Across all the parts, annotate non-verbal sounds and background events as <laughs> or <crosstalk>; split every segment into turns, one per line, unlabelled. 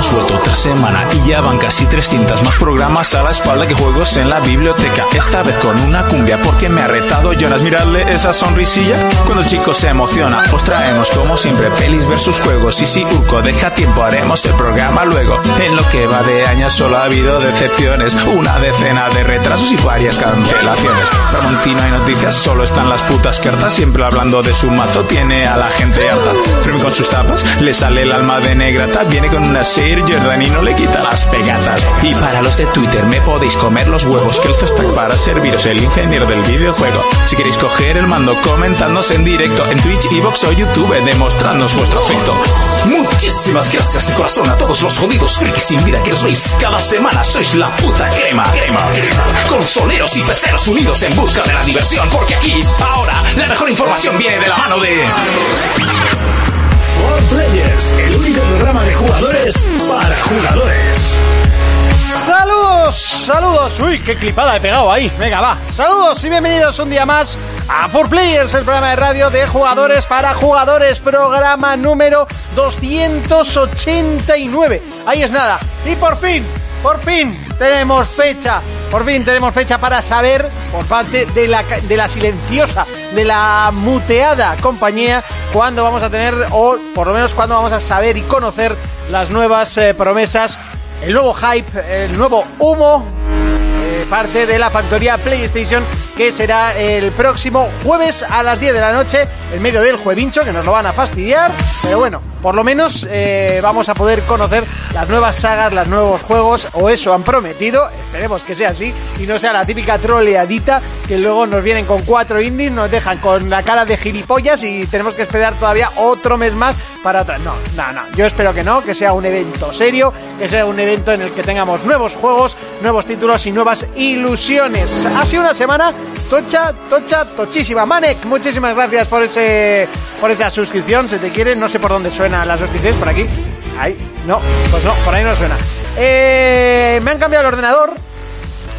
asueto tras semana y ya van casi 300 más programas a la espalda que juegos en la biblioteca. Esta vez con una cumbia porque me ha retado Jonas. Mirarle esa sonrisilla cuando el chico se emociona. Os traemos como siempre pelis versus juegos y si Urco deja tiempo haremos el programa luego. En lo que va de año solo ha habido decepciones, una decena de retrasos y varias cancelaciones. Ramoncino hay noticias, solo están las putas cartas, siempre hablando de su mazo, tiene a la gente harta. Firme con sus tapas, le sale el alma de negrata, viene con una Sir Jordan y no le quita las pegatas. Y para los de Twitter me podéis comer los huevos, que el está para serviros el ingeniero del videojuego. Si queréis coger el mando, comentadnos en directo en Twitch, Evox o YouTube, demostrándonos vuestro afecto. Muchísimas gracias de corazón a todos los jodidos frikis sin vida que os veis cada semana. Sois la puta crema, crema, crema. Consoleros y peceros unidos en busca de la diversión, porque aquí, ahora, la mejor información viene de la mano de...
For Players, el único programa de jugadores para jugadores.
Saludos, saludos. Uy, qué clipada he pegado ahí. Venga, va. Saludos y bienvenidos un día más a 4Players, el programa de radio de jugadores para jugadores, programa número 289. Ahí es nada. Y por fin, por fin tenemos fecha. Por fin tenemos fecha para saber por parte de la, ca- de la silenciosa, de la muteada compañía, cuándo vamos a tener, o por lo menos cuándo vamos a saber y conocer las nuevas eh, promesas el nuevo hype, el nuevo humo, eh, parte de la factoría PlayStation, que será el próximo jueves a las 10 de la noche, en medio del juevincho, que nos lo van a fastidiar, pero bueno, por lo menos eh, vamos a poder conocer las nuevas sagas, los nuevos juegos, o eso han prometido, esperemos que sea así, y no sea la típica troleadita, que luego nos vienen con cuatro indies, nos dejan con la cara de gilipollas y tenemos que esperar todavía otro mes más para otra. No, no, no. Yo espero que no, que sea un evento serio, que sea un evento en el que tengamos nuevos juegos, nuevos títulos y nuevas ilusiones. Ha sido una semana tocha, tocha, tochísima. Manek, muchísimas gracias por ese por esa suscripción. Se te quiere, no sé por dónde suena las suscripciones, por aquí. Ahí, no, pues no, por ahí no suena. Eh, me han cambiado el ordenador,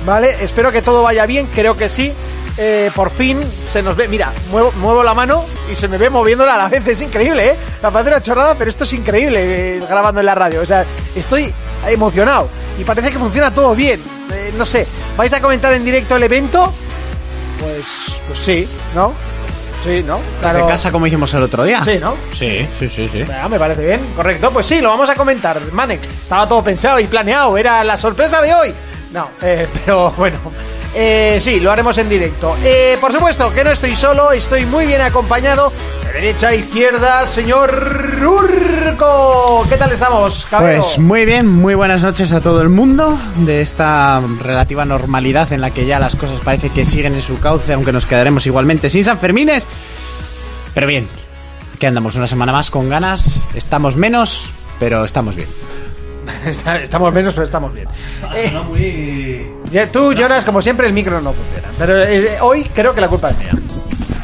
¿vale? Espero que todo vaya bien, creo que sí. Eh, por fin se nos ve, mira, muevo, muevo la mano y se me ve moviéndola a la vez, es increíble, ¿eh? La parece una chorrada, pero esto es increíble eh, grabando en la radio, o sea, estoy emocionado y parece que funciona todo bien, Eh, no sé, ¿vais a comentar en directo el evento? Pues, pues sí, ¿no? Sí, ¿no?
Desde casa como hicimos el otro día.
Sí, ¿no?
sí, sí, sí. sí.
Ah, me parece bien, correcto. Pues sí, lo vamos a comentar, Manek. Estaba todo pensado y planeado, era la sorpresa de hoy. No, eh, <laughs> pero bueno. Eh, sí, lo haremos en directo. Eh, por supuesto que no estoy solo, estoy muy bien acompañado. De derecha a izquierda, señor Urco. ¿Qué tal estamos, cabrero? <laughs>
Pues muy bien, muy buenas noches a todo el mundo de esta relativa normalidad en la que ya las cosas parece que siguen en su cauce, aunque nos quedaremos igualmente sin San Fermines. Pero bien, que andamos una semana más con ganas, estamos menos, pero estamos bien.
Está- estamos menos, pero estamos bien. Eh, ya- tú, Jonas, como siempre, el micro no funciona. Pero eh, hoy creo que la culpa es mía.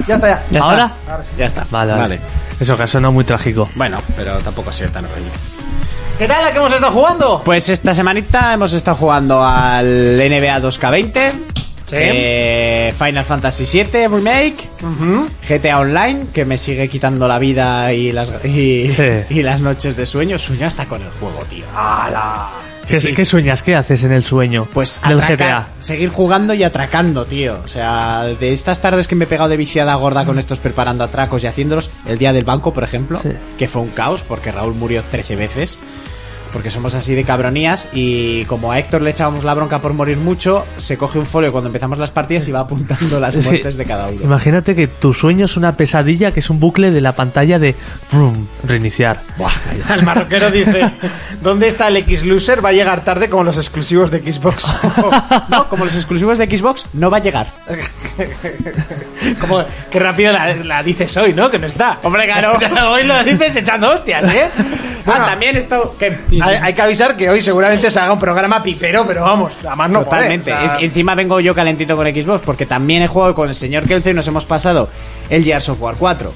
Ya está, ya.
¿Ya
¿Ahora?
está?
Ahora sí.
Ya está.
Vale, vale. Eso que ha sonado muy trágico.
Bueno, pero tampoco ha sido tan horrible.
¿Qué tal la que hemos estado jugando?
Pues esta semanita hemos estado jugando al NBA 2K20,
Sí.
eh, Final Fantasy VII Remake, GTA Online, que me sigue quitando la vida y las, y,
Sí. Ah,
y las noches de sueño. Sueño hasta con el juego, tío.
¿Qué,
Sí.
qué sueñas? ¿Qué haces en el sueño?
Pues
del
atracar-
GTA.
seguir jugando y atracando, tío. O sea, de estas tardes que me he pegado de viciada gorda con estos preparando atracos y haciéndolos, el día del banco, por ejemplo,
Sí.
que fue un caos porque Raúl murió 13 veces. Porque somos así de cabronías y como a Héctor le echábamos la bronca por morir mucho, se coge un folio cuando empezamos las partidas y va apuntando las
Sí.
muertes de cada uno.
Imagínate que tu sueño es una pesadilla que es un bucle de la pantalla de vroom, reiniciar.
Buah,
El marroquero dice, ¿dónde está el X-Loser? Va a llegar tarde como los exclusivos de Xbox.
<laughs> no, como los exclusivos de Xbox, no va a llegar.
como, qué rápido la, la dices hoy, ¿no? Que no está.
Hombre, claro.
<laughs> O sea, hoy lo dices echando hostias, ¿eh? Bueno,
ah, también está... que-
hay, hay que avisar que hoy seguramente se haga un programa pipero, pero vamos, además no poder,
Totalmente. Eh,
o sea,
En- Encima vengo yo calentito con Xbox porque también he jugado con el señor Kelce y nos hemos pasado el Gears of War 4.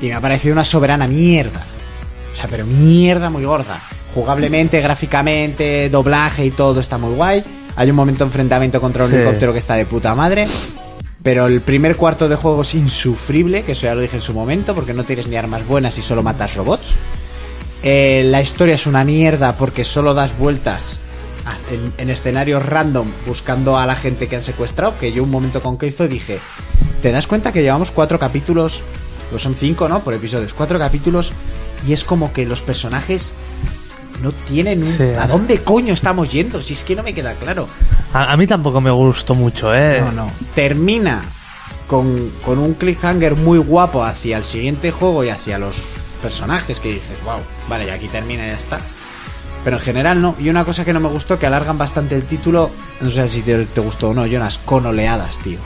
Y me ha parecido una soberana mierda. O sea, pero mierda muy gorda. Jugablemente, gráficamente, doblaje y todo está muy guay. Hay un momento de enfrentamiento contra un
Sí.
helicóptero que está de puta madre. Pero el primer cuarto de juego es insufrible, que eso ya lo dije en su momento, porque no tienes ni armas buenas y solo matas robots. eh, la historia es una mierda porque solo das vueltas a- en, en escenarios random buscando a la gente que han secuestrado, que yo un momento con Keizo dije, ¿te das cuenta que llevamos cuatro capítulos? Pues son cinco, ¿no? Por episodios, cuatro capítulos y es como que los personajes no tienen un...
Sí,
¿A
ahora-
dónde coño estamos yendo? Si es que no me queda claro.
A, a mí tampoco me gustó mucho, ¿eh?
No, no. Termina con, con un cliffhanger muy guapo hacia el siguiente juego y hacia los personajes que dices, wow, vale, ya aquí termina y ya está. Pero en general no. Y una cosa que no me gustó, que alargan bastante el título, no sé si te, te gustó o no, Jonas, con oleadas, tío.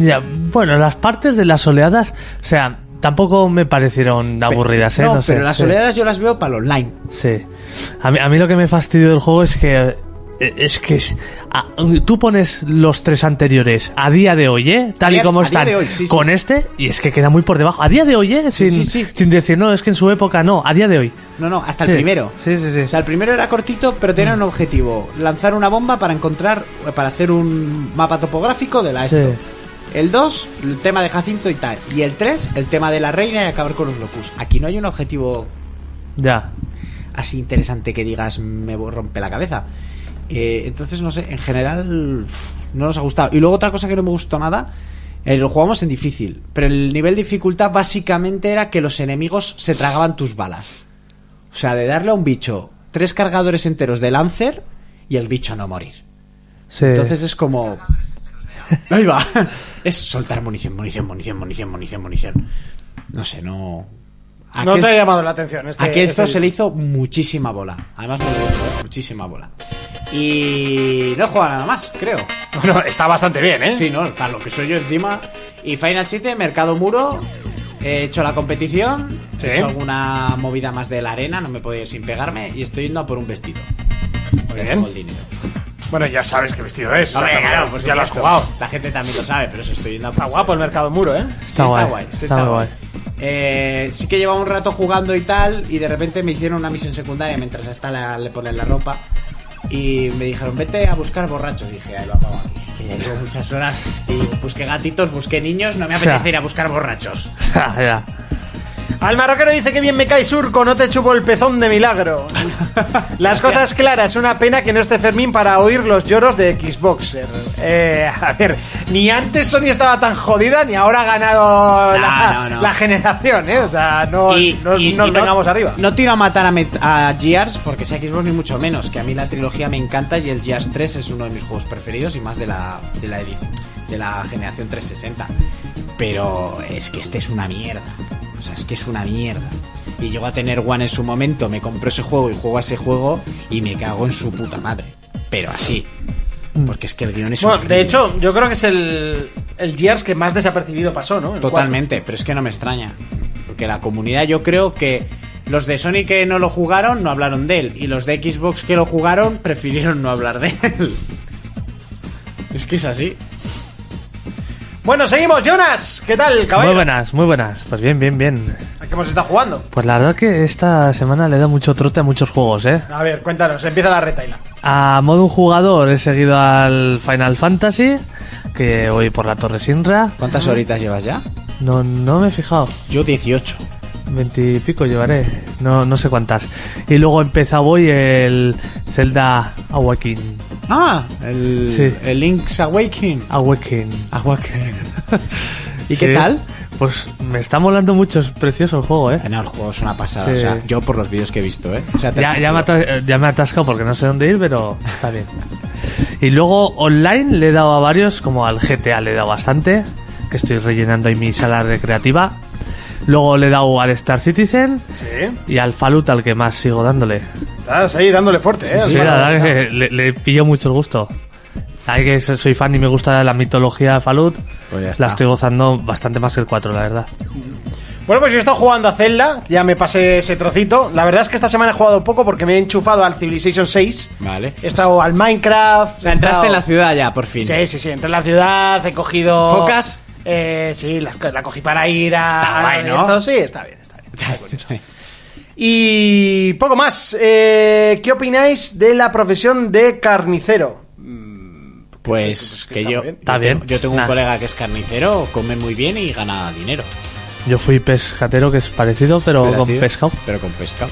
Ya, bueno, las partes de las oleadas, o sea, tampoco me parecieron aburridas, ¿eh?
No,
sé,
pero las
sí.
oleadas yo las veo para el online.
Sí. A mí, a mí lo que me fastidió del juego es que. eh, Es que es- a- tú pones los tres anteriores a día de hoy, ¿eh? Tal
día-
y como
a día
están
de hoy, sí, sí.
con este, y es que queda muy por debajo. A día de hoy, ¿eh? Sin,
sí, sí.
sin decir, no, es que en su época no, a día de hoy.
No, no, hasta
Sí.
el primero.
Sí, sí, sí. Mm.
O sea, el primero era cortito, pero tenía un objetivo: lanzar una bomba para encontrar, para hacer un mapa topográfico de la esto.
Sí.
El 2, el tema de Jacinto y tal. Y el 3, el tema de la reina y acabar con los locus. Aquí no hay un objetivo
Ya.
así interesante que digas me vo- rompe la cabeza. Eh, entonces, no sé, en general uf, no nos ha gustado. Y luego otra cosa que no me gustó nada, eh, lo jugamos en difícil, pero el nivel de dificultad básicamente era que los enemigos se tragaban tus balas. O sea, de darle a un bicho tres cargadores enteros de Lancer y el bicho no morir.
Sí.
Entonces es como... <laughs> Ahí va. Es soltar munición, munición, munición, munición, munición, munición. No sé, no...
No
Aquel-
te ha llamado la atención. Este,
a Kelso
este-
se le hizo muchísima bola. Además, muy bien, ¿eh? muchísima bola. Y no he jugado nada más, creo.
<laughs> Bueno, está bastante bien, ¿eh?
Sí, no, para lo que soy yo encima. Y Final 7, Mercado Muro. He hecho la competición.
Sí.
He hecho alguna movida más de la arena. No me podía ir sin pegarme. Y estoy yendo a por un vestido. Porque
bien.
tengo el dinero.
Bueno, ya sabes qué vestido es.
Hombre,
o sea,
claro, por
ya lo has
supuesto.
jugado.
La gente también lo sabe, pero eso estoy yendo a por
Está guapo el mercado muro, ¿eh?
Sí,
Está
está
guay,
guay. sí,
está
está
guay.
guay. Eh, sí que llevaba un rato jugando y tal, y de repente me hicieron una misión secundaria mientras hasta la- le ponen la ropa. Y me dijeron, vete a buscar borrachos. Y dije, ahí lo acabo aquí, que ya llevo muchas horas. Y busqué gatitos, busqué niños, no me
O sea.
apetece ir a buscar borrachos.
Ja, <laughs> ya.
Al marroquero dice que bien me cae surco, no te chupo el pezón de
<laughs>
milagro. Las cosas claras, una pena que no esté Fermín para oír los lloros de Xboxer. Eh, a ver, ni antes Sony estaba tan jodida, ni ahora ha ganado
No,
la,
no, no.
la generación, ¿eh? O sea, no,
Y-
no-
y-
nos
y no-
vengamos arriba.
No tiro a matar a, Met- a Gears porque sea Xbox ni mucho menos, que a mí la trilogía me encanta y el Gears 3 es uno de mis juegos preferidos y más de la, de la, edic- de la generación 360. Pero es que este es una mierda. O sea, es que es una mierda. Y llego a tener One en su momento, me compré ese juego y juego a ese juego y me cago en su puta madre. Pero así. Porque es que el guión es
Bueno,
horrible.
de hecho, yo creo que es el, el Gears que más desapercibido pasó, ¿no? El
Totalmente, pero es que no me extraña. Porque la comunidad, yo creo que los de Sony que no lo jugaron no hablaron de él. Y los de Xbox que lo jugaron prefirieron no hablar de él. Es que es así.
cuatro. Bueno, seguimos, Jonas. ¿Qué tal,
Muy
caballero?
buenas, muy buenas. Pues bien, bien, bien.
¿A qué hemos estado jugando?
Pues la verdad que esta semana le he dado mucho trote a muchos juegos, ¿eh?
A ver, cuéntanos, empieza la retaila.
A modo un jugador he seguido al Final Fantasy, que voy por la Torre Sinra.
¿Cuántas horitas llevas ya?
No, no me he fijado.
Yo 18.
Veintipico llevaré, no, no sé cuántas. Y luego empezaba hoy el Zelda Awakening.
Ah, el,
Sí.
el Link's Awakening.
Awakening.
Awakening. <laughs> ¿Y
Sí.
qué tal?
Pues me está molando mucho, es precioso el juego, eh.
Eh, No, el juego es una pasada.
Sí.
O sea, yo por los vídeos que he visto, ¿eh? O sea, te-
Ya, ya, me ata- ya me he atascado porque no sé dónde ir, pero está bien. <laughs> Y luego online le he dado a varios, como al GTA le he dado bastante, que estoy rellenando ahí mi sala recreativa. Luego le he dado al Star Citizen
Sí.
y al Fallout al que más sigo dándole.
Estás ahí dándole fuerte, ¿eh?
Sí, la verdad que le, le pillo mucho el gusto. Hay que so- soy fan y me gusta la mitología de Fallout.
Pues ya
la
está.
estoy gozando bastante más que el 4, la verdad.
Bueno, pues yo he estado jugando a Zelda, ya me pasé ese trocito. La verdad es que esta semana he jugado poco porque me he enchufado al Civilization 6.
Vale.
He estado al Minecraft.
O sea, entraste en la
ciudad.
ciudad ya, por fin.
Sí, sí, sí, entré en la ciudad, he cogido.
¿Focas?
Eh, sí, la, la cogí para ir a.
Está guay, ¿no?
esto, sí, está bien, está
<laughs>
bien. está bien. Y poco más. Eh, ¿Qué opináis de la profesión de carnicero?
Pues que
está
yo,
bien.
Está
yo
bien.
tengo- yo tengo un
Nah.
colega que es carnicero, come muy bien y gana dinero.
Yo fui pescatero, que es parecido, pero con
Parecido,
pescado.
Pero con pescado.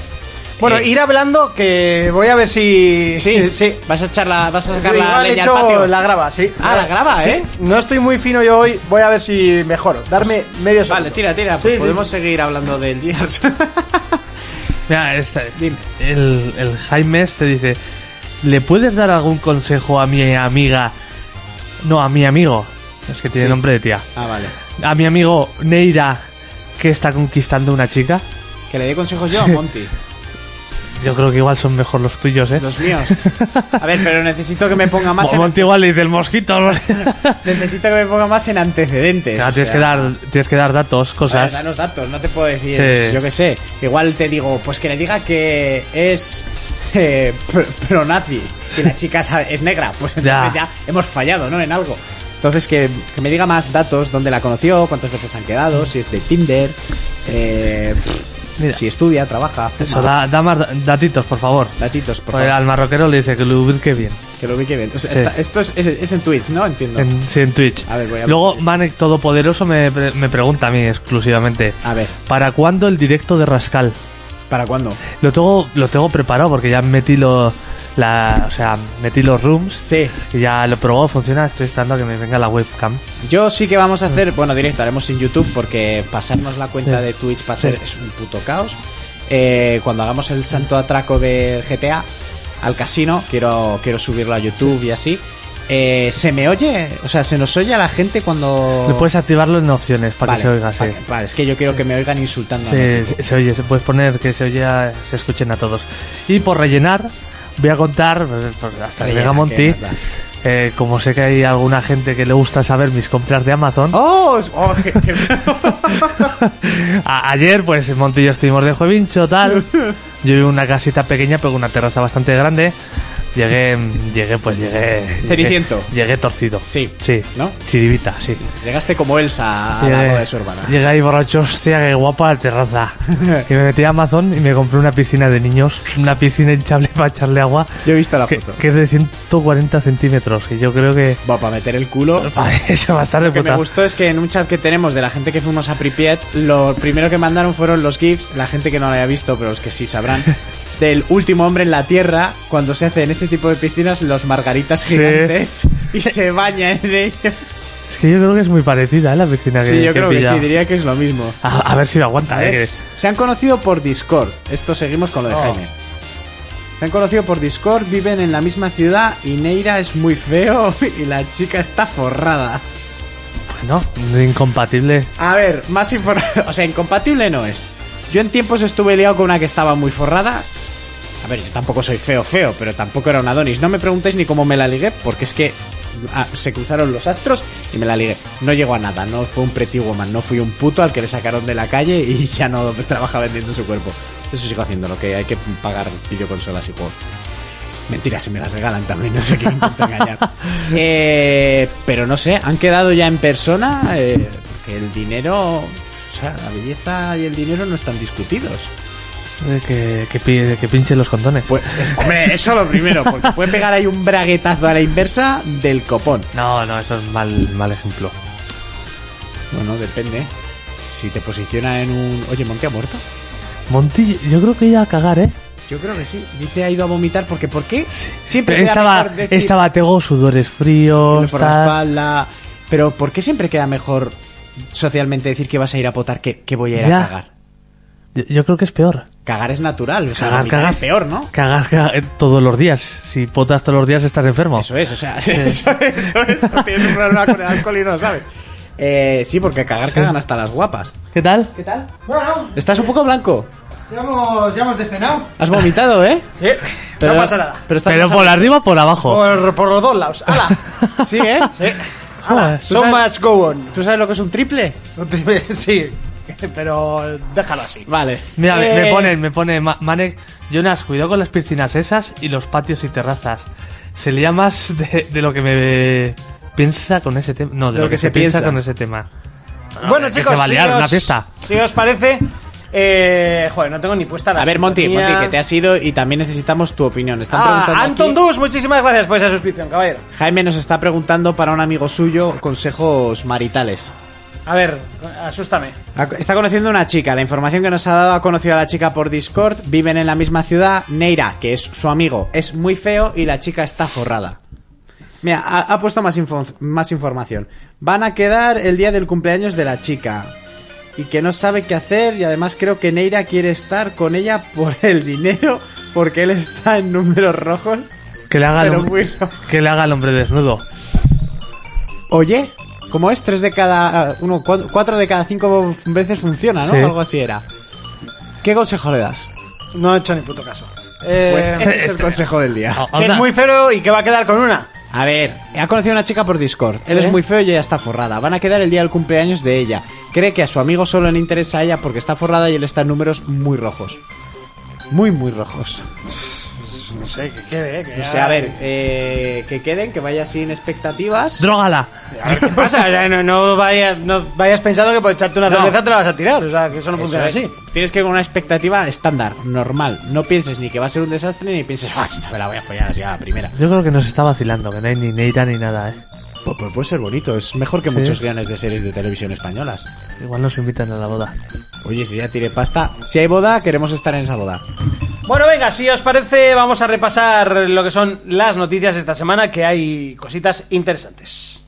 Bueno,
Eh,
ir hablando que voy a ver si.
Sí,
sí.
Vas a echar la, vas a sacar
Yo
la
igual he
leña
hecho
al patio.
la grava, sí.
Ah, la grava,
Sí.
¿eh?
No estoy muy fino yo hoy, voy a ver si mejoro. Darme medio segundo.
Vale, tira, tira.
Sí,
pues
sí.
podemos seguir hablando del
<laughs>
Gears.
Mira, esta-
Dime.
el, el Jaime te dice, ¿le puedes dar algún consejo a mi amiga? No, a mi amigo. Es que tiene
Sí.
nombre de tía.
ah, vale.
A mi amigo Neira, que está conquistando una chica.
Que le dé consejos yo a Monty.
Yo creo que igual son mejor los tuyos, ¿eh?
Los míos. A ver, pero necesito que me ponga más
Mo-
en,
<laughs> Monty igual le dice el mosquito. ¿no?
<laughs> necesito que me ponga más en antecedentes.
Claro,
o
tienes,
sea,
que dar, tienes que dar datos,
a ver,
cosas.
danos datos, no te puedo decir,
Sí.
yo qué sé. Igual te digo, pues que le diga que es eh, pro- pronazi, que la chica sa- es negra, pues entonces ya.
Ya.
hemos fallado, ¿no? En algo. Entonces que, que me diga más datos, dónde la conoció, cuántas veces han quedado, si es de Tinder, eh,
Mira.
si estudia, trabaja,
Eso,
fuma.
da, da más da- datitos, por favor.
Datitos, por
Porque
favor,
Al marroquero le dice que lo ubique bien.
que lo ubique bien. O sea,
Sí.
esta- esto es, es- es en Twitch, ¿no? Entiendo.
En, sí, en Twitch.
A ver, voy a-
Luego, Manek Todopoderoso me, pre- me pregunta a mí exclusivamente:
A ver,
¿Para cuándo el directo de Rascal?
¿para cuándo?
Lo tengo, lo tengo preparado porque ya metí, lo, la, o sea, metí los rooms.
Sí,
Y ya lo he probado, funciona. Estoy esperando a que me venga la webcam.
Yo sí que vamos a hacer, bueno, directo haremos en YouTube porque pasarnos la cuenta de Twitch para hacer
Sí.
es un puto caos. Eh, cuando hagamos el santo atraco del GTA al casino, quiero, quiero subirlo a YouTube y así. Eh, ¿Se me oye? O sea, ¿se nos oye a la gente cuando...?
Le puedes activarlo en opciones para que se oiga, sí.
Oh. Vale, vale, es que yo quiero que me oigan insultando. a mí.
Se, se- se oye, se puedes poner que se oye, a- se escuchen a todos. Y por rellenar, voy a contar, pues, pues, hasta que
Rellena,
llega
¿qué
Monty,
más da?
eh, como sé que hay alguna gente que le gusta saber mis compras de Amazon,
¡Oh! es- oh, qué- qué-
<laughs>
Oh.
<laughs> a- ayer pues Monty y yo estuvimos de juevincho, tal, yo vivo en una casita pequeña pero con una terraza bastante grande, llegué, llegué pues llegué... llegué-
Ceniciento.
Llegué torcido.
Sí.
Sí.
¿No?
Chiribita, sí. eh.
Llegaste como Elsa a la boda de su hermana.
llegué ahí borracho, hostia, qué guapa la <laughs> terraza. y me metí a Amazon y me compré una piscina de niños, una piscina hinchable <laughs> para echarle agua,
Yo he visto la
que,
foto.
que es de 140 centímetros. Y yo creo que
Va, para meter el culo...
<laughs> Vale, <laughs> eso va a estar de
Lo que me
puta.
gustó es que en un chat que tenemos de la gente que fuimos a Pripyat, lo primero que mandaron fueron los GIFs, la gente que no lo haya visto, pero los que sí sabrán, del último hombre en la Tierra, cuando se hacen ese tipo de piscinas, los margaritas gigantes <laughs> y se baña en ello.
Es que yo creo que es muy parecida ¿eh? la piscina que
Sí, yo
que he
creo que
pillado.
sí, diría que es lo mismo.
a, a ver si lo aguanta.
A
¿eh?
ver,
que-
se han conocido por Discord. Esto seguimos con lo de Jaime. Se han conocido por Discord, viven en la misma ciudad y Neira es muy feo <laughs> y la chica está forrada.
No, incompatible.
A ver, más información. <laughs> O sea, incompatible no es. Yo en tiempos estuve liado con una que estaba muy forrada. A ver, yo tampoco soy feo, feo, pero tampoco era un Adonis. No me preguntéis ni cómo me la ligué, porque es que ah, se cruzaron los astros y me la ligué. No llegó a nada, no fue un pretty woman, no fui un puto al que le sacaron de la calle y <laughs> ya no trabaja vendiendo su cuerpo. Eso sigo haciendo, lo que hay que pagar videoconsolas y juegos. Mentira, si me las regalan también, no sé qué intento engañar. <laughs> Eh, pero no sé, han quedado ya en persona eh, porque el dinero, o sea, la belleza y el dinero no están discutidos.
Eh, Que, que, pi- que pinche los condones.
Pues, eh, hombre, eso lo primero, porque puede pegar ahí un braguetazo a la inversa del copón.
No, no, eso es mal, mal ejemplo.
Bueno, depende. Si te posiciona en un. Oye, Monte ha muerto.
Monty, yo creo que iba a cagar, ¿eh?
Yo creo que sí. Dice ha ido a vomitar porque ¿por qué? Siempre
Pero
queda
estaba,
mejor decir-
estaba tengo sudores fríos.
por la
tal.
espalda. Pero ¿por qué siempre queda mejor socialmente decir que vas a ir a potar que, que voy a ir a
Ya.
cagar?
Yo, yo creo que es peor.
Cagar es natural, o sea,
Cagar,
vomitar
cagar.
es peor, ¿no?
Cagar, cagar, eh, <laughs> todos los días. Si potas todos los días estás enfermo.
Eso es, o sea, <laughs> eso es, eso es. No tienes un problema con el alcohol y no lo sabes. Eh, sí, porque cagar cagan hasta las guapas.
¿Qué tal?
¿Qué tal? Bueno,
Estás un poco blanco.
ya hemos, ya hemos descenado.
Has vomitado, ¿eh?
Sí,
Pero- Oh.
no pasa nada.
Pero, estás
¿Pero
más
por
a-
arriba o por abajo?
Por, por los dos lados. ¡Hala!
<laughs> Sí,
<laughs>
¿eh?
Joder.
so much go on. <laughs>
¿Tú sabes lo que es un triple?
No te- Sí, pero déjalo así.
Vale.
Mira, me-
Eh.
me ponen, me pone Ma- Manek, Jonas, cuidado con las piscinas esas y los patios y terrazas. Se lía más de, de lo que me piensa con ese tema. No, de lo, que, se piensa con ese tema.
Bueno,
que
chicos,
se va a liar
si os,
una fiesta.
Si os parece, eh, joder, no tengo ni puesta la
A ver, Monty,
sintonía.
Monty, que te has ido y también necesitamos tu opinión. Están
Ah,
preguntando
Anton
aquí-
Dus, muchísimas gracias por esa suscripción, caballero.
Jaime nos está preguntando para un amigo suyo consejos maritales.
A ver, asústame.
Ha- Está conociendo una chica. La información que nos ha dado ha conocido a la chica por Discord. Viven en la misma ciudad. Neira, que es su amigo, es muy feo y la chica está forrada. Mira, ha, ha puesto más, info- más información. Van a quedar el día del cumpleaños de la chica. Y que no sabe qué hacer. Y además creo que Neira quiere estar con ella por <laughs> el dinero. Porque él está en números rojos.
Que le haga, el,
Pero
hom-
muy rojo.
<laughs> que le haga el hombre desnudo.
Oye, ¿cómo es? Tres de cada. Uno, cuatro, cuatro de cada cinco veces funciona, ¿no?
Sí.
Algo así era. ¿Qué consejo le das?
No he hecho ni puto caso.
Pues
Eh,
ese es el consejo del día.
A- a una-
es muy feo y que va a quedar con una.
A ver, ha conocido a una chica por Discord. Él
Sí.
es muy feo y ella está forrada. Van a quedar el día del cumpleaños de ella. Cree que a su amigo solo le interesa a ella porque está forrada y él está en números muy rojos. Muy, muy rojos.
No sé, que quede, que
O sea, a ver, eh, que queden, que vaya sin expectativas.
Drógala.
A ver, ¿qué pasa? O sea, no, no vayas, no vayas pensando que por echarte una
No.
cerveza te la vas a tirar. O sea, que eso no
Eso
funciona
es.
así.
Tienes que ir con una expectativa estándar, normal. No pienses ni que va a ser un desastre ni pienses, ah, esta me la voy a follar así a la primera.
Yo creo que nos está vacilando, que no hay ni Neira ni nada, ¿eh?
Pu- pu- puede ser bonito, es mejor que
Sí.
muchos guiones de series de televisión españolas.
Igual nos invitan a la boda.
Oye, si ya tiré pasta, si hay boda, queremos estar en esa boda.
Bueno, venga, si os parece, vamos a repasar lo que son las noticias esta semana, que hay cositas interesantes.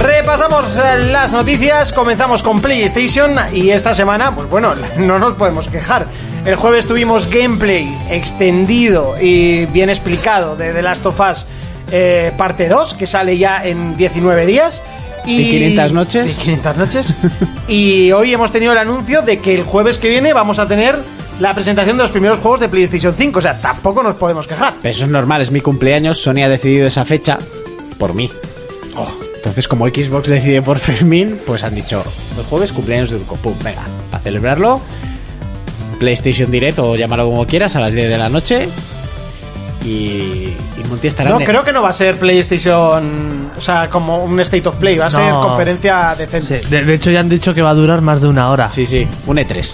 Repasamos eh, las noticias, comenzamos con PlayStation y esta semana, pues bueno, <laughs> no nos podemos quejar. El jueves tuvimos gameplay extendido y bien explicado de The Last of Us eh, parte 2, que sale ya en 19 días. Y,
¿Y 500 noches?
Y 500 noches. y hoy hemos tenido el anuncio de que el jueves que viene vamos a tener la presentación de los primeros juegos de PlayStation 5. O sea, tampoco nos podemos quejar.
Pero eso es normal, es mi cumpleaños, Sony ha decidido esa fecha por mí.
Oh.
Entonces, como Xbox decide por <laughs> Fermín, pues han dicho, el jueves cumpleaños de Urco, pum, venga, para celebrarlo, PlayStation Direct o llámalo como quieras a las 10 de la noche y, y Monty estará...
No,
en- E
creo que no va a ser PlayStation, o sea, como un State of Play, va a
No.
ser conferencia
Sí,
decente.
De, de hecho, ya han dicho que va a durar más de una hora.
Sí, sí, un E E3,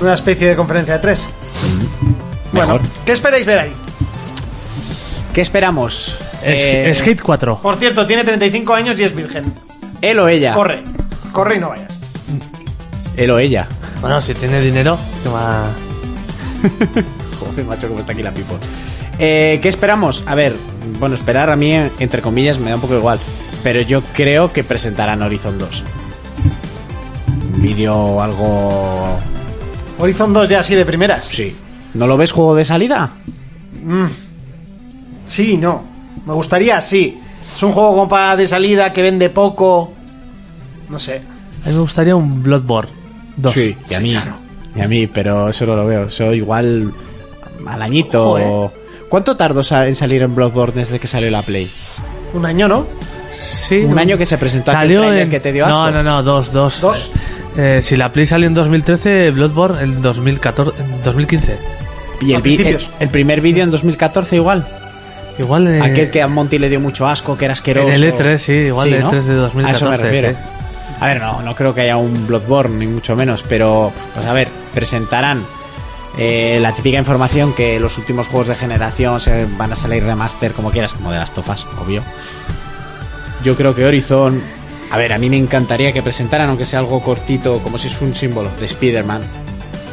Una especie de conferencia de tres.
mejor.
Bueno, ¿qué esperáis ver ahí?
¿Qué esperamos?
Es-
Eh,
Skate 4.
Por cierto, tiene 35 años y es virgen.
Él o ella.
Corre, corre y no vayas.
Él o ella.
Bueno, si tiene dinero, que va-
Joder, macho, como está aquí la pipo. Eh, ¿Qué esperamos? A ver, bueno, esperar a mí, entre comillas, me da un poco igual. Pero yo creo que presentarán Horizon 2. Un vídeo algo...
Horizon 2 ya así de primeras.
Sí. ¿No lo ves juego de salida?
Sí, no. Me gustaría, sí. Es un juego como para de salida que vende poco. No sé.
A mí me gustaría un Bloodborne 2.
Y a mí. Y a mí, pero eso no lo veo. Eso igual al añito.
Joder.
¿Cuánto tardó sa- en salir en Bloodborne desde que salió la Play?
Un año, ¿no?
Sí,
Un año que se presentó aquel
Salió
tráiler
en-
que te dio
No,
asco.
no, no, dos, dos.
Dos.
Eh, si la Play salió en 2013, Bloodborne en 2014, en 2015.
Y el,
A
vi- el,
principios.
el primer vídeo en 2014 igual.
Igual eh,
Aquel que a Monty le dio mucho asco, que era asqueroso.
En el E3, sí, igual el
¿no?
E3 de 2014,
A eso me refiero.
sí.
A ver, no, no creo que haya un Bloodborne, ni mucho menos, pero, pues a ver, presentarán eh, la típica información que los últimos juegos de generación se van a salir remaster, como quieras, como de las tofas, obvio. Yo creo que Horizon. A ver, a mí me encantaría que presentaran, aunque sea algo cortito, como si es un símbolo de Spider-Man.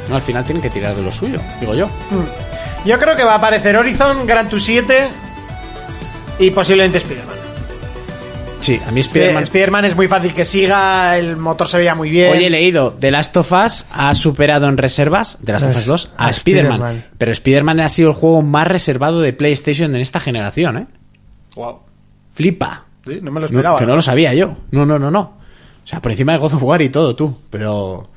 No, al final tienen que tirar de lo suyo, digo yo.
Yo creo que va a aparecer Horizon, Gran Turismo 7 y posiblemente Spider-Man. Eh,
Sí, a mí
Spider-Man.
Spider-Man.
es muy fácil que siga, el motor se veía muy bien.
Hoy he leído The Last of Us ha superado en reservas de Last of Us 2 a
A
Spider-Man.
Spider-Man.
pero Spider-Man ha sido el juego más reservado de PlayStation en esta generación, ¿eh?
Wow.
Flipa.
Sí, no me lo
No,
esperaba.
que no lo sabía yo. No, no, no, no. O sea, por encima de God of War y todo, tú. Pero.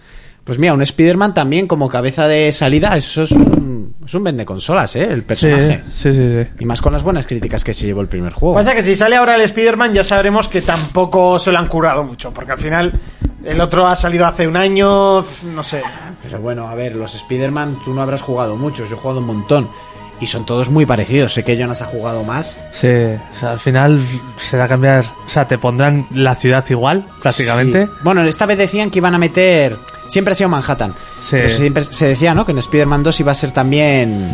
Pues mira, un Spider-Man también como cabeza de salida, eso es un, es un vende consolas, ¿eh? El
Sí,
personaje.
sí, sí, sí.
Y más con las buenas críticas que se llevó el primer juego.
Pasa que si sale ahora el Spider-Man ya sabremos que tampoco se lo han curado mucho, porque al final el otro ha salido hace un año, f- no sé.
Pero bueno, a ver, los Spider-Man tú no habrás jugado muchos, yo he jugado un montón. Y son todos muy parecidos. Sé que Jonas ha jugado más,
Sí, o sea, al final será cambiar, o sea, te pondrán la ciudad igual, prácticamente.
Sí. Bueno, esta vez decían que iban a meter Siempre ha sido Manhattan.
Sí.
Pero siempre se decía, ¿no? Que en Spider-Man 2 iba a ser también.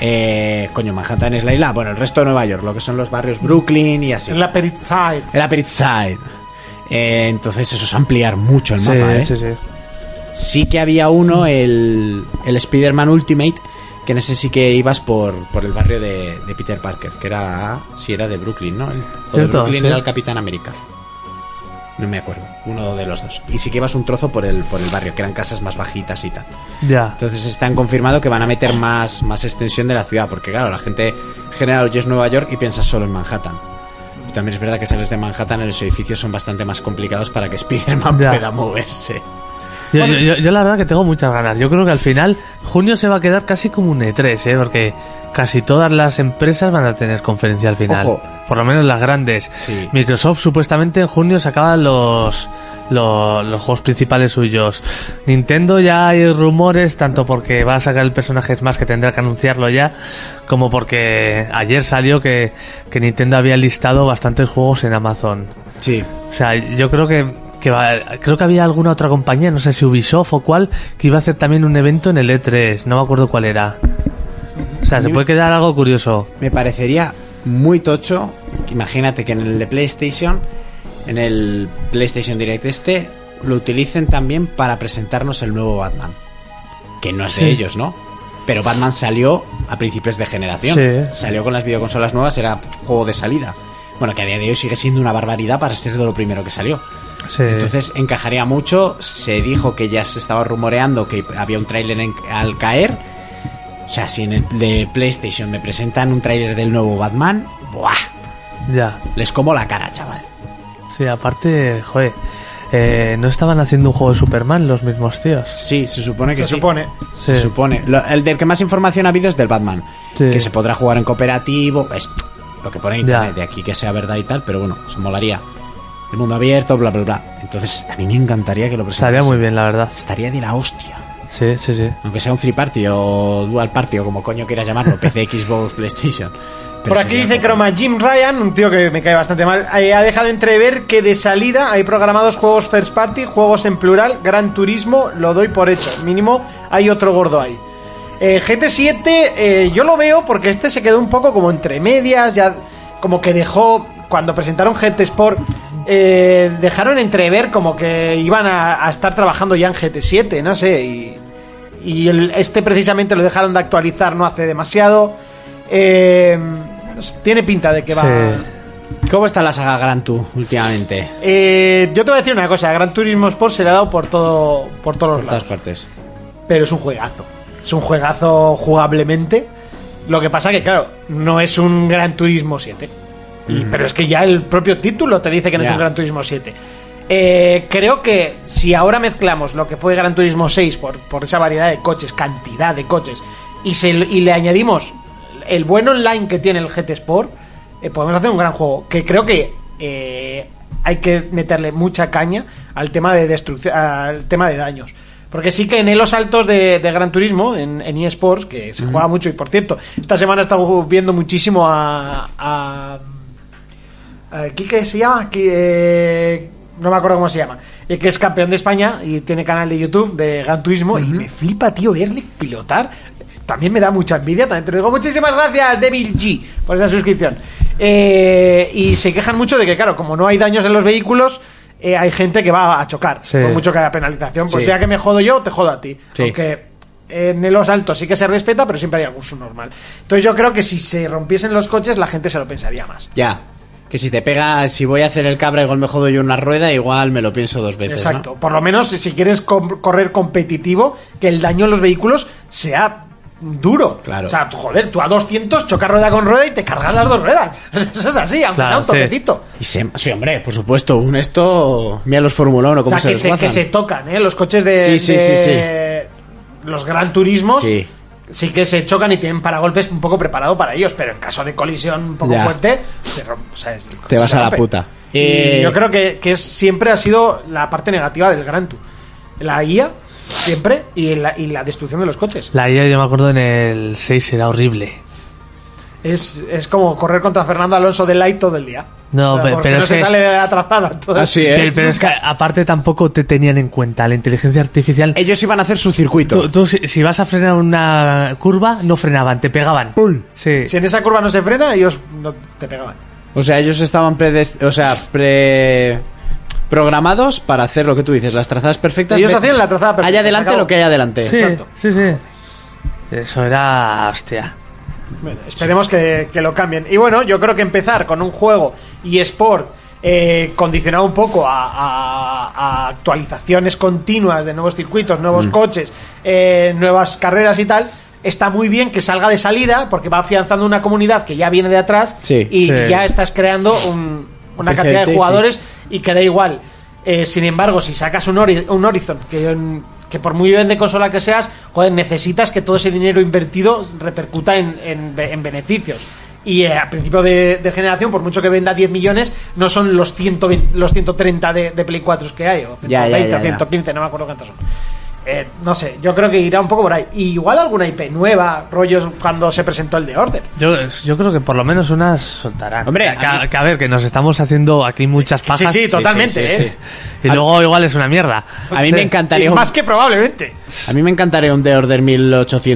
eh, coño, Manhattan es la isla. Bueno, el resto de Nueva York, lo que son los barrios Brooklyn y así.
En la Perizide.
El Upper East Side. Eh, entonces, eso es ampliar mucho el
Sí,
mapa, ¿eh?
sí, sí.
sí que había uno, el, el Spider-Man Ultimate, que no sé si que ibas por, por el barrio de, de Peter Parker, que era, si era de Brooklyn, ¿no? El- o de
Cierto,
Brooklyn
sí.
era el Capitán América. No me acuerdo, uno de los dos. Y sí que ibas un trozo por el, por el barrio, que eran casas más bajitas y tal.
Ya.
Entonces están confirmado que van a meter más, más extensión de la ciudad, porque claro, la gente en general oye es Nueva York y piensa solo en Manhattan. Y también es verdad que sales de Manhattan, los edificios son bastante más complicados para que Spider-Man
Ya.
pueda moverse.
Yo, yo- yo- yo la verdad que tengo muchas ganas. Yo creo que al final junio se va a quedar casi como un E3, ¿eh? Porque casi todas las empresas van a tener conferencia al final.
Ojo.
Por lo menos las grandes.
Sí.
Microsoft supuestamente en junio sacaba los, los, los juegos principales suyos. Nintendo ya hay rumores, tanto porque va a sacar el personaje Smash que tendrá que anunciarlo ya, como porque ayer salió que, que Nintendo había listado bastantes juegos en Amazon.
Sí,
O sea, yo creo que, que va- creo que había alguna otra compañía, no sé si Ubisoft o cuál, que iba a hacer también un evento en el E3, no me acuerdo cuál era. O sea, se puede quedar algo curioso.
Me parecería muy tocho. que Imagínate que en el de PlayStation, en el PlayStation Direct este, lo utilicen también para presentarnos el nuevo Batman. Que no es de ellos, ¿no? Pero Batman salió a principios de generación.
Sí.
Salió con las videoconsolas nuevas, era juego de salida. Bueno, que a día de hoy sigue siendo una barbaridad para ser de lo primero que salió.
Sí.
Entonces encajaría mucho. Se dijo que ya se estaba rumoreando que había un tráiler en- al caer. O sea, si en el de PlayStation me presentan un tráiler del nuevo Batman, ¡buah!
ya.
Les como la cara, chaval.
Sí, aparte, joder, eh, no estaban haciendo un juego de Superman los mismos tíos.
Sí, se supone que
Se
sí.
supone.
Se
Sí.
supone. Lo- el del que más información ha habido es del Batman.
Sí.
Que se podrá jugar en cooperativo. Es lo que pone en
Ya.
internet. De aquí que sea verdad y tal, pero bueno, se molaría. El mundo abierto, bla, bla, bla. Entonces, a mí me encantaría que lo presentasen.
Estaría muy bien, la verdad.
Estaría de la hostia.
Sí, sí, sí.
Aunque sea un free party o dual party o como coño
<laughs>
quieras llamarlo, PC, Xbox, PlayStation. Pero
Por aquí
sería
dice
como-
Croma Jim Ryan, un tío que me cae bastante mal, eh, ha dejado entrever que de salida hay programados juegos first party, juegos en plural, Gran Turismo, lo doy por hecho. Mínimo hay otro gordo ahí. Eh, GT7 eh, yo lo veo porque este se quedó un poco como entre medias, ya como que dejó, cuando presentaron GT Sport, eh, dejaron entrever como que iban a, a estar trabajando ya en GT7, no sé, y, y el- este precisamente lo dejaron de actualizar no hace demasiado. Eh, tiene pinta de que va.
Sí.
¿Cómo está la saga Gran Tú últimamente?
Eh, yo te voy a decir una cosa, Gran Turismo Sport se le ha dado por todo, por todos
Por
los lados.
todas partes.
Pero es un juegazo. Es un juegazo jugablemente. Lo que pasa que, claro, no es un Gran Turismo 7. Y- Pero es que ya el propio título te dice que no es
Ya.
un Gran Turismo 7. Eh, creo que si ahora mezclamos lo que fue Gran Turismo 6 por, por esa variedad de coches, cantidad de coches, y, se, y le añadimos el buen online que tiene el GT Sport, eh, podemos hacer un gran juego. Que creo que eh, hay que meterle mucha caña al tema de destrucción, al tema de daños. Porque sí que en los saltos de, de Gran Turismo, en, en eSports, que se juega mucho, y por cierto, esta semana he estado viendo muchísimo a- a eh, Quique se llama, Qui- eh, no me acuerdo cómo se llama, eh, que es campeón de España y tiene canal de YouTube de Gran Turismo y me flipa, tío, verle pilotar. También me da mucha envidia, también te lo digo. Muchísimas gracias, Devil G, por esa suscripción. Eh, y se quejan mucho de que, claro, como no hay daños en los vehículos, eh, hay gente que va a chocar.
Sí.
Por mucho que haya penalización, pues
Sí.
ya que me jodo yo, te jodo a ti.
Sí.
Aunque en los altos sí que se respeta, pero siempre hay algún subnormal. Entonces yo creo que si se rompiesen los coches, la gente se lo pensaría más.
Ya. Que si te pega, si voy a hacer el cabra, igual me jodo yo una rueda, igual me lo pienso dos veces. ¿no?
Exacto. Por lo menos si quieres com- correr competitivo, que el daño en los vehículos sea duro.
Claro.
O sea, tú, joder, tú a 200 chocas rueda con rueda y te cargas las dos ruedas. <laughs> Eso es así, aunque sea
Claro,
un
sí.
toquecito.
Y se- sí, hombre, por supuesto, un esto. Mira los Fórmula 1,
O
cómo
sea, que
se,
se, que
desguazan.
se tocan, ¿eh? Los coches de...
Sí, sí,
de-
sí,
Los gran turismos.
Sí.
sí que se chocan y tienen paragolpes un poco preparado para ellos, pero en caso de colisión un poco
Ya.
fuerte, se rompe, o sea, es- el
Te
coche
vas
se
a la
rompe.
puta.
Y
Eh,
yo creo que, que es- siempre ha sido la parte negativa del Gran Tour. La IA, siempre, y la, y la destrucción de los coches.
La IA yo me acuerdo en el 6 era horrible.
Es, es como correr contra Fernando Alonso de Light todo el día.
No, pe-
Porque
pero
no
es
se
que-
sale de la trazada. entonces.
Así
pe-
es.
pero es que aparte tampoco te tenían en cuenta la inteligencia artificial.
Ellos iban a hacer su circuito.
Tú, tú si, si vas a frenar una curva, no frenaban, te pegaban. Sí.
Si en esa curva no se frena, ellos no te pegaban.
O sea, ellos estaban predest- o sea, pre programados para hacer lo que tú dices, las trazadas perfectas.
Ellos
Ve-
hacían la trazada perfecta,
Allá
se
adelante
acabó.
lo que hay adelante.
Sí,
Exacto.
sí, sí. Eso era. Hostia.
Bueno, esperemos que, que lo cambien. Y bueno, yo creo que empezar con un juego y sport eh, condicionado un poco a, a- a actualizaciones continuas de nuevos circuitos, nuevos coches, eh, nuevas carreras y tal. Está muy bien que salga de salida porque va afianzando una comunidad que ya viene de atrás
Sí.
y
Sí.
ya estás creando un- una
Precedente,
cantidad de
sí.
jugadores y que da igual. Eh, sin embargo, si sacas un, Hori- un Horizon, que, que por muy bien de consola que seas, joder, necesitas que todo ese dinero invertido repercuta en, en be- en beneficios. Y eh, a principio de, de generación, por mucho que venda 10 millones, no son los, 120, los 130 de, de Play 4 que hay, o
Ya, ya,
120,
ya, ya.
115, no me acuerdo cuántos son. Eh, no sé, yo creo que irá un poco por ahí. Y igual alguna IP nueva, rollos cuando se presentó el de Order.
Yo, yo creo que por lo menos unas soltarán.
Hombre,
que,
a mí-
que a ver, que nos estamos haciendo aquí muchas pajas.
sí, totalmente,
sí,
¿eh?
Y luego igual es una mierda.
A mí me encantaría
Y
un,
más que probablemente.
a mí me encantaría un The Order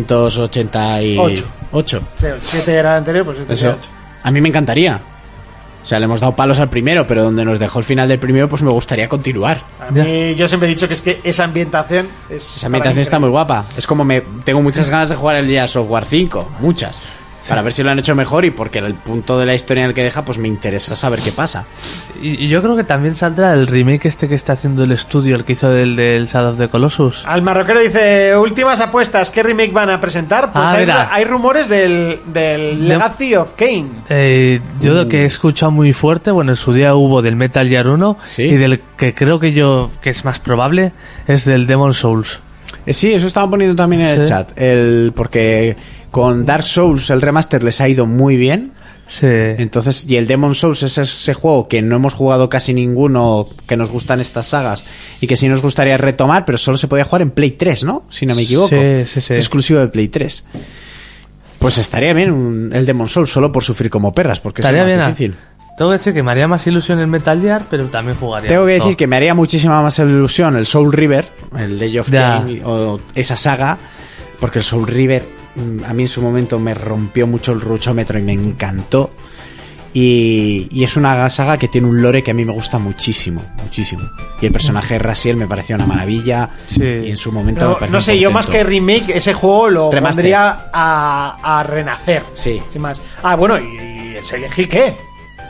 1888.
Ocho. Sí, el 7 era el anterior, pues este
Eso.
era el ocho.
A mí me encantaría. O sea, le hemos dado palos al primero, pero donde nos dejó el final del primero, pues me gustaría continuar.
A mí, yo siempre he dicho que es que esa ambientación es.
Esa ambientación está muy guapa. Es como me tengo muchas ganas de jugar el Gears of War 5, muchas. Para ver si lo han hecho mejor y porque el punto de la historia en el que deja, pues me interesa saber qué pasa.
Y, y yo creo que también saldrá el remake este que está haciendo el estudio, el que hizo del, del Shadow of the Colossus.
Al marroquero dice: Últimas apuestas, ¿qué remake van a presentar? Pues
Ah,
hay,
mira.
hay rumores del, del
No.
Legacy of Kane.
Eh, yo lo que he escuchado muy fuerte, bueno, en su día hubo del Metal Gear 1
Sí.
y del que creo que yo que es más probable es del Demon Souls.
Eh, Sí, eso estaban poniendo también en el
Sí.
chat. El, porque con Dark Souls el remaster les ha ido muy bien.
Sí.
Entonces, y el Demon Souls es ese juego que no hemos jugado casi ninguno, que nos gustan estas sagas y que sí nos gustaría retomar, pero solo se podía jugar en Play 3, ¿no? Si no me equivoco.
Sí, sí, sí.
Es exclusivo de Play 3. Pues estaría bien un- el Demon Souls solo por sufrir como perras, porque es el
Estaría
más
bien. ah.
difícil.
Tengo que decir que me haría más ilusión el Metal Gear, pero también jugaría.
Tengo que
esto.
decir que me haría muchísima más ilusión el Soul River, el Day of
Ya.
Kane, o esa saga, porque el Soul River mm, a mí en su momento me rompió mucho el ruchómetro y me encantó. Y, y es una saga que tiene un lore que a mí me gusta muchísimo, muchísimo. Y el personaje de Rasiel me parecía una maravilla.
Sí.
Y en su momento me
No,
pareció
no
un
sé, yo más
portento.
que remake, ese juego lo
Remaster.
pondría a, a renacer.
Sí.
Sin más. Ah, bueno, ¿y, y el Silent Hill qué?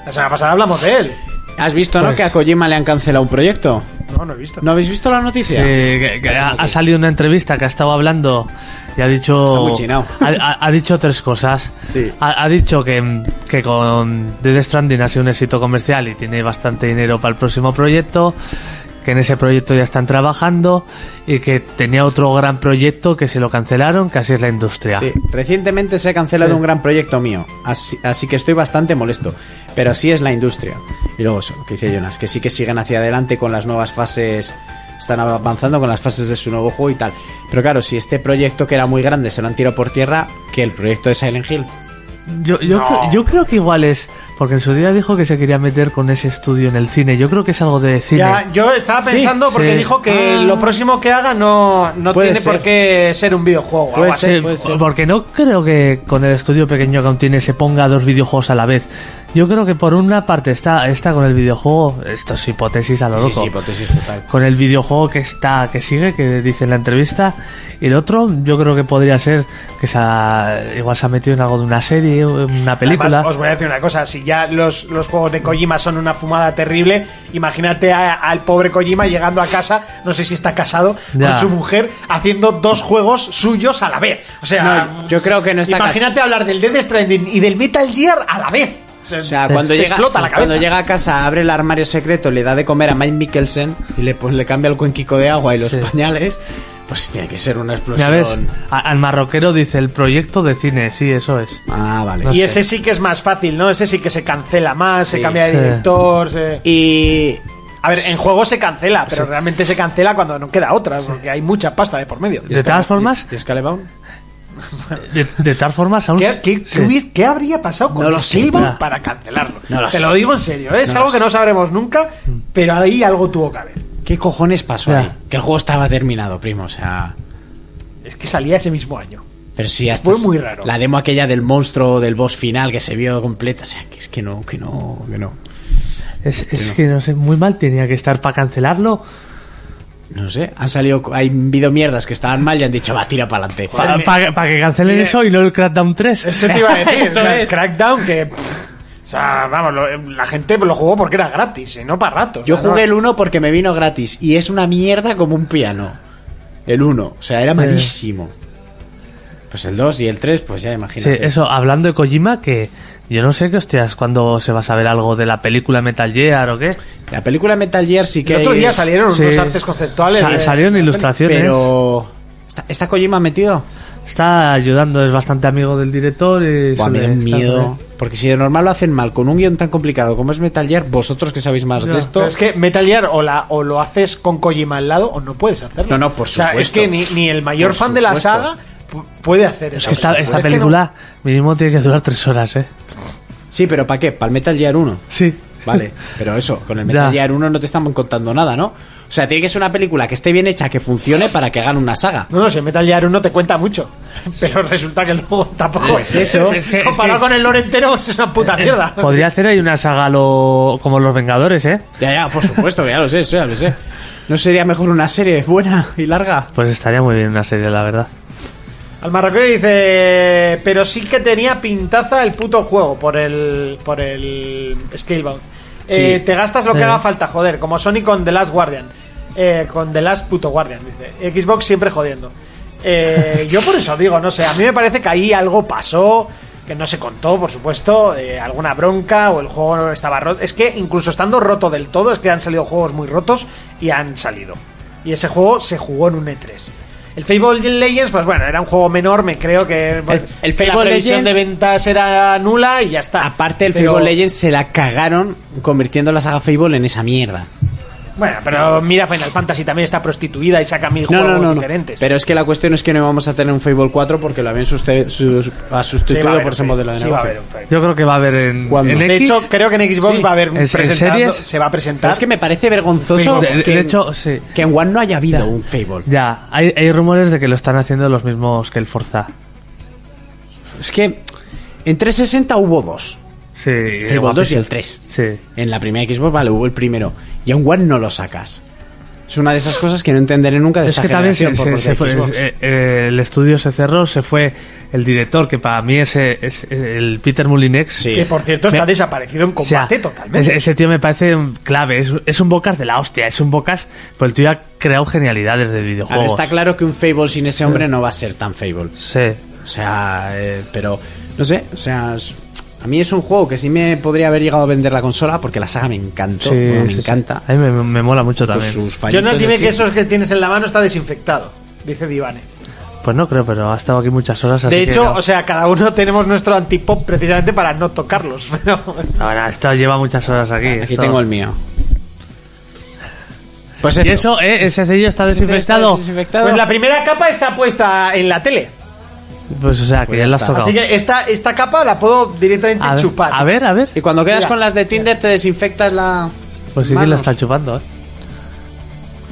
La semana pasada hablamos de él.
¿Has visto, no?
Pues-
Que a Kojima le han cancelado un proyecto.
No, no he visto.
¿No habéis visto la noticia?
Sí, que- que ha, ha salido una entrevista que ha estado hablando y ha dicho.
Está muy chinao.
Ha, ha- ha dicho tres cosas.
Sí.
Ha, ha dicho que, que con Dead Stranding ha sido un éxito comercial y tiene bastante dinero para el próximo proyecto. Que en ese proyecto ya están trabajando y que tenía otro gran proyecto que se lo cancelaron, que así es la industria.
Sí, recientemente se ha cancelado un gran proyecto mío, así, así que estoy bastante molesto, pero así es la industria. Y luego eso, lo que dice Jonas, que sí que siguen hacia adelante con las nuevas fases, están avanzando con las fases de su nuevo juego y tal. Pero claro, si este proyecto que era muy grande se lo han tirado por tierra, que el proyecto de Silent Hill.
Yo, yo, cre- yo creo que igual es. Porque en su día dijo que se quería meter con ese estudio en el cine. Yo creo que es algo de cine.
Ya, yo estaba
Sí,
pensando porque
sí.
dijo que
Ah.
lo próximo que haga no, no
Puede
tiene por
ser.
qué ser un videojuego.
Puede
algo así.
ser.
Pues Sí, Porque no creo que con el estudio pequeño que aún tiene se ponga dos videojuegos a la vez. Yo creo que por una parte está, está con el videojuego, esto es hipótesis a lo loco,
Sí, sí, hipótesis total.
con el videojuego que está, que sigue, que dice en la entrevista, y el otro yo creo que podría ser que se ha- igual se ha metido en algo de una serie, una película.
Además, os voy a decir una cosa, si ya los, los juegos de Kojima son una fumada terrible, imagínate a- al pobre Kojima llegando a casa, no sé si está casado,
Ya.
con su mujer, haciendo dos juegos suyos a la vez. O sea,
No, yo creo que no está
Imagínate hablar del Death Stranding y del Metal Gear a la vez.
O sea, cuando
te
llega,
explota la cabeza.
cuando llega a casa, abre el armario secreto, le da de comer a Mike Mikkelsen y le, pues, le cambia el cuenquico de agua y los
Sí.
pañales, pues tiene que ser una
ya
explosión.
ves, a- al marroquero dice el proyecto de cine, sí, eso es.
Ah, vale.
No
Y
sé.
ese sí que es más fácil, ¿no? Ese sí que se cancela más, se
Sí,
cambia de
sí.
director. se-
Y
A ver, en juego se cancela, pero realmente se cancela cuando no queda otra, porque hay mucha pasta de por medio.
De todas formas,
¿Y Scalebound?
De, de tal forma, aún
¿Qué, qué-
sí.
qué hubi- qué habría pasado con
No lo sé,
Silva
ya.
para cancelarlo?
No lo
Te
sé.
lo digo en serio, ¿eh? es
No
algo
lo
que
sé. Mm.
no sabremos nunca, pero ahí algo tuvo que haber.
¿Qué cojones pasó
Ya.
ahí? Que el juego estaba terminado, primo. O sea.
Es que salía ese mismo año.
Pero sí, hasta.
Fue
es-
muy raro.
La demo aquella del monstruo del boss final que se vio completa. O sea, que es que no, que no, que no.
Es, es que no sé, muy mal tenía que estar para cancelarlo.
No sé. Han salido. Hay video mierdas que estaban mal y han dicho, va, tira para adelante.
Para que cancelen eso y no el Crackdown 3.
<laughs> Eso te iba a decir.
Eso
o sea,
es.
Crackdown que... pff, o sea, vamos, lo- la gente lo jugó porque era gratis, y no para rato.
Yo
O sea,
jugué
no-
el 1 porque me vino gratis y es una mierda como un piano. El 1, o sea, era malísimo. Pues el 2 y el 3, pues ya
Sí,
imagínate.
eso, hablando de Kojima, que yo no sé qué hostias, cuando se va a saber algo de la película Metal Gear o qué.
La película Metal Gear sí que
El otro
hay-
día salieron
Sí,
unos artes conceptuales.
sa-
de-
salieron ilustraciones.
pero ¿está, está Kojima metido?
Está ayudando, es bastante amigo del director. Y
Buah, me da
suele
un
estar
miedo.
por ahí.
Porque si de normal lo hacen mal con un guión tan complicado como es Metal Gear, vosotros que sabéis más
Ya.
de esto.
Pero es que Metal Gear o, la, o lo haces con Kojima al lado o no puedes hacerlo.
No, no, por
O sea, es
supuesto.
que ni, ni el mayor
Por
fan de la
supuesto.
saga pu- puede hacer
Es
eso.
que esta, esta
Es que no-
película mínimo tiene que durar tres horas, ¿eh?
Sí, pero ¿para qué? Para el Metal Gear 1.
Sí.
<laughs>
Vale, pero eso, con el
Ya.
Metal Gear 1 no te estamos contando nada, ¿no? O sea, tiene que ser una película que esté bien hecha, que funcione para que hagan una saga.
No, no sé, Metal Gear 1 te cuenta mucho. Pero resulta que el juego tampoco
Es eso.
Es que- es
Comparado
que-
con el lore entero, es una puta mierda.
Podría hacer ahí una saga lo- como Los Vengadores, ¿eh?
Ya, ya, por supuesto, ya lo sé, eso ya lo sé. ¿No sería mejor una serie buena y larga?
Pues estaría muy bien una serie, la verdad.
Al marroquí dice, pero sí que tenía pintaza el puto juego por el por el Scalebound.
Sí.
Eh, te gastas lo que
Sí.
haga falta, joder, como Sony con The Last Guardian. Eh, con The Last puto Guardian, dice. Xbox siempre jodiendo. Eh, yo por eso digo, no sé, a mí me parece que ahí algo pasó, que no se contó, por supuesto, eh, alguna bronca o el juego no estaba roto. Es que incluso estando roto del todo, es que han salido juegos muy rotos y han salido. Y ese juego se jugó en un E3. El Fable Legends, pues bueno, era un juego menor, me creo que bueno,
el
que la
Fable
previsión
Legends-
de ventas era nula y ya está.
Aparte, el
Pero-
Fable Legends se la cagaron convirtiendo la saga Fable en esa mierda.
Bueno, pero mira, Final Fantasy también está prostituida y saca mil
No, no,
juegos
no, no.
diferentes.
Pero es que la cuestión es que no vamos a tener un Fable 4 porque lo habían suste- sus-
Sí,
ha
va a
sustituido
haber
por ese
un
modelo de
Fable, sí, va a
negocio.
haber un Fable.
Yo creo que va a haber en,
¿Cuándo?
en
De
De
X.
hecho, creo que en Xbox
Sí.
va a haber un
¿En- en
presentando-
series?
se va a presentar.
Pero es que me parece vergonzoso
Fable, de-
que,
de hecho, sí.
que en One no haya habido un Fable.
Ya, hay, hay rumores de que lo están haciendo los mismos que el Forza.
Es que en 360 hubo dos.
Sí,
El Fable 2 y el 3.
Sí.
En la primera Xbox, vale, hubo el primero. Y a un One no lo sacas. Es una de esas cosas que no entenderé nunca de
Es
esta
que también
generación
se-
por
se-
parte
se
de
fue-
Xbox.
eh, eh, el estudio se cerró, se fue el director, que para mí es, eh, es el Peter Mulinex.
Sí.
Que por cierto está
Me-
desaparecido en
O sea,
combate totalmente.
Ese, ese tío me parece un- clave, es, es un bocas de la hostia, es un bocas, pero el tío ha creado genialidades de
A ver,
videojuegos.
está claro que un Fable sin ese hombre no va a ser tan Fable.
Sí.
O sea, eh, pero no sé, o sea, es- a mí es un juego que sí me podría haber llegado a vender la consola porque la saga me encantó,
Sí,
bueno, me
sí, sí.
encanta.
A mí me, me- me mola mucho
Con
también.
sus fallitos
Jonas, dime
así.
que esos que tienes en la mano está desinfectado, dice Divane.
Pues no creo, pero ha estado aquí muchas horas. así
De
que
hecho,
no.
o sea, cada uno tenemos nuestro antipop precisamente para no tocarlos. <laughs> Pero
No, no, esto lleva muchas horas aquí.
Aquí
esto-
tengo el
<laughs>
mío. Pues
Y
eso.
eso, eh, ese sello está
Ese
desinfectado.
está desinfectado.
pues la primera capa está puesta en la tele.
Pues o sea, que
Pues
ya,
ya
lo has
está.
tocado.
Así que esta, esta capa la puedo directamente
a, ver,
chupar.
a ver, a ver.
Y cuando quedas
Mira.
con las de Tinder te desinfectas la
Pues sí que la
manos.
está chupando, eh.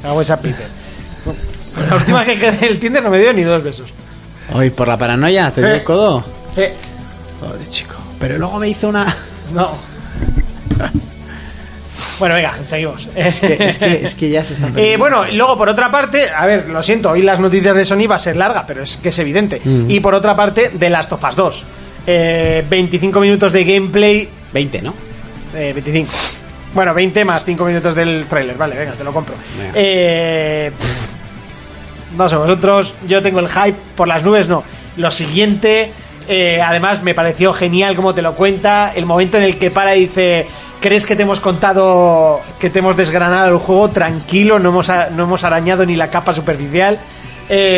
Hago esa Peter. <laughs> La última que quedé en el Tinder no me dio ni dos besos.
Hoy por la paranoia te dio
Eh.
el codo. Joder, chico. Pero luego me hizo
<laughs>
una
No. Bueno, venga, seguimos. <laughs>
es que, es que ya se está
Eh, bueno, y luego por otra parte, a ver, lo siento, hoy las noticias de Sony va a ser larga, pero es que es evidente. Y por otra parte, de Last of Us 2. Eh, 25 minutos de gameplay
20, ¿no?
Eh, 25. Bueno, 20 más 5 minutos del tráiler. Vale, venga, te lo compro.
Venga.
Eh, pff, no sé, vosotros, yo tengo el hype por las nubes, no. Lo siguiente, eh, además me pareció genial como te lo cuenta, el momento en el que para y dice... ¿Crees que te hemos contado que te hemos desgranado el juego? Tranquilo, no hemos, a- no hemos arañado ni la capa superficial.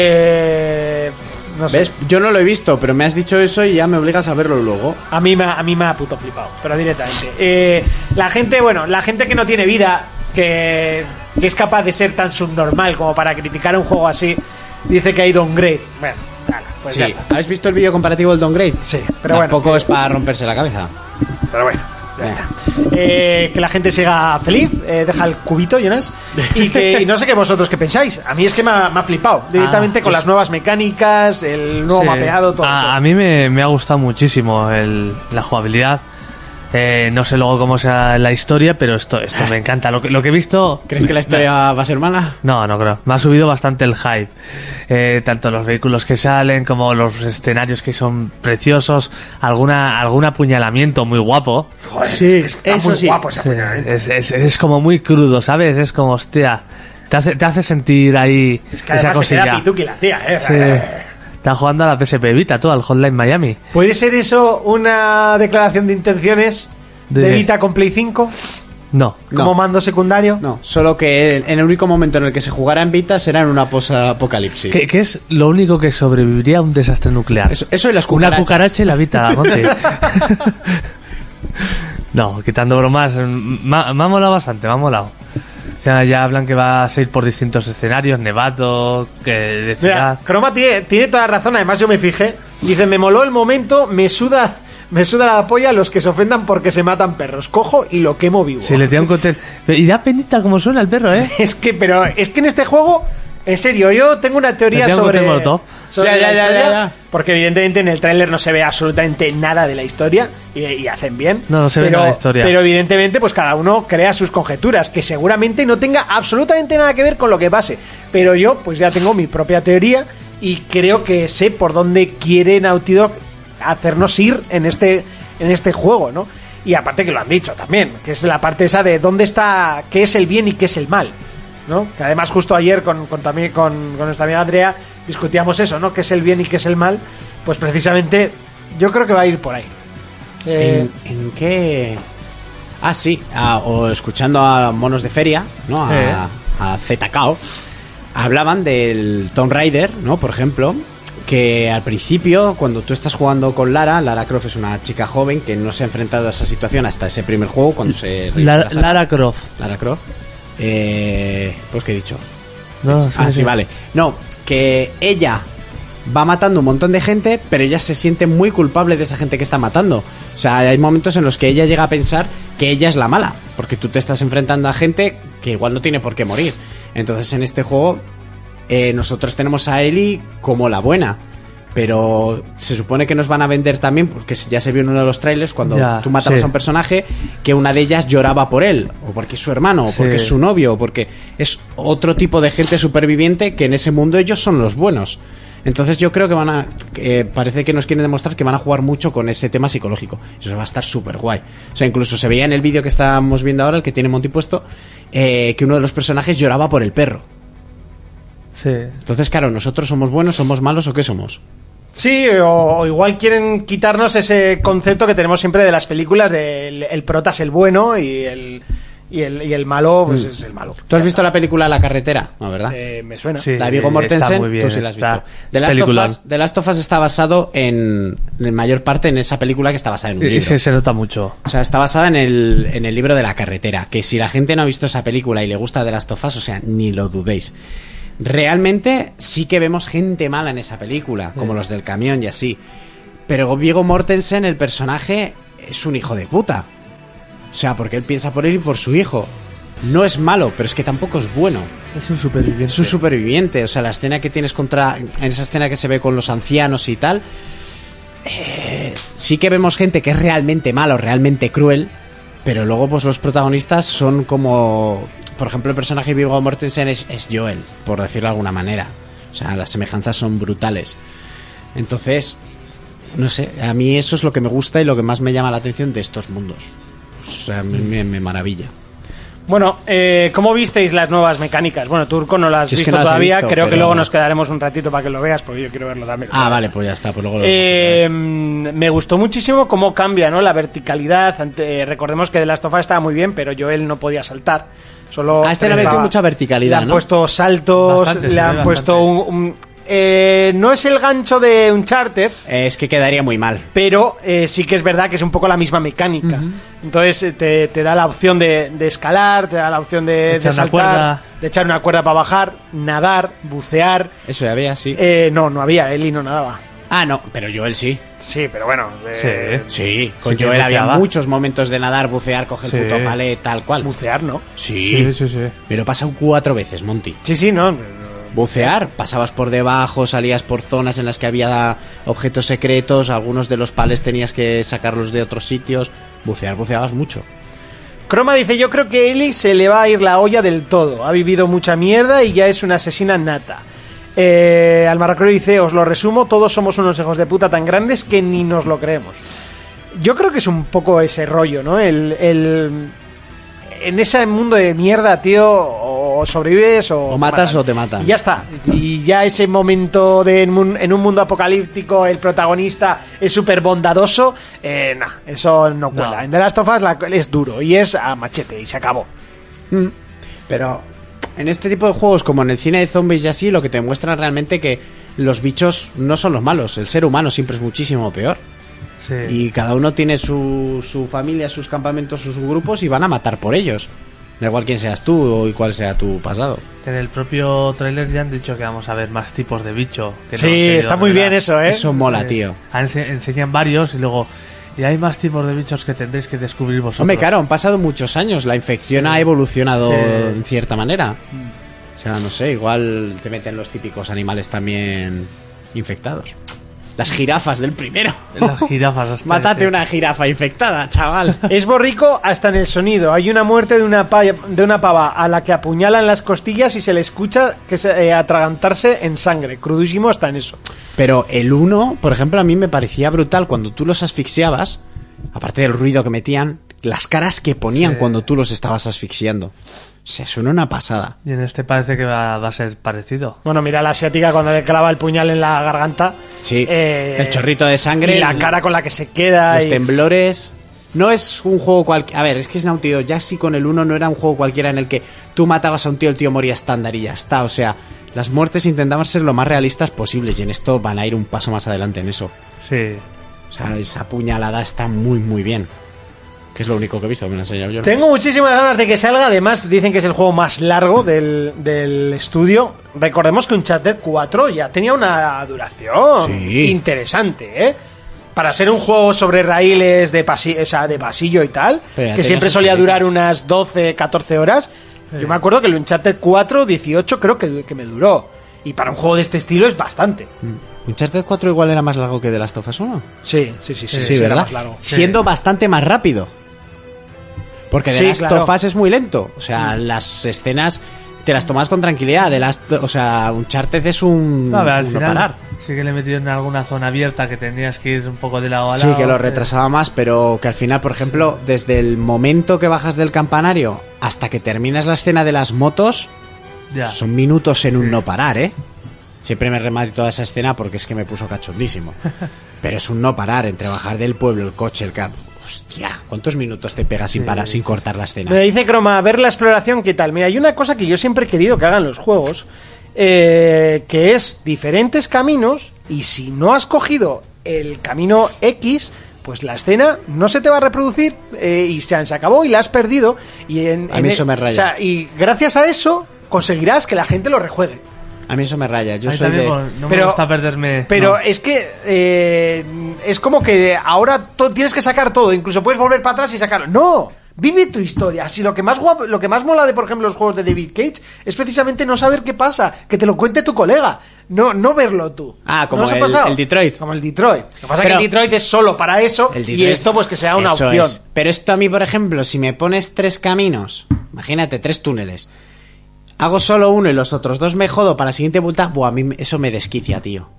Eh, no sé.
¿Ves? Yo no lo he visto, pero me has dicho eso y ya me obligas a verlo luego.
A mí me, ha- a mí me ha puto flipado, pero directamente. Eh, la gente, bueno, la gente que no tiene vida, que, que es capaz de ser tan subnormal como para criticar un juego así, dice que ha ido un Grey. Bueno, Nada, pues
Sí.
ya está.
¿Habéis visto el vídeo comparativo del downgrade?
Sí, pero
Tampoco es para romperse la cabeza.
Pero bueno, ya está. Eh, que la gente siga feliz, eh, deja el cubito, Jonas. Y que y no sé qué vosotros qué pensáis. A mí es que me ha, me ha flipado. Directamente
Ah,
con
yo
las nuevas mecánicas, el nuevo
Sí. Ah,
mapeado, todo.
A,
todo.
a mí me, me ha gustado muchísimo el- la jugabilidad. Eh, no sé luego cómo sea la historia, pero esto, esto me encanta. Lo que, lo que he visto.
¿Crees que la historia va a ser mala?
No, no creo. Me ha subido bastante el hype. Eh, tanto los vehículos que salen como los escenarios que son preciosos. Alguna, algún apuñalamiento muy guapo.
Joder, sí, es que está
eso
muy
sí.
guapo ¿eh? ese apuñalamiento.
Es, es- es como muy crudo, ¿sabes? Es como, hostia. Te hace, te hace sentir ahí
Que
esa
además se queda
cosilla.
pituqui la tía, eh.
Sí. Está jugando a la PSP Vita, tú, al Hotline Miami.
¿Puede ser eso una declaración de intenciones de,
De-
Vita con Play 5
No.
No.
como mando secundario?
No, solo que en el único momento en el que se jugará en Vita será en una posa apocalipsis.
Que, que es lo único que sobreviviría a un desastre nuclear.
Eso, eso y las
Una
cucarachas.
cucaracha y la vida,
<laughs>
monte. no, quitando bromas, mm, me ha me ha molado bastante, me ha molado. O sea, ya hablan que vas a ir por distintos escenarios, nevados, que de
Mira,
ciudad.
Chroma tiene, tiene toda razón, además yo me fijé. Dice, me moló el momento, me suda, me suda la polla los que se ofendan porque se matan perros. Cojo y lo quemo vivo.
Si
<laughs>
le tiran un cóctel. Y da penita como suena el perro, ¿eh?
Es que, pero, es que en este juego, en serio, yo tengo una teoría
Le tengo
sobre.
que tengo el top.
sobre
Ya,
la
ya, ya,
historia,
ya, ya.
Porque evidentemente en el tráiler no se ve absolutamente nada de la historia y, y hacen bien.
No, no se ve
pero,
nada de la historia.
Pero evidentemente, pues cada uno crea sus conjeturas, que seguramente no tenga absolutamente nada que ver con lo que pase. Pero yo, pues ya tengo mi propia teoría y creo que sé por dónde quiere Naughty Dog hacernos ir en este, en este juego, ¿no? Y aparte que lo han dicho también, que es la parte esa de dónde está, qué es el bien y qué es el mal. ¿no? Que además justo ayer con, con, también, con, con nuestra amiga Andrea discutíamos eso, ¿no? ¿Qué es el bien y qué es el mal? Pues precisamente yo creo que va a ir por ahí. Eh,
¿En, en qué? Ah, sí, ah, o escuchando a monos de feria, ¿no? A,
Eh.
a ZKO, hablaban del Tomb Raider, ¿no? Por ejemplo, que al principio, cuando tú estás jugando con Lara, Lara Croft es una chica joven que no se ha enfrentado a esa situación hasta ese primer juego, cuando se...
La-
retrasa-
Lara Croft.
Lara Croft. Eh, pues que he dicho,
No,
ah, sí, vale. No, que ella va matando un montón de gente, pero ella se siente muy culpable de esa gente que está matando. O sea, hay momentos en los que ella llega a pensar que ella es la mala, porque tú te estás enfrentando a gente que igual no tiene por qué morir. Entonces, en este juego, eh, nosotros tenemos a Ellie como la buena. Pero se supone que nos van a vender también, porque ya se vio en uno de los trailers, cuando
Ya,
tú matabas
sí.
a un personaje, que una de ellas lloraba por él, o porque es su hermano, o
Sí.
porque es su novio, o porque es otro tipo de gente superviviente que en ese mundo ellos son los buenos. Entonces yo creo que van a... que eh, parece que nos quieren demostrar que van a jugar mucho con ese tema psicológico. Eso va a estar súper guay. O sea, incluso se veía en el vídeo que estamos viendo ahora, el que tiene Monty puesto, eh, que uno de los personajes lloraba por el perro.
Sí.
Entonces, claro, ¿nosotros somos buenos, somos malos o qué somos?
sí, o, o igual quieren quitarnos ese concepto que tenemos siempre de las películas del el prota es el bueno y el, y el, y el malo pues
Mm.
es el malo.
¿Tú has visto la película La carretera? No, ¿verdad?
Eh, me suena.
Sí.
la de Viggo
está
Mortensen,
muy bien,
tú sí la has
está-
visto.
es
The Last, of
peliculón.
Us, The Last of Us está basado en, en mayor parte en esa película que está basada en un
Y- y
libro.
se, se nota mucho.
O sea, está basada en el, en el libro de la carretera. Que si la gente no ha visto esa película y le gusta de las tofas, o sea, ni lo dudéis. Realmente sí que vemos gente mala en esa película, como los del camión y así. Pero Vigo Mortensen, el personaje, es un hijo de puta. O sea, porque él piensa por él y por su hijo. No es malo, pero es que tampoco es bueno.
Es un superviviente.
Es un superviviente. O sea, la escena que tienes contra. En esa escena que se ve con los ancianos y tal. eh, sí que vemos gente que es realmente malo, realmente cruel. Pero luego, pues los protagonistas son como. Por ejemplo, el personaje de Viggo Mortensen es, es Joel, por decirlo de alguna manera. O sea, las semejanzas son brutales. Entonces, no sé, a mí eso es lo que me gusta y lo que más me llama la atención de estos mundos. Pues, o sea, a mí me, me maravilla.
Bueno, eh, ¿cómo visteis las nuevas mecánicas? Bueno, Turco no las has
Yo es
visto
que no las he
todavía,
visto,
creo que
pero-
luego nos quedaremos un ratito para que lo veas, porque yo quiero verlo también.
Ah, vale, pues ya está, pues luego lo vemos.
Eh, me gustó muchísimo cómo cambia ¿no? la verticalidad. Ante- eh, recordemos que de Last of Us estaba muy bien, pero Joel no podía saltar. Solo
A este le ha
presentaba-
metido mucha verticalidad,
Le han
¿no?
puesto saltos,
Bastante,
le
sí,
han
bastante.
puesto un, un- eh, no es el gancho de Uncharted,
Es que quedaría muy mal.
pero eh, sí que es verdad que es un poco la misma mecánica. Entonces eh, te, te da la opción de, de escalar, te da la opción de, de
echar una
saltar,
cuerda.
de echar una cuerda para bajar, nadar, bucear.
Eso ya había, sí.
Eh, no, no había, Eli no nadaba.
ah, no, pero Joel sí.
Sí, pero bueno, eh,
sí.
Sí, con
que
Joel había
buceaba.
muchos momentos de nadar, bucear, coger
Sí.
el puto palé, tal cual.
bucear, ¿no?
Sí,
Sí, sí, sí.
pero pasa cuatro veces, Monty.
Sí, sí, no.
Bucear, pasabas por debajo, salías por zonas en las que había objetos secretos, algunos de los pales tenías que sacarlos de otros sitios. Bucear, buceabas mucho.
Croma dice, yo creo que Ellie se le va a ir la olla del todo. Ha vivido mucha mierda y ya es una asesina nata. Eh, Almaracro dice, os lo resumo, todos somos unos hijos de puta tan grandes que ni nos lo creemos. Yo creo que es un poco ese rollo, ¿no? El, el- en ese mundo de mierda, tío, o sobrevives o...
O matas o te matan.
Y ya está. Y ya ese momento de en un, en un mundo apocalíptico el protagonista es súper bondadoso, eh, nah, eso no cuela.
No.
En The Last of Us la- es duro y es a machete y se acabó.
Pero en este tipo de juegos, como en el cine de zombies y así, lo que te muestra realmente que los bichos no son los malos, el ser humano siempre es muchísimo peor.
sí.
Y cada uno tiene su, su familia, sus campamentos, sus grupos y van a matar por ellos. Da igual quién seas tú o y cuál sea tu pasado.
En el propio tráiler ya han dicho que vamos a ver más tipos de bicho. que no han
sí,
querido
está muy bien
revelar.
eso, ¿eh?
Eso mola, tío.
Ah, ense- enseñan varios y luego. Y hay más tipos de bichos que tendréis que descubrir vosotros.
Hombre, claro, han pasado muchos años. La infección ha evolucionado
Sí. Mm.
en cierta manera. O sea, no sé, igual te meten los típicos animales también infectados. Las jirafas del primero. <laughs>
Las jirafas. hostia,
Mátate
sí.
una jirafa infectada,
<laughs>
chaval.
Es borrico hasta en el sonido. Hay una muerte de una, pa- de una pava a la que apuñalan las costillas y se le escucha que se, eh, atragantarse en sangre. Crudísimo hasta en eso.
Pero el 1, por ejemplo, a mí me parecía brutal cuando tú los asfixiabas, aparte del ruido que metían, las caras que ponían
Sí.
cuando tú los estabas asfixiando. O sea, suena una pasada.
Y en este parece que va, va a ser parecido.
Bueno, mira la asiática cuando le clava el puñal en la garganta.
Sí,
Eh,
el chorrito de sangre,
Y la
el-
cara con la que se queda.
Los
y-
temblores. No es un juego cualquiera. A ver, es que es Naughty Dog. Ya sí con el 1 no era un juego cualquiera en el que tú matabas a un tío, el tío moría estándar y ya está. O sea, las muertes intentaban ser lo más realistas posibles y en esto van a ir un paso más adelante en eso.
Sí.
O sea, esa puñalada está muy, muy bien. Que es lo único que he visto, me lo he enseñado yo.
Tengo muchísimas ganas de que salga. Además, dicen que es el juego más largo del, del estudio. Recordemos que Uncharted 4 ya tenía una duración
Sí.
interesante, ¿eh? Para ser un juego sobre raíles de, pasi- o sea, de pasillo y tal,
Pero ya
que
tenía
siempre
sus
solía
pelitos.
durar unas 12, 14 horas. Yo me acuerdo que el Uncharted 4, 18 creo que, que me duró. Y para un juego de este estilo es bastante.
Mm. Uncharted 4 igual era más largo que The Last of Us 1.
Sí, sí, sí, sí,
Sí,
sí, era
¿verdad?
más largo.
Siendo bastante más rápido. Porque The
Sí,
Last
claro. Mm.
of Us es muy lento. O sea, las escenas te las tomas con tranquilidad. The Last, o sea, Uncharted es un.
No, a ver, al
un no
final
Mm, parar.
sí que le metieron en alguna zona abierta que tenías que ir un poco de lado a lado. eh,
Sí, que
eh.
lo retrasaba más, pero que al final, por ejemplo, desde el momento que bajas del campanario hasta que terminas la escena de las motos,
Ya.
son minutos en un no parar, ¿eh? Siempre me remate toda esa escena porque es que me
<laughs>
puso cachondísimo. Pero es un no parar entre bajar del pueblo, el coche, el campo. Hostia, ¿cuántos minutos te pegas sin parar, sin cortar la escena?
Me dice Croma, ver la exploración, ¿qué tal? Mira, hay una cosa que yo siempre he querido que hagan los juegos, eh, que es diferentes caminos y si no has cogido el camino X, pues la escena no se te va a reproducir eh, y se, se acabó y la has perdido. Y en,
A mí
en-
eso me raya.
o sea, y gracias a eso conseguirás que la gente lo rejuegue.
A mí eso me raya. Yo
A mí
soy
también
de.
con- no me
Pero-
gusta perderme.
Pero
no.
es que eh, es como que ahora to- tienes que sacar todo, incluso puedes volver para atrás y sacarlo. ¡No! Vive tu historia. Si lo que más guapo- lo que más mola de, por ejemplo, los juegos de David Cage es precisamente no saber qué pasa, que te lo cuente tu colega, no, no verlo tú.
Ah, como
¿No os ha
el-
pasado?
el Detroit.
Como el Detroit. Lo que pasa es
Pero-
que el Detroit es solo para eso
El
y
Detroit.
esto pues que sea una
Eso
opción.
es. Pero esto a mí, por ejemplo, si me pones tres caminos, imagínate, tres túneles, hago solo uno y los otros dos me jodo para la siguiente vuelta, buah, a mí eso me desquicia, tío.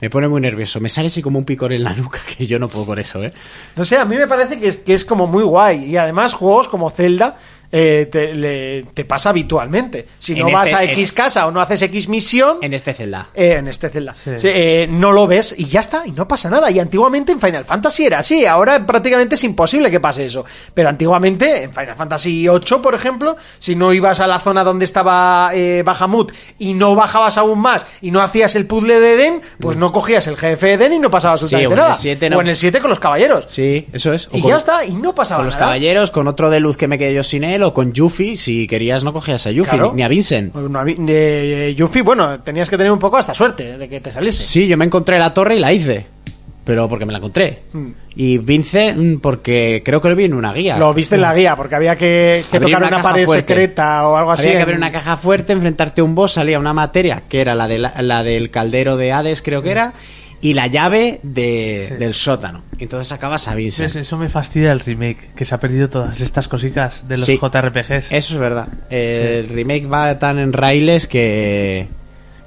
Me pone muy nervioso. Me sale así como un picor en la nuca, <laughs> que yo no puedo con eso, ¿eh?
No sé, a mí me parece que es, que es como muy guay. Y además juegos como Zelda eh, te, le- te pasa habitualmente. Si no
En
vas
este-
a X
en-
casa o no haces X misión,
En este Zelda.
eh, en este Zelda.
Sí.
Sí, eh, no lo ves y ya está, y no pasa nada. Y antiguamente en Final Fantasy era así, ahora prácticamente es imposible que pase eso. Pero antiguamente, en Final Fantasy VIII, por ejemplo, si no ibas a la zona donde estaba eh, Bahamut y no bajabas aún más y no hacías el puzzle de Eden, pues no cogías el jefe de Eden y no pasaba
Mm. Sí,
absolutamente
o en el
nada.
7 no.
O en el 7 con los caballeros.
Sí, eso es. O
Y
con-
ya está, y no pasaba
Con los
nada.
caballeros, con otro de luz que me quedé yo sin él, o con Yuffie, si querías no cogías a Yuffie,
Claro. Pues
ni a Vincent.
No habí- eh, Yuffie, bueno, tenías que tener un poco hasta suerte de que te saliese.
Sí, yo me encontré la torre y la hice. Pero porque me la encontré.
Mm.
Y Vincent, mm, porque creo que lo vi en una guía.
Lo viste en la guía, porque había que, que
Abrir
tocar una,
caja
pared
fuerte.
secreta o algo así.
Había que
en-
abrir una caja fuerte, enfrentarte a un boss, salía una materia, que era la, de la, la del caldero de Hades, creo
Hmm.
que era, y la llave de-
Sí.
del sótano. Entonces acabas a
Sí,
Vincent.
sí, Eso me fastidia el remake, que se ha perdido todas estas cositas de los
Sí. Eh.
JRPGs.
Eso es verdad. El remake va tan en raíles que,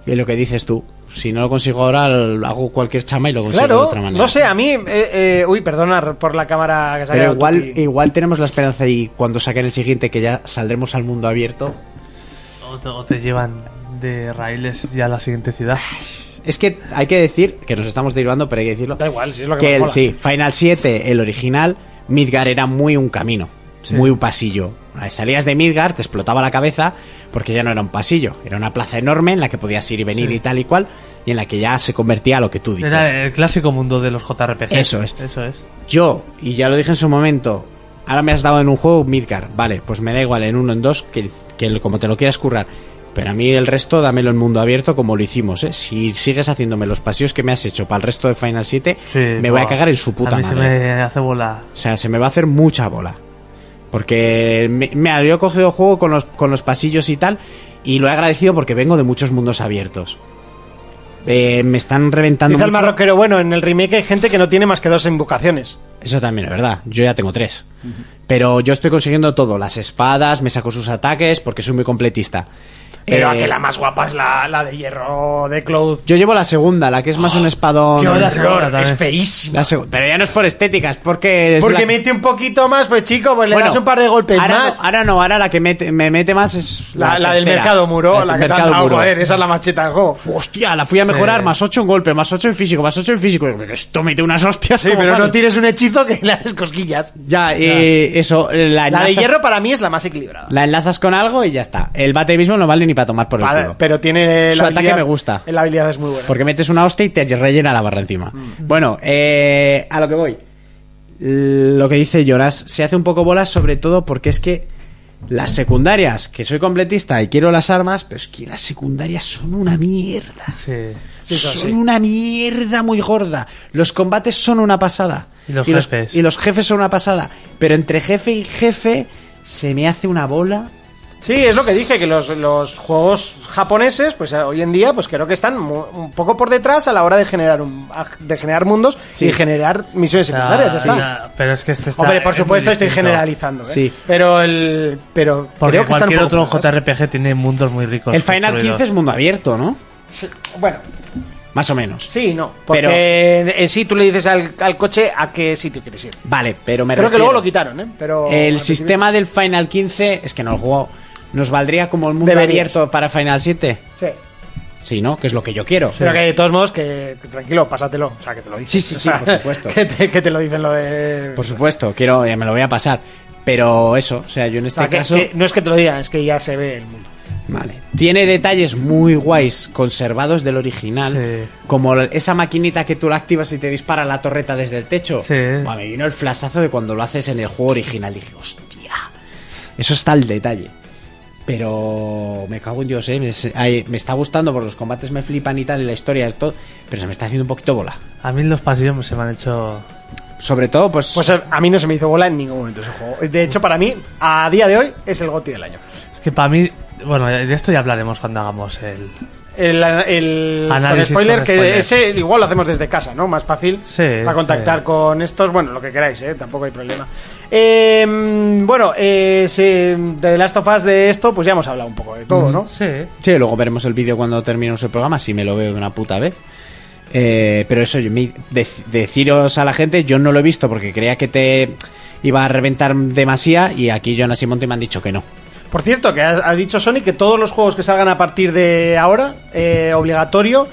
que lo que dices tú. Si no lo consigo ahora, lo- hago cualquier chama y lo consigo de
Claro,
otra manera.
no sé, a mí. eh, eh, uy, perdona por la cámara que se ha
Pero
quedado
igual,
tupi.
igual tenemos la esperanza y cuando saquen el siguiente que ya saldremos al mundo abierto.
O, te, o te llevan de raíles ya a la siguiente ciudad.
Ah, Es que hay que decir, que nos estamos derivando, pero hay que decirlo.
Da igual, si es lo que,
que
más
el,
mola.
sí, Final 7, el original, Midgar era muy un camino, muy un pasillo. Una vez salías de Midgar, te explotaba la cabeza porque ya no era un pasillo, era una plaza enorme en la que podías ir y venir y tal y cual, y en la que ya se convertía a lo que tú dices.
Era el clásico mundo de los JRPGs.
Eso es.
Eso es.
Yo, y ya lo dije en su momento, ahora me has dado en un juego Midgar, vale, pues me da igual en uno, en dos, que, que el- como te lo quieras currar. Pero a mí el resto, dámelo en mundo abierto como lo hicimos, ¿eh? Si sigues haciéndome los pasillos que me has hecho para el resto de Final 7,
Sí,
me voy
buah.
a cagar en su puta
A mí
madre.
se me hace bola.
O sea, se me va a hacer mucha bola. Porque, me- mira, yo he cogido juego con los, con los pasillos y tal, y lo he agradecido porque vengo de muchos mundos abiertos. Eh, me están reventando
Dice el
mucho.
marroquero, bueno, en el remake hay gente que no tiene más que dos invocaciones.
Eso también es verdad. Yo ya tengo tres. Pero yo estoy consiguiendo todo. Las espadas, me saco sus ataques porque soy muy completista.
Pero
Eh,
que la más guapa es la, la de hierro de Cloud.
Yo llevo la segunda, la que es más un espadón.
Qué
no,
horror,
no, no, no,
es
no.
feísima.
La segu- Pero ya no es por estéticas, porque... es
Porque
la-
mete un poquito más, pues chico, pues le
Bueno,
das un par de golpes
ahora
más.
No, ahora no, ahora la que mete- me mete más es...
la, la del
tercera.
mercado muro, la,
del
que te han
mercado
dado,
muro.
joder, esa es la macheta del juego.
Hostia, la fui a mejorar,
Sí.
más 8 en golpe, más 8 en físico, más 8 en físico. Digo, pero Esto mete unas hostias.
Sí,
como
pero
pan.
no tires un hechizo que le haces cosquillas.
Ya, eh, eso, la,
La de
enlaza-
hierro para mí es la más equilibrada.
La enlazas con algo y ya está. El bate mismo no vale ni para tomar por el
Vale,
culo.
pero tiene
Su ataque me gusta.
La habilidad es muy buena.
Porque metes una hostia y te rellena la barra encima.
Mm.
Bueno, eh, a lo que voy. Lo que dice Lloras se hace un poco bolas, sobre todo porque es que las secundarias, que soy completista y quiero las armas, pero es que las secundarias son una mierda.
Sí.
eso
son
sí.
una mierda muy gorda. Los combates son una pasada.
Y los jefes.
y los jefes son una pasada. Pero entre jefe y jefe se me hace una bola.
Sí, es lo que dije, que los, los juegos japoneses, pues eh, hoy en día, pues creo que están mu- un poco por detrás a la hora de generar un, a- de generar mundos y generar misiones
O sea,
secundarias. ya está.
ya, pero es que este está.
Hombre, por
es muy
supuesto estoy
distinto.
generalizando, ¿eh?
Sí.
Pero el, pero
Porque
creo que están un
cualquier
poco
otro
por detrás.
JRPG tiene mundos muy ricos.
El Final
construidos.
15 es mundo abierto, ¿no?
Bueno,
Más o menos.
sí, no, porque en sí tú le dices al, al coche a qué sitio quieres ir.
Vale, pero me
creo que
refiero-
luego lo quitaron, ¿eh? Pero
El
al
sistema del Final 15 es que no lo he jugado. ¿Nos valdría como el mundo
Debería.
abierto para Final 7?
principio- Sí.
Sí, ¿no? Que es lo que yo quiero.
Pero que de todos modos, que, que tranquilo, pásatelo. O sea, que te lo dicen.
Sí, sí, sí,
O sea,
por supuesto.
<laughs> Que te, que te lo dicen lo de.
Por supuesto, quiero, eh, me lo voy a pasar. Pero eso, o sea, yo en
O
este
sea, que-
caso.
que no es que te lo digan, es que ya se ve el mundo.
Vale. Tiene detalles muy guays conservados del original.
Sí.
Como la- esa maquinita que tú la activas y te dispara la torreta desde el techo.
Sí.
Buah, me vino el flasazo de cuando lo haces en el juego original. Dije, hostia. Eso está al detalle. Pero me cago en Dios, ¿eh? me, se- ay, me está gustando porque los combates me flipan y tal, y la historia y todo. Pero se me está haciendo un poquito bola.
A mí los pasillos se me han hecho.
Sobre todo, pues.
Pues a, a mí no se me hizo bola en ningún momento ese juego. De hecho, para mí, a día de hoy, es el goti del año.
Es que para mí. Bueno, de esto ya hablaremos cuando hagamos el.
El, el con
Análisis
spoiler,
con
que
spoiler.
ese igual lo hacemos desde casa, ¿no? Más fácil.
Sí,
Para contactar
sí.
con estos, bueno, lo que queráis, ¿eh? Tampoco hay problema. Eh, bueno, eh, sí, de The Last of Us de esto, pues ya hemos hablado un poco de todo, ¿no?
Sí.
Mm, Sí, luego veremos el vídeo cuando terminemos el programa, si me lo veo de una puta vez. Eh, pero eso, yo, mi- dec- deciros a la gente, yo no lo he visto porque creía que te iba a reventar demasiado y aquí Jonas y Monty me han dicho que no.
Por cierto, que ha, ha dicho Sony que todos los juegos que salgan a partir de ahora, eh, obligatorio,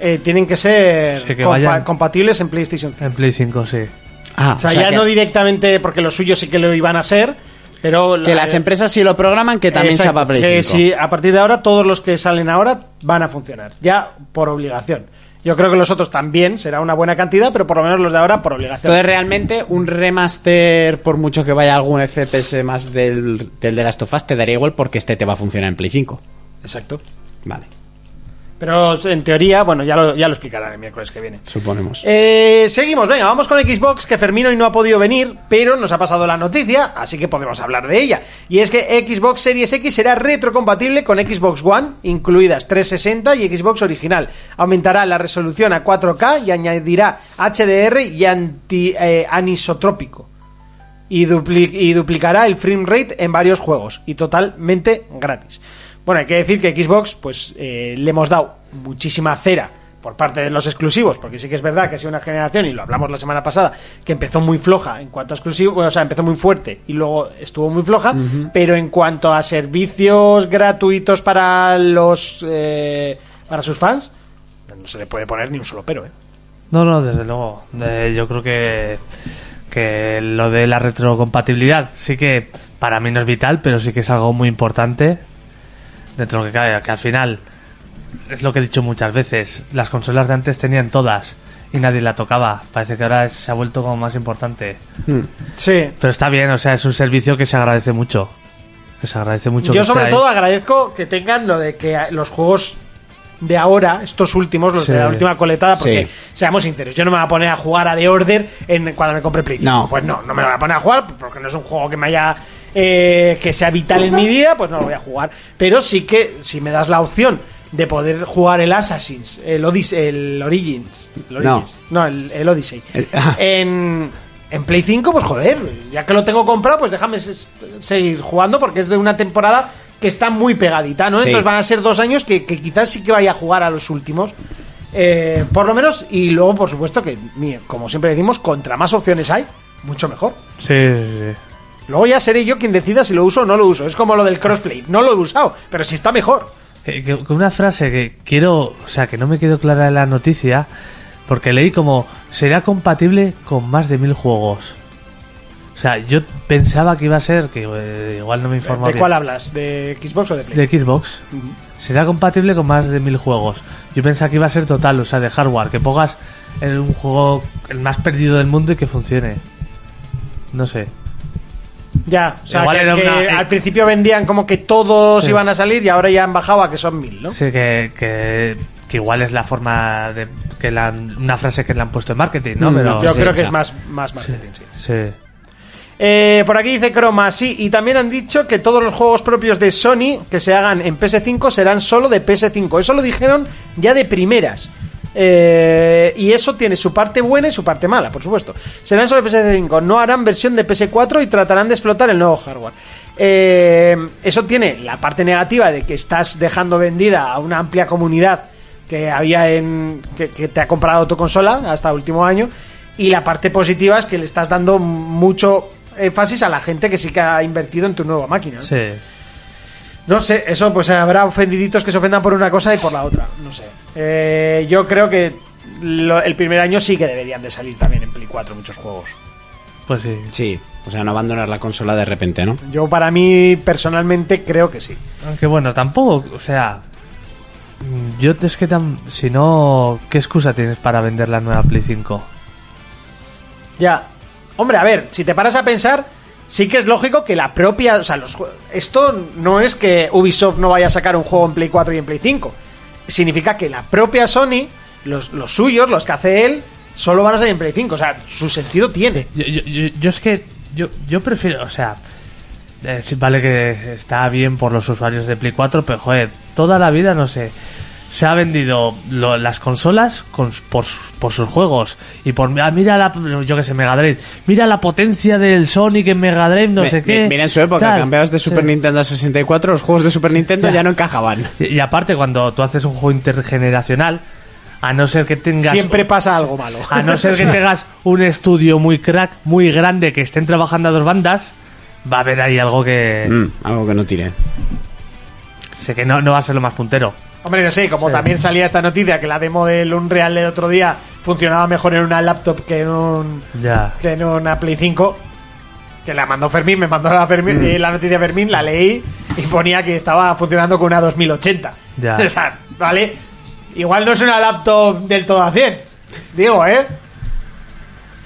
eh, tienen que ser
Sí, que
compa-
vayan.
compatibles en PlayStation 5.
En Play 5, sí.
Ah,
O sea, ya
que,
no directamente, porque los suyos sí que lo iban a ser, pero...
que
la- eh,
las empresas si lo programan que también
Exacto,
sea para Play
que
5.
sí, a partir de ahora todos los que salen ahora van a funcionar, ya por obligación. Yo creo que los otros también, será una buena cantidad, pero por lo menos los de ahora por obligación.
Entonces realmente un remaster, por mucho que vaya algún FPS más del, del de Last of Us, te daría igual porque este te va a funcionar en Play 5.
Exacto.
Vale,
Pero en teoría, bueno, ya lo, ya lo explicarán el miércoles que viene.
suponemos.
Eh, seguimos, venga, vamos con Xbox, que Fermino hoy no ha podido venir, pero nos ha pasado la noticia, así que podemos hablar de ella. Y es que Xbox Series X será retrocompatible con Xbox One, incluidas 360 y Xbox original. Aumentará la resolución a 4K y añadirá HDR y anti, eh, anisotrópico. Y, dupli- y duplicará el frame rate en varios juegos, y totalmente gratis. Bueno, hay que decir que Xbox, pues eh, le hemos dado muchísima cera por parte de los exclusivos, porque sí que es verdad que ha sido una generación, y lo hablamos la semana pasada, que empezó muy floja en cuanto a exclusivos, o sea, empezó muy fuerte y luego estuvo muy floja, pero en cuanto a servicios gratuitos para los eh, para sus fans, no se le puede poner ni un solo pero, ¿eh?
No, no, desde luego. Eh, yo creo que, que lo de la retrocompatibilidad sí que para mí no es vital, pero sí que es algo muy importante dentro de lo que cabe, que al final es lo que he dicho muchas veces, las consolas de antes tenían todas y nadie la tocaba. Parece que ahora se ha vuelto como más importante.
Sí.
Pero está bien, o sea, es un servicio que se agradece mucho. Que se agradece mucho.
Yo
que
sobre
esté ahí.
todo agradezco que tengan lo de que los juegos de ahora, estos últimos, los
Sí.
de la última coletada, porque
Sí.
seamos sinceros, yo no me voy a poner a jugar a The Order en, cuando me compre Play. cinco.
No.
Pues no, no me lo voy a poner a jugar porque no es un juego que me haya... eh, que sea vital en mi vida, pues no lo voy a jugar. Pero sí que, si me das la opción de poder jugar el Assassin's, el, Odys- el Origins, el Origins, no, el, el Odyssey,
El- ah.
en, en Play 5, pues joder, ya que lo tengo comprado, pues déjame se- seguir jugando porque es de una temporada que está muy pegadita, ¿no?
Sí.
Entonces van a ser dos años que, que quizás sí que vaya a jugar a los últimos. eh, por lo menos, y luego, por supuesto, que mire, como siempre decimos, contra más opciones hay, mucho mejor.
Sí, sí, sí.
Luego ya seré yo quien decida si lo uso o no lo uso. Es como lo del crossplay, no lo he usado, pero si está mejor.
Que- que- que una frase que quiero, o sea, que no me quedó clara en la noticia, porque leí como será compatible con más de mil juegos. O sea, yo pensaba que iba a ser, que eh, igual no me informó
¿De
bien.
cuál hablas? ¿De Xbox o de Play?
De Xbox. Será compatible con más de mil juegos. Yo pensaba que iba a ser total, o sea, de hardware, que pongas en un juego el más perdido del mundo y que funcione. No sé.
Ya, o sea,
Igual
que,
era
que
una- eh,
al principio vendían como que todos
Sí.
iban a salir y ahora ya han bajado a que son mil, ¿no?
Sí, que, que, que igual es la forma de que la, han- una frase que le han puesto en marketing, ¿no?
Mm,
Pero
Yo
sí,
creo que
ya.
es más, más marketing, sí.
sí.
Eh, por aquí dice Chroma, sí, y también han dicho que todos los juegos propios de Sony que se hagan en PS5 serán solo de PS5. Eso lo dijeron ya de primeras. Eh, y eso tiene su parte buena y su parte mala, por supuesto. Serán solo de PS5, no harán versión de PS4 y tratarán de explotar el nuevo hardware. Eh, eso tiene la parte negativa de que estás dejando vendida a una amplia comunidad que había en que, que te ha comprado tu consola hasta último año y la parte positiva es que le estás dando mucho énfasis a la gente que sí que ha invertido en tu nueva máquina. ¿no?
Sí.
No sé, eso pues habrá ofendiditos que se ofendan por una cosa y por la otra, no sé. Eh, yo creo que lo- el primer año sí que deberían de salir también en Play 4 muchos juegos.
Pues sí.
Sí, o sea, no abandonar la consola de repente, ¿no?
Yo para mí personalmente creo que sí.
Aunque bueno, tampoco, o sea, mm, yo es que tam- si no, ¿qué excusa tienes para vender la nueva Play 5?
Ya. Hombre, a ver, si te paras a pensar, sí que es lógico que la propia. O sea, los, jue- esto no es que Ubisoft no vaya a sacar un juego en Play 4 y en Play 5. Significa que la propia Sony, los, los suyos, los que hace él, solo van a salir en Play 5. O sea, su sentido tiene.
Yo, yo- yo- yo es que yo, yo prefiero, o sea, eh, sí, vale que está bien por los usuarios de Play 4, pero joder, toda la vida no sé. Se ha vendido lo- las consolas con, por, sus- por sus juegos y por ah, mira la yo que sé Mega Drive, mira la potencia del Sonic en Mega Drive, no
Mi-
sé
mi-
qué.
Mira en su época,
tal.
cambiados de Super
Sí.
Nintendo a 64, los juegos de Super Nintendo ya no encajaban.
Y, y aparte, cuando tú haces un juego intergeneracional, A no ser que tengas.
Siempre pasa algo malo.
A no ser que tengas un estudio muy crack, muy grande, que estén trabajando a dos bandas, va a haber ahí algo que.
Mm, algo que no tire.
Sé que no, no va a ser lo más puntero.
<laughs> Hombre, no sé, como también salía esta noticia que la demo del Unreal del otro día funcionaba mejor en una laptop que en un
Ya.
que en una Play 5 que la mandó Fermín, me mandó la, Fermín-
Mm.
eh, la noticia Fermín, la leí y ponía que estaba funcionando con una 2080.
Ya.
<laughs> O sea, ¿vale? Igual no es una laptop del todo a 100. Digo, ¿eh?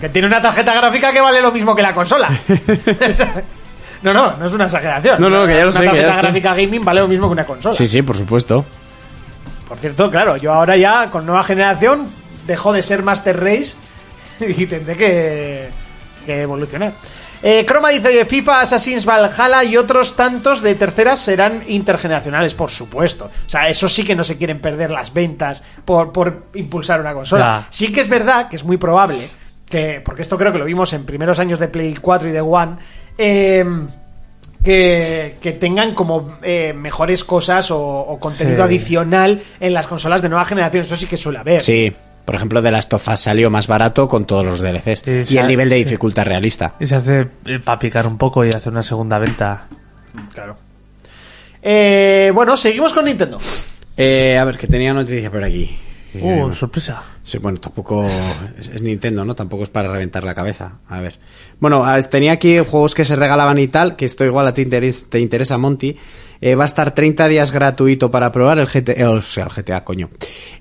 Que tiene una tarjeta gráfica que vale lo mismo que la
<laughs>
consola. <laughs> no, no, no es una exageración.
No, no, que ya lo
una
sé, que ya
tarjeta
lo sé.
gráfica gaming vale lo mismo que una consola.
Sí, sí, por supuesto.
Por cierto, claro, yo ahora ya con nueva generación dejo de ser Master Race <laughs> y tendré que, que evolucionar. Eh, Chroma dice que FIFA, Assassin's Valhalla y otros tantos de terceras serán intergeneracionales, por supuesto. O sea, eso sí que no se quieren perder las ventas por, por impulsar una consola.
Ya.
Sí que es verdad que es muy probable que, porque esto creo que lo vimos en primeros años de Play 4 y de One, em, que, que tengan como eh, mejores cosas o, o contenido
Sí.
adicional en las consolas de nueva generación. Eso sí que suele haber.
Sí. Por ejemplo, de las tofas salió más barato con todos los DLCs.
Sí,
y
sa-
el nivel de
sí.
dificultad realista.
Y se hace para picar un poco y hacer una segunda venta.
Claro. Eh, bueno, seguimos con Nintendo.
Eh, a ver, que tenía noticia por aquí.
Uh,
Eh,
sorpresa.
Sí, bueno, tampoco es, es Nintendo, ¿no? Tampoco es para reventar la cabeza. A ver. Bueno, a- tenía aquí juegos que se regalaban y tal, que esto igual a ti interes- te interesa, Monty. Eh, va a estar 30 días gratuito para probar el GTA, eh, o sea, el GTA, coño.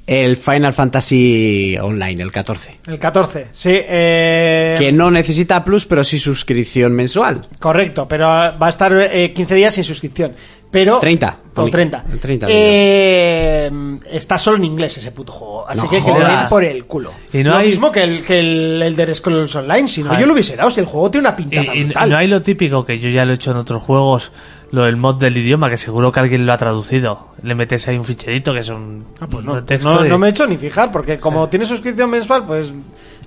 El Final Fantasy Online, el 14.
El 14, sí. eh,
Que no necesita plus, pero sí suscripción mensual.
Correcto, pero ah, va a estar eh, 15 días sin suscripción. Pero
30,
Con
pone.
30.
30
Eh, está solo en inglés ese puto juego. Así
No
que que le den
jodas.
por el culo.
Y no
lo
hay-
mismo que el, que el, el de Scrolls Online. Si no,
Joder.
yo lo hubiese dado. Si el juego tiene una
Y,
pinta
y
brutal.
no hay lo típico que yo ya lo he hecho en otros juegos, lo del mod del idioma, que seguro que alguien lo ha traducido. Le metes ahí un ficherito que es un,
Ah, pues
un
no,
texto.
no,
y-
no me he hecho ni fijar, porque como tiene suscripción mensual, pues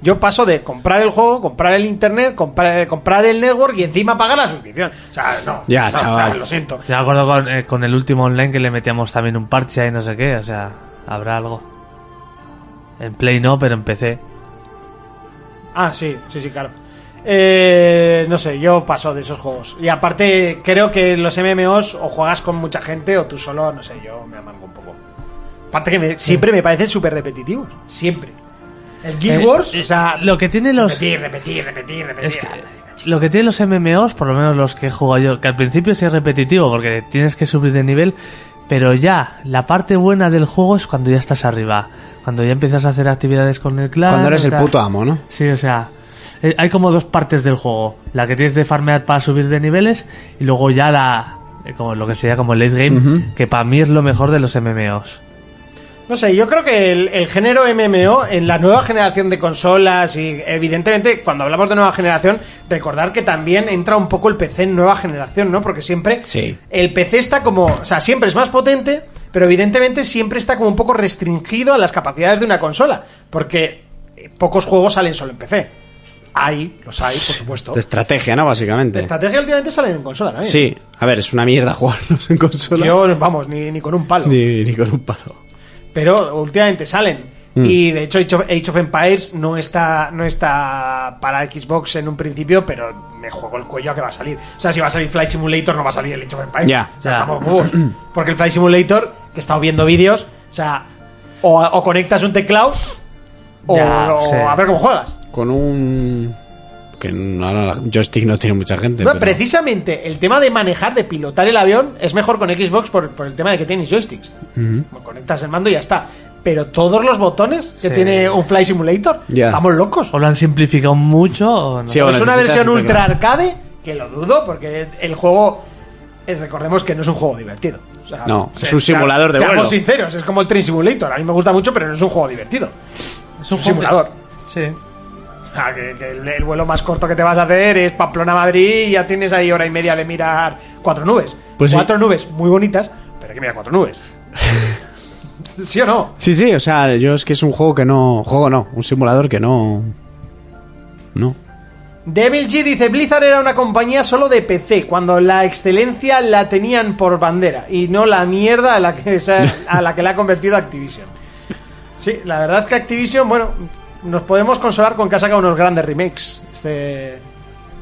yo paso de comprar el juego, comprar el internet, comprar, comprar el network y encima pagar la suscripción. O sea, no.
Ya,
no,
chaval.
no, Lo siento.
Yo me acuerdo con, eh, con el último online que le metíamos también un parche y no sé qué, o sea, habrá algo. En Play no, pero en PC.
Ah, sí, sí, sí, claro. Eh, no sé, yo paso de esos juegos. Y aparte, creo que los MMOs o juegas con mucha gente o tú solo, no sé, yo me amargo un poco. Aparte que me- siempre me parecen súper repetitivos. Siempre. El Guild
Eh,
Wars,
eh,
o sea,
lo que tiene los
repetir, repetir, repetir, repetir.
es que lo que tiene los MMOs, por lo menos los que he jugado yo, que al principio sí es repetitivo porque tienes que subir de nivel, pero ya la parte buena del juego es cuando ya estás arriba, cuando ya empiezas a hacer actividades con el clan.
Cuando eres
o
el
sea,
puto amo, ¿no?
Sí, o sea, eh, hay como dos partes del juego. La que tienes de farmear para subir de niveles y luego ya la... eh, Como lo que sería como el late game, que para mí es lo mejor de los MMOs.
No sé, yo creo que el, el género MMO en la nueva generación de consolas y evidentemente cuando hablamos de nueva generación, recordar que también entra un poco el PC en nueva generación, ¿no? Porque siempre
Sí.
el PC está como, o sea, siempre es más potente, pero evidentemente siempre está como un poco restringido a las capacidades de una consola, porque eh, pocos juegos salen solo en PC. Hay, los hay, por supuesto.
De estrategia, ¿no? Básicamente.
Estrategia últimamente salen en consola, ¿no?
Sí. A ver, es una mierda <laughs> jugarlos en consola.
Yo, vamos, ni, ni con un palo.
Ni, ni con un palo.
pero últimamente salen. Y de hecho Age of, Age of Empires no está, no está para Xbox en un principio, pero me juego el cuello a que va a salir. O sea, si va a salir Flight Simulator, no va a salir el Age of Empires.
Ya,
O sea,
ya.
estamos bobos. Porque el Flight Simulator, que he estado viendo vídeos, o sea, o, o conectas un teclado o,
Ya,
o
sí.
a ver cómo juegas.
Con un. Que no, ahora la- joystick no tiene mucha gente.
No,
pero-
Precisamente el tema de manejar, de pilotar el avión, es mejor con Xbox por, por el tema de que tienes joysticks. Conectas el mando y ya está. Pero todos los botones que
Sí.
tiene un Fly Simulator,
Ya.
estamos locos.
O lo han simplificado mucho o no.
Sí,
O
o
es una
necesitas
versión
un
ultra
teclado.
arcade, que lo dudo, porque el juego, eh, recordemos que no es un juego divertido. O sea,
No,
se-
es un
sea-
simulador de
Seamos
vuelo.
sinceros, es como el Train Simulator. A mí me gusta mucho, pero no es un juego divertido.
Es
un
juego que-
simulador.
Sí.
Ah, que, que el, el vuelo más corto que te vas a hacer es Pamplona-Madrid y ya tienes ahí hora y media de mirar cuatro nubes.
Pues sí.
cuatro nubes muy bonitas, pero hay que mirar cuatro
<laughs>
nubes. ¿Sí o no?
Sí, sí, o sea, yo es que es un juego que no. Juego no, un simulador que no. No.
Devil G dice, Blizzard era una compañía solo de PC, cuando la excelencia la tenían por bandera, y no la mierda a la que, se ha- a la, que la ha convertido Activision. Sí, la verdad es que Activision, bueno, nos podemos consolar con que ha sacado unos grandes remakes este,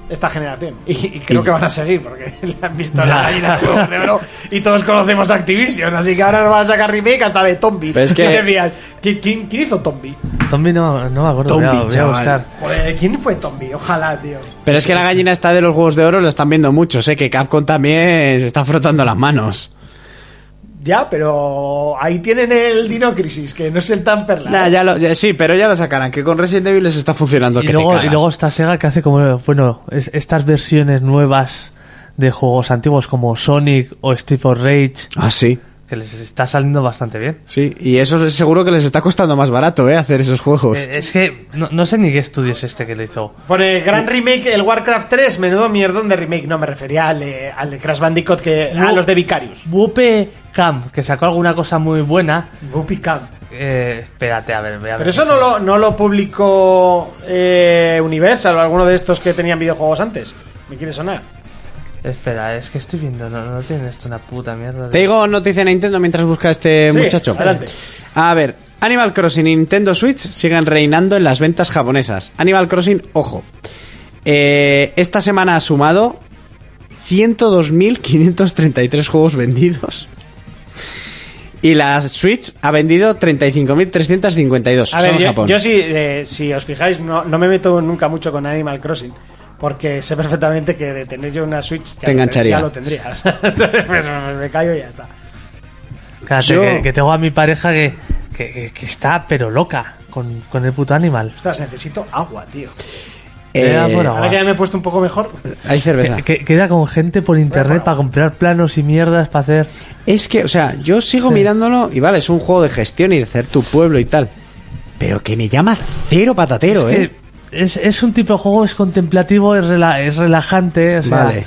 esta generación. Y, y creo que van a seguir, porque <laughs> le han visto la gallina de huevos de oro y todos conocemos Activision, así que ahora nos van a sacar remake hasta de Tombi.
Pero es
¿Quién
que-
te fías? ¿Qui- ¿Quién, quién hizo Tombi?
Tombi no, no me acuerdo.
Tombi,
voy a- voy a
chaval.
buscar.
Joder, ¿quién fue Tombi? Ojalá, tío.
Pero es que la gallina está de los huevos de oro, la están viendo muchos, ¿eh? Que Capcom también se está frotando las manos.
Ya, pero ahí tienen el Dino Crisis, que no es el tan perla.
Nah, ya lo- ya- sí, pero ya lo sacarán, que con Resident Evil les está funcionando.
Y
que te
luego, y
cagas.
luego está Sega que hace como, bueno, es- estas versiones nuevas de juegos antiguos como Sonic o Street of Rage,
Ah, sí.
que les está saliendo bastante bien.
Sí, y eso es seguro que les está costando más barato, ¿eh? Hacer esos juegos.
Eh, es que no, no sé ni qué estudio es este que le hizo.
Pone gran remake el Warcraft 3, menudo mierdón de remake. No, me refería al de, al de Crash Bandicoot, que, a
No.
los de Vicarius.
Wupe Camp, que sacó alguna cosa muy buena.
Whoopi Camp.
Eh, espérate, a ver, voy a ver.
Pero eso no lo, no lo publicó eh, Universal o alguno de estos que tenían videojuegos antes. ¿Me quiere sonar?
Espera, es que estoy viendo, no, no tiene esto una puta mierda. de-
Te digo noticia de Nintendo mientras busca a este
Sí,
muchacho.
adelante.
A ver, Animal Crossing y Nintendo Switch siguen reinando en las ventas japonesas. Animal Crossing, ojo. Eh, esta semana ha sumado 102.533 juegos vendidos. Y la Switch ha vendido 35.352
A
solo en
ver, yo,
Japón.
yo sí, eh, si os fijáis, no, no me meto nunca mucho con Animal Crossing. Porque sé perfectamente que de tener yo una Switch ya
Te engancharía.
Lo, ten- ya lo tendría. <laughs> Entonces, pues, me callo y ya está.
Cállate,
yo-
que, que tengo a mi pareja que, que- que- que está pero loca con, con el puto animal.
Ostras, necesito agua, tío.
Eh,
Era por
Ahora
agua.
que ya me he puesto un poco mejor.
hay cerveza.
Que- que- Queda con gente por internet para comprar planos y mierdas para hacer.
Es que, o sea, yo sigo mirándolo y vale, es un juego de gestión y de hacer tu pueblo y tal. Pero que me llama cero patatero, ¿eh?
Eh, Es, es un tipo de juego, es contemplativo, es, rela- es relajante. o sea,
Vale.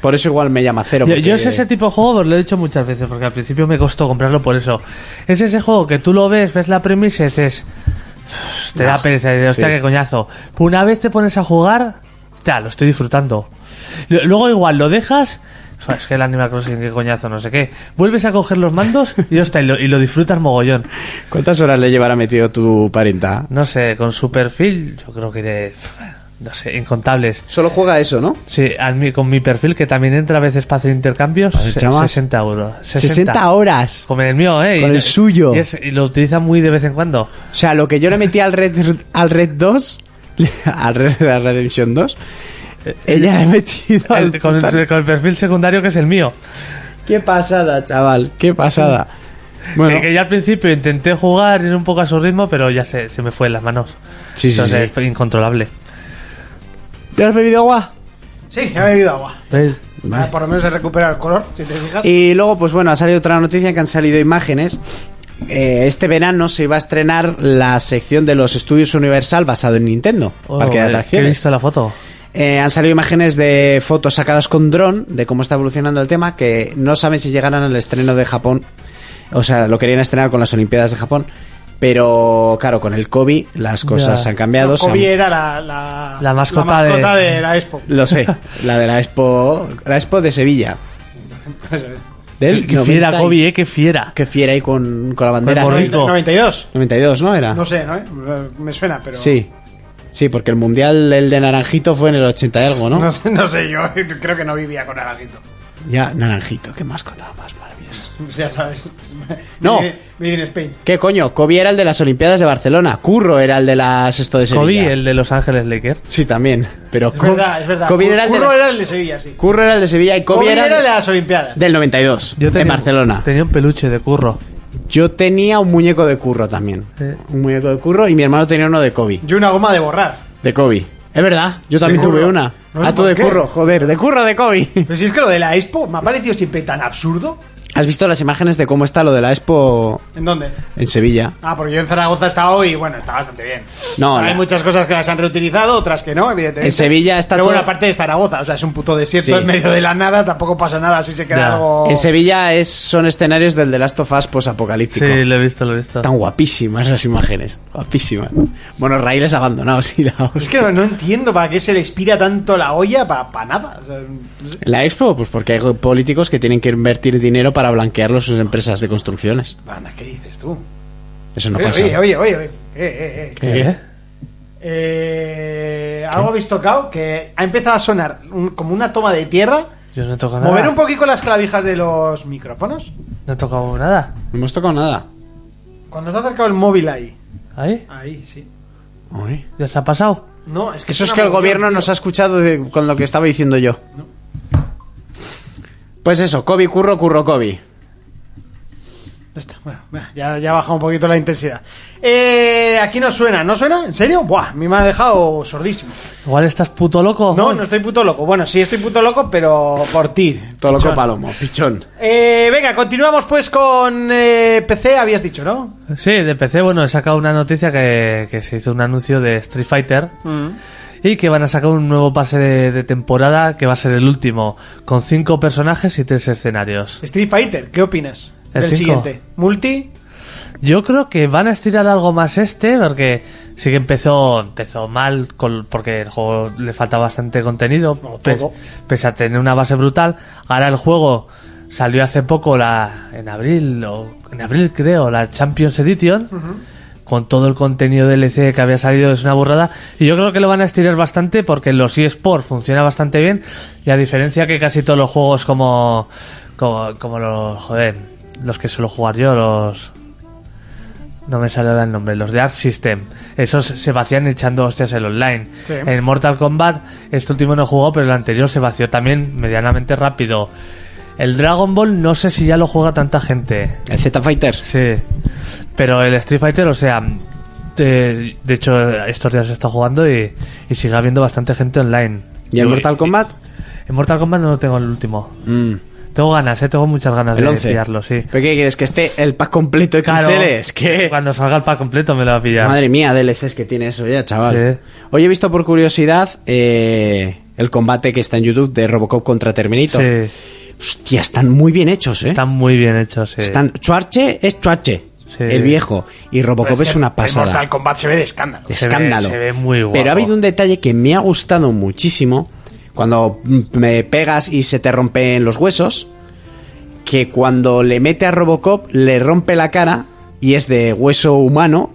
Por eso igual me llama cero.
Yo,
porque-
yo es ese tipo de juego, pues lo he dicho muchas veces, porque al principio me costó comprarlo por eso. Es ese juego que tú lo ves, ves la premisa y dices, "Uf, te da pereza, y dices, hostia, qué coñazo. Pero una vez te pones a jugar, ya, lo estoy disfrutando. Lo- Luego igual lo dejas, "Joder, es que el Animal Crossing, qué coñazo, no sé qué. Vuelves a coger los mandos y, hostia, y, lo, y lo disfrutas mogollón.
¿Cuántas horas le llevará metido tu parienta?
No sé, con su perfil, yo creo que, iré, no sé, incontables.
Solo juega eso, ¿no?
Sí, al mi- con mi perfil, que también entra a veces para hacer intercambios,
Pues,
se-
chaval.
60 euros.
60, horas.
Con el mío, ¿eh?
Con
Y-
el suyo.
Y, es- y lo utiliza muy de vez en cuando.
O sea, lo que yo le metí al Red, al Red 2, <laughs> al Red Dead Redemption 2, eh, ella le ha metido al
El- con,
puta-
el, con el perfil secundario que es el mío.
Qué pasada, chaval, qué pasada. Bueno,
Eh, que ya al principio intenté jugar ir un poco a su ritmo, pero ya se, se me fue en las manos.
Sí, sí,
Entonces
sí.
fue incontrolable.
¿te has bebido agua?
Sí, ya me he bebido agua.
Vale.
Ah, Por lo menos he recuperado el color, si te fijas.
Y luego, pues bueno, ha salido otra noticia que han salido imágenes. Eh, este verano se iba a estrenar la sección de los estudios Universal basado en Nintendo,
Oh,
parque de
eh, que he
atracciones.
visto la foto.
Eh, han salido imágenes de fotos sacadas con dron de cómo está evolucionando el tema, que no saben si llegarán al estreno de Japón. O sea, lo querían estrenar con las Olimpiadas de Japón, pero claro, con el COVID las cosas
Ya.
han cambiado. se han-
Kobe era la, la,
La mascota
la mascota
de-
de... la
<laughs>
Expo.
Lo sé, la de la Expo, la Expo de Sevilla. Del
Qué fiera,
90 y-
Kobe, eh, qué fiera.
Que fiera ahí con, con la bandera.
Con
¿no?
borrico.
92.
92, ¿no era?
No sé, ¿no? Eh, Me suena, pero.
Sí. Sí, porque el mundial, el de Naranjito, fue en el 80 y algo, ¿no?
No sé, no sé, yo creo que no vivía con Naranjito.
Ya, Naranjito, qué mascota más maravillosa.
Ya sabes.
No.
Made in- Made in Spain.
¿Qué coño? Kobe era el de las Olimpiadas de Barcelona. Curro era el de las esto de Sevilla.
Kobe, el de Los Ángeles Lakers.
Sí, también. Pero
Es
Co-
verdad, es verdad.
Kobe era el de
Curro
las-
era el de Sevilla, sí.
Curro era el de Sevilla y Kobe, era,
de las Olimpiadas.
del 92, en Barcelona.
Tenía un peluche de curro.
Yo tenía un muñeco de Curro también.
Sí.
Un muñeco de Curro y mi hermano tenía uno de Kobe.
Yo una goma de borrar.
De Kobe. Es verdad, yo también
Curro.
tuve una.
No sé
ah, tú
por
de
qué.
Curro, joder, de Curro de Kobe.
Pero si es que lo de la Expo me ha parecido siempre tan absurdo.
¿Has visto las imágenes de cómo está lo de la Expo
¿En dónde?
en Sevilla?
Ah, porque yo en Zaragoza he estado y bueno, está bastante bien.
No,
O sea,
la-
hay muchas cosas que las han reutilizado, otras que no, evidentemente.
En Sevilla está
Pero bueno,
todo-
aparte de Zaragoza, o sea, es un puto desierto
Sí.
en medio de la nada, tampoco pasa nada, así se queda
Ya.
algo.
En Sevilla es, son escenarios del The Last of Us posapocalíptico.
Sí, lo he visto, lo he visto.
Están guapísimas esas imágenes. Guapísimas. Bueno, raíles <laughs> abandonados y la hostia.
Es que no, no entiendo para qué se le inspira tanto la olla para nada. O sea, no sé.
La Expo, pues porque hay políticos que tienen que invertir dinero para blanquear sus empresas de construcciones.
Anda, ¿qué dices tú?
Eso no
Oye,
pasa.
Oye, oye, oye, oye. Eh, eh, eh.
¿Qué?
Eh, algo habéis tocado que ha empezado a sonar un- como una toma de tierra.
Yo no he tocado nada.
Mover un poquito las clavijas de los micrófonos.
No he tocado nada.
No hemos tocado nada.
Cuando se ha acercado el móvil ahí.
¿Ahí?
Ahí, sí.
Uy.
¿Ya se ha pasado?
No, es que
Eso es
una
que el
moción,
gobierno
tío.
nos ha escuchado de- con lo que estaba diciendo yo. Pues eso, Kobe, curro, curro, Kobe.
Ya está, bueno, va, ya, ya ha bajado un poquito la intensidad. Eh, aquí no suena, ¿no suena? ¿En serio? Buah, a mí me ha dejado sordísimo.
Igual estás puto loco.
No,
Juan.
no estoy puto loco. Bueno, sí estoy puto loco, pero por ti.
Todo loco
pichón.
palomo, pichón.
Eh, venga, continuamos pues con eh, PC, habías dicho, ¿no?
Sí, de PC, bueno, he sacado una noticia que, que se hizo un anuncio de Street Fighter
Mm.
y que van a sacar un nuevo pase de, de temporada que va a ser el último, con cinco personajes y tres escenarios.
Street Fighter, ¿qué opinas?
El
del
cinco.
siguiente. Multi.
Yo creo que van a estirar algo más este, porque sí que empezó, empezó mal, con- porque el juego le falta bastante contenido, pes-
todo.
pese a tener una base brutal. Ahora el juego salió hace poco, la en abril, o en abril creo, la Champions Edition, con todo el contenido DLC que había salido, es una burrada. Y yo creo que lo van a estirar bastante, porque los eSports funciona bastante bien, y a diferencia que casi todos los juegos como, como, como los, joder, los que suelo jugar yo, los... No me sale ahora el nombre, los de Arc System. Esos se vacían echando hostias el online.
Sí.
En Mortal Kombat, este último no jugó, pero el anterior se vació también medianamente rápido. El Dragon Ball no sé si ya lo juega tanta gente.
El Z Fighters.
Sí. Pero el Street Fighter, o sea, eh, de hecho estos días se está jugando y, y sigue habiendo bastante gente online.
¿Y el Mortal Kombat?
En Mortal Kombat no lo tengo el último.
Mm,
Tengo ganas, eh, tengo muchas ganas
el
de
11.
pillarlo, sí.
¿Pero qué quieres? ¿Que esté el pack completo XL? Es que...
Cuando salga el pack completo me lo va a pillar.
Madre mía, DLCs que tiene eso ya, chaval. Hoy he visto por curiosidad eh, el combate que está en YouTube de Robocop contra Terminator.
Sí.
Hostia, están muy bien hechos, ¿eh?
Están muy bien hechos, sí.
Están... Schwarche es Schwarche,
Sí.
el viejo. Y Robocop
Pero
es,
que
una pasada.
el Mortal Kombat se ve de escándalo.
Se ve-
Escándalo.
se ve muy guapo.
Pero ha habido un detalle que me ha gustado muchísimo. Cuando mm, me pegas y se te rompen los huesos. Que cuando le mete a Robocop le rompe la cara y es de hueso humano.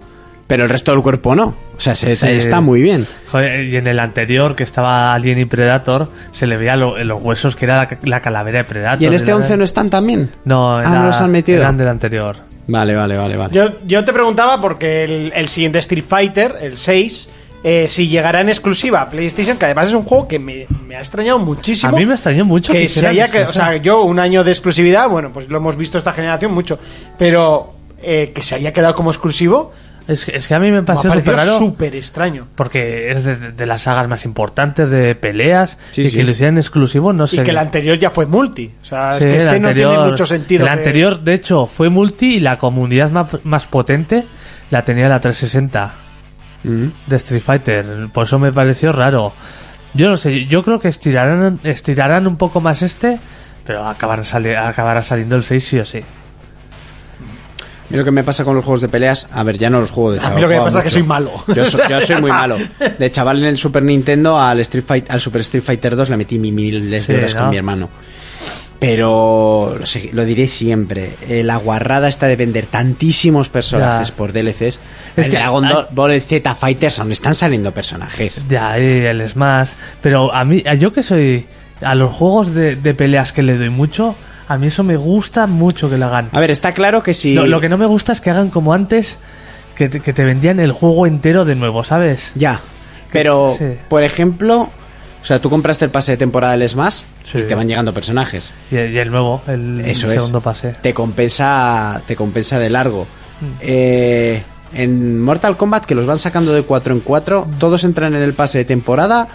Pero el resto del cuerpo no. O sea, ese detalle
Sí.
está muy bien.
Joder, y en el anterior, que estaba Alien y Predator, se le veía lo- en los huesos que era la, la calavera de Predator.
¿Y en este
Era-
11 no están también?
No,
Ah,
era-
no los han metido.
eran del anterior.
Vale, vale, vale, vale.
Yo, yo te preguntaba porque el, el siguiente Street Fighter, el 6, eh, si llegará en exclusiva a PlayStation, que además es un juego que me, me ha extrañado muchísimo.
A mí me extrañó mucho
que
que
se
hicieran
haya
eso,
que,
o
o sea,
sea.
yo un año de exclusividad, bueno, pues lo hemos visto esta generación mucho, pero eh, que se haya quedado como exclusivo,
Es que, es que a mí me
me ha
pareció súper
parecido
raro.
súper extraño.
Porque es de, de las sagas más importantes de peleas.
Sí,
y
sí.
que lo hicieran exclusivo, no sé.
Y que el anterior ya fue multi. O sea,
Sí,
es que
el
este no tiene mucho sentido. eh.
El
que-
anterior, de hecho, fue multi y la comunidad ma- más, potente la tenía la 360
Mm.
de Street Fighter. Por eso me pareció raro. Yo no sé, yo creo que estirarán, estirarán un poco más este, pero acabarán sali- acabará saliendo el 6 sí o sí.
Y lo que me pasa con los juegos de peleas, a ver, ya no los juego de
A
chaval.
mí lo que me
jugaba
pasa es que soy
mucho.
malo.
<laughs>
<laughs>
Yo, so-
<laughs>
yo soy muy
Ya
malo. De chaval en el Super Nintendo al Street Fight, al Super Street Fighter 2 le metí mi miles de
Sí,
horas
¿no?
con mi hermano. Pero lo, sé- lo diré siempre, eh, la guarrada está de vender tantísimos personajes
Ya.
por DLCs.
Es
el
que
Dragon
hay-
Do- Ball Z Fighters aún están saliendo personajes.
Ya, y el Smash. Pero a mí, a yo que soy. A los juegos de, de peleas que le doy mucho, a mí eso me gusta mucho que lo hagan.
A ver, está claro que si
Lo, lo que no me gusta es que hagan como antes, que te, que te vendían el juego entero de nuevo, ¿sabes?
Ya. Pero,
Sí.
por ejemplo, o sea, tú compraste el pase de temporada del Smash
Sí.
y te van llegando personajes.
Y, y el nuevo, el
Eso es.
segundo pase. Mm.
Te compensa, te compensa de largo. Eh, en Mortal Kombat, que los van sacando de 4 en 4, ¿todos entran en el pase de temporada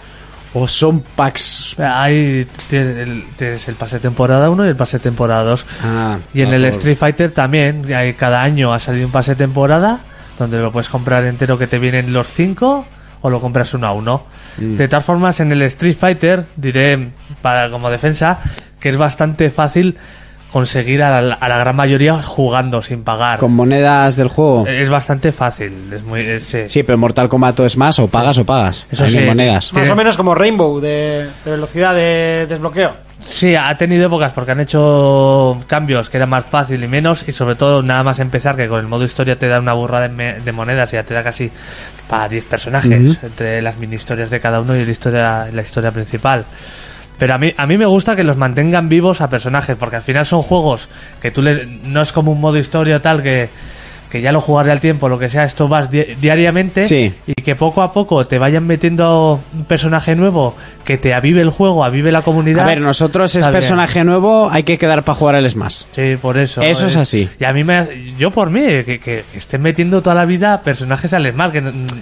o son packs?
Ahí tienes el, tienes el pase de temporada 1 y el pase de temporada 2.
Ah,
y en
ah,
el
por-
Street Fighter también, que hay- cada año ha salido un pase de temporada donde lo puedes comprar entero que te vienen los 5 o lo compras uno a uno.
Mm.
De todas formas, en el Street Fighter, diré para como defensa, que es bastante fácil conseguir a la, a la gran mayoría jugando sin pagar.
Con monedas del juego.
Es bastante fácil. Es muy, es, eh,
Sí, pero Mortal Kombat todo es más, o pagas o pagas.
Eso
Hay mil
sí.
Más
monedas.
Tiene-
o menos como Rainbow de, de velocidad de desbloqueo.
Sí, ha tenido épocas porque han hecho cambios que era más fácil y menos y sobre todo nada más empezar que con el modo historia te da una burrada de, me- de monedas y ya te da casi para 10 personajes entre las mini historias de cada uno y la historia, la historia principal. Pero a mí, a mí me gusta que los mantengan vivos a personajes porque al final son juegos que tú les, no es como un modo historia tal que, que ya lo jugaré al tiempo, lo que sea, esto vas di- diariamente
Sí.
y que poco a poco te vayan metiendo un personaje nuevo que te avive el juego, avive la comunidad.
A ver, nosotros es
Está bien.
personaje nuevo, hay que quedar para jugar el Smash.
Sí, por eso.
Eso es
Eh,
así.
Y a mí me. Yo por mí, que, que estén metiendo toda la vida personajes al Smart que, no- que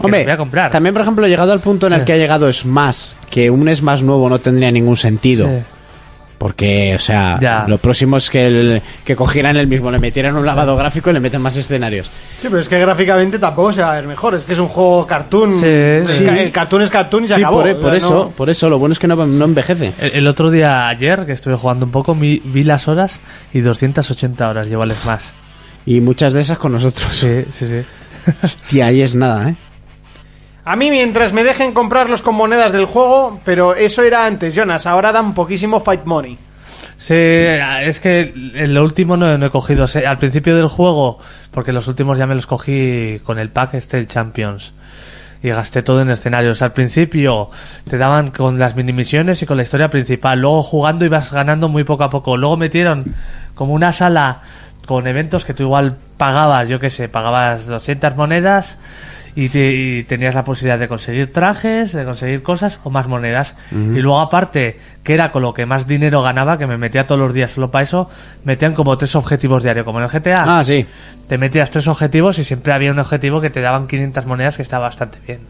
Hombre,
los voy a comprar.
también, por ejemplo, llegado al punto en el
Sí.
que ha llegado Smash, que un Smash nuevo no tendría ningún sentido.
Sí.
Porque, o sea,
Ya.
lo próximo es que, el- que cogieran el mismo, le metieran un lavado gráfico y le meten más escenarios.
Sí, pero es que gráficamente tampoco se va a ver mejor. Es que es un juego cartoon.
Sí,
el,
sí. e,
ca- el cartoon es cartoon y se
Sí,
acabó.
por, por
O sea,
eso,
no-
por eso, lo bueno es que no, no envejece.
El, el otro día, ayer, que estuve jugando un poco, mi- vi las horas y 280 horas llevo al Smash.
Y muchas de esas con nosotros.
Sí, sí, sí.
<laughs> Hostia, ahí es nada, ¿eh?
A mí mientras me dejen comprarlos con monedas del juego, pero eso era antes, Jonas. Ahora dan poquísimo fight money.
Sí, es que en lo último no, no he cogido. o sea, al principio del juego, porque los últimos ya me los cogí con el pack este, el Champions. Y gasté todo en escenarios. Al principio te daban con las minimisiones y con la historia principal. Luego jugando ibas ganando muy poco a poco. Luego metieron como una sala con eventos que tú igual pagabas, yo qué sé, pagabas 200 monedas y, te- y tenías la posibilidad de conseguir trajes, de conseguir cosas o más monedas. Y luego aparte, que era con lo que más dinero ganaba, que me metía todos los días solo para eso, metían como tres objetivos diarios, como en el GTA.
Ah, sí.
Te metías tres objetivos y siempre había un objetivo que te daban 500 monedas, que está bastante bien.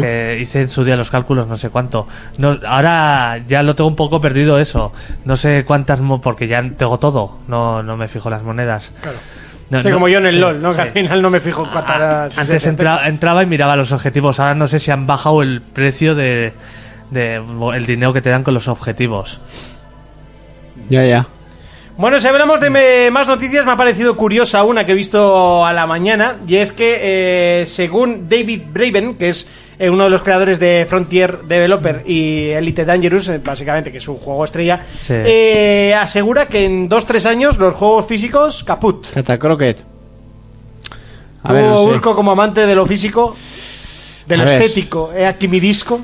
Que hice en su día los cálculos, no sé cuánto. No, ahora ya lo tengo un poco perdido eso. No sé cuántas, mo- porque ya tengo todo. No, no me fijo las monedas. No,
Sí,
no-
como yo en el
sí,
LOL, ¿no?
sí.
Que al final no me fijo
Ah,
cuántas... horas-
Antes entra- entraba y miraba los objetivos. Ahora no sé si han bajado el precio de, de el dinero que te dan con los objetivos.
Ya, ya.
Bueno, si hablamos de me- más noticias, me ha parecido curiosa una que he visto a la mañana, y es que eh, según David Braven, que es eh, uno de los creadores de Frontier Developer y Elite Dangerous, eh, básicamente, que es un juego estrella,
Sí.
eh, asegura que en 2-3 años los juegos físicos, caput.
Catacroquet. A
Tú,
ver, no sé.
Oh, Urco, como amante de lo físico, de lo
A ver.
estético, he aquí mi disco.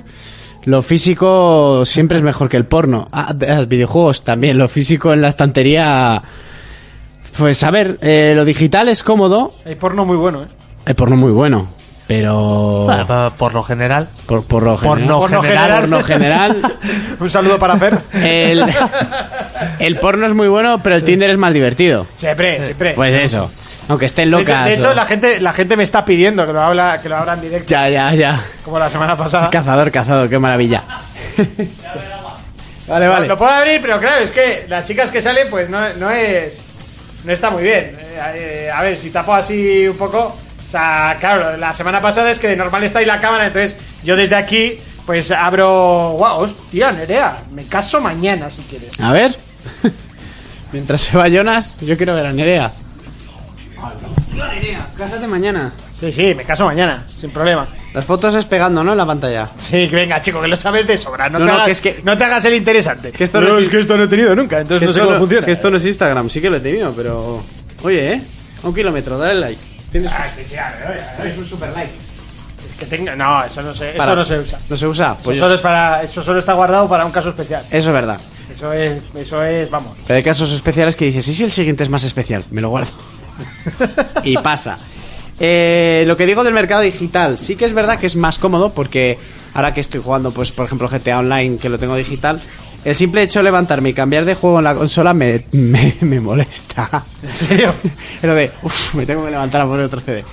Lo físico siempre es mejor que el porno. Ah, de- ah, videojuegos también. Lo físico en la estantería. Pues a ver, eh, lo digital es cómodo.
Hay porno muy bueno, ¿eh?
El porno muy bueno. Pero.
Ah, pa- Por lo general.
Por, por lo general.
Porno
Porno
general.
Porno general.
<laughs> un saludo para
<laughs>
Fer.
El, el porno es muy bueno, pero el Tinder es más divertido.
siempre, siempre.
Pues eso. Aunque estén
de hecho,
locas.
de hecho,
o-
la gente, la gente me está pidiendo que lo, habla, que lo abra en directo,
Ya, ya, ya.
como la semana pasada.
Cazador, cazado, qué maravilla. Vale,
Lo-
vale.
Lo puedo abrir, pero claro, es que las chicas que salen, pues no, no es. No está muy bien. Eh, eh, a ver, si tapo así un poco. O sea, claro, la semana pasada es que de normal está ahí la cámara, entonces yo desde aquí, pues abro. ¡Wow! ¡Hostia, Nerea! Me caso mañana si quieres.
A ver. Mientras se va Jonas, yo quiero ver a Nerea. Cásate mañana.
Sí, sí, me caso mañana, sin problema.
Las fotos es pegando, ¿no? En la pantalla.
Sí, que venga, chico, que lo sabes de sobra. No,
No,
te,
no,
hagas,
que es que-
no te hagas el interesante.
Que esto no es-
esto no he tenido nunca, entonces
que esto no es Instagram, sí que lo he tenido, pero. Oye, ¿eh? A un kilómetro, dale like. Tienes-
Ah, sí, sí, a ver, a ver, a ver.
un super like.
Que tenga... No, eso no se,
Para.
eso no se usa.
¿No se usa? Pues
eso, solo
yo-
es para, eso solo está guardado para un caso especial.
Eso es verdad.
Eso es, eso es, vamos.
Pero hay casos especiales que dices, ¿y si el siguiente es más especial? Me lo guardo. y pasa. Eh, lo que digo del mercado digital, sí que es verdad que es más cómodo porque ahora que estoy jugando, pues por ejemplo GTA Online, que lo tengo digital, el simple hecho de levantarme y cambiar de juego en la consola me, me, me molesta.
¿En serio?
Es <laughs> lo de, uff, me tengo que levantar a poner otro CD.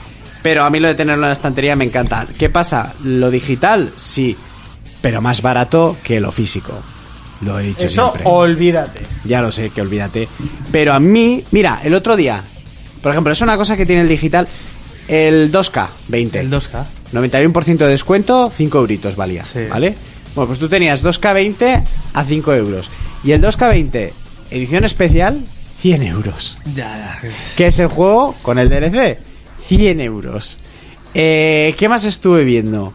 Pero a mí lo de tenerlo en la estantería me encanta. ¿Qué pasa? Lo digital, sí, pero más barato que lo físico. Lo he dicho
Eso,
siempre.
olvídate.
Ya lo sé, que olvídate. Pero a mí, mira, el otro día, por ejemplo, es una cosa que tiene el digital, el 2K 20.
El 2K.
91% de descuento, 5 euritos valía,
Sí.
¿vale? Bueno, pues tú tenías 2K20 a 5 euros. Y el 2K20 edición especial, 100 euros.
Ya, ya.
Que es el juego con el DLC, 100 euros. Eh, ¿Qué más estuve viendo?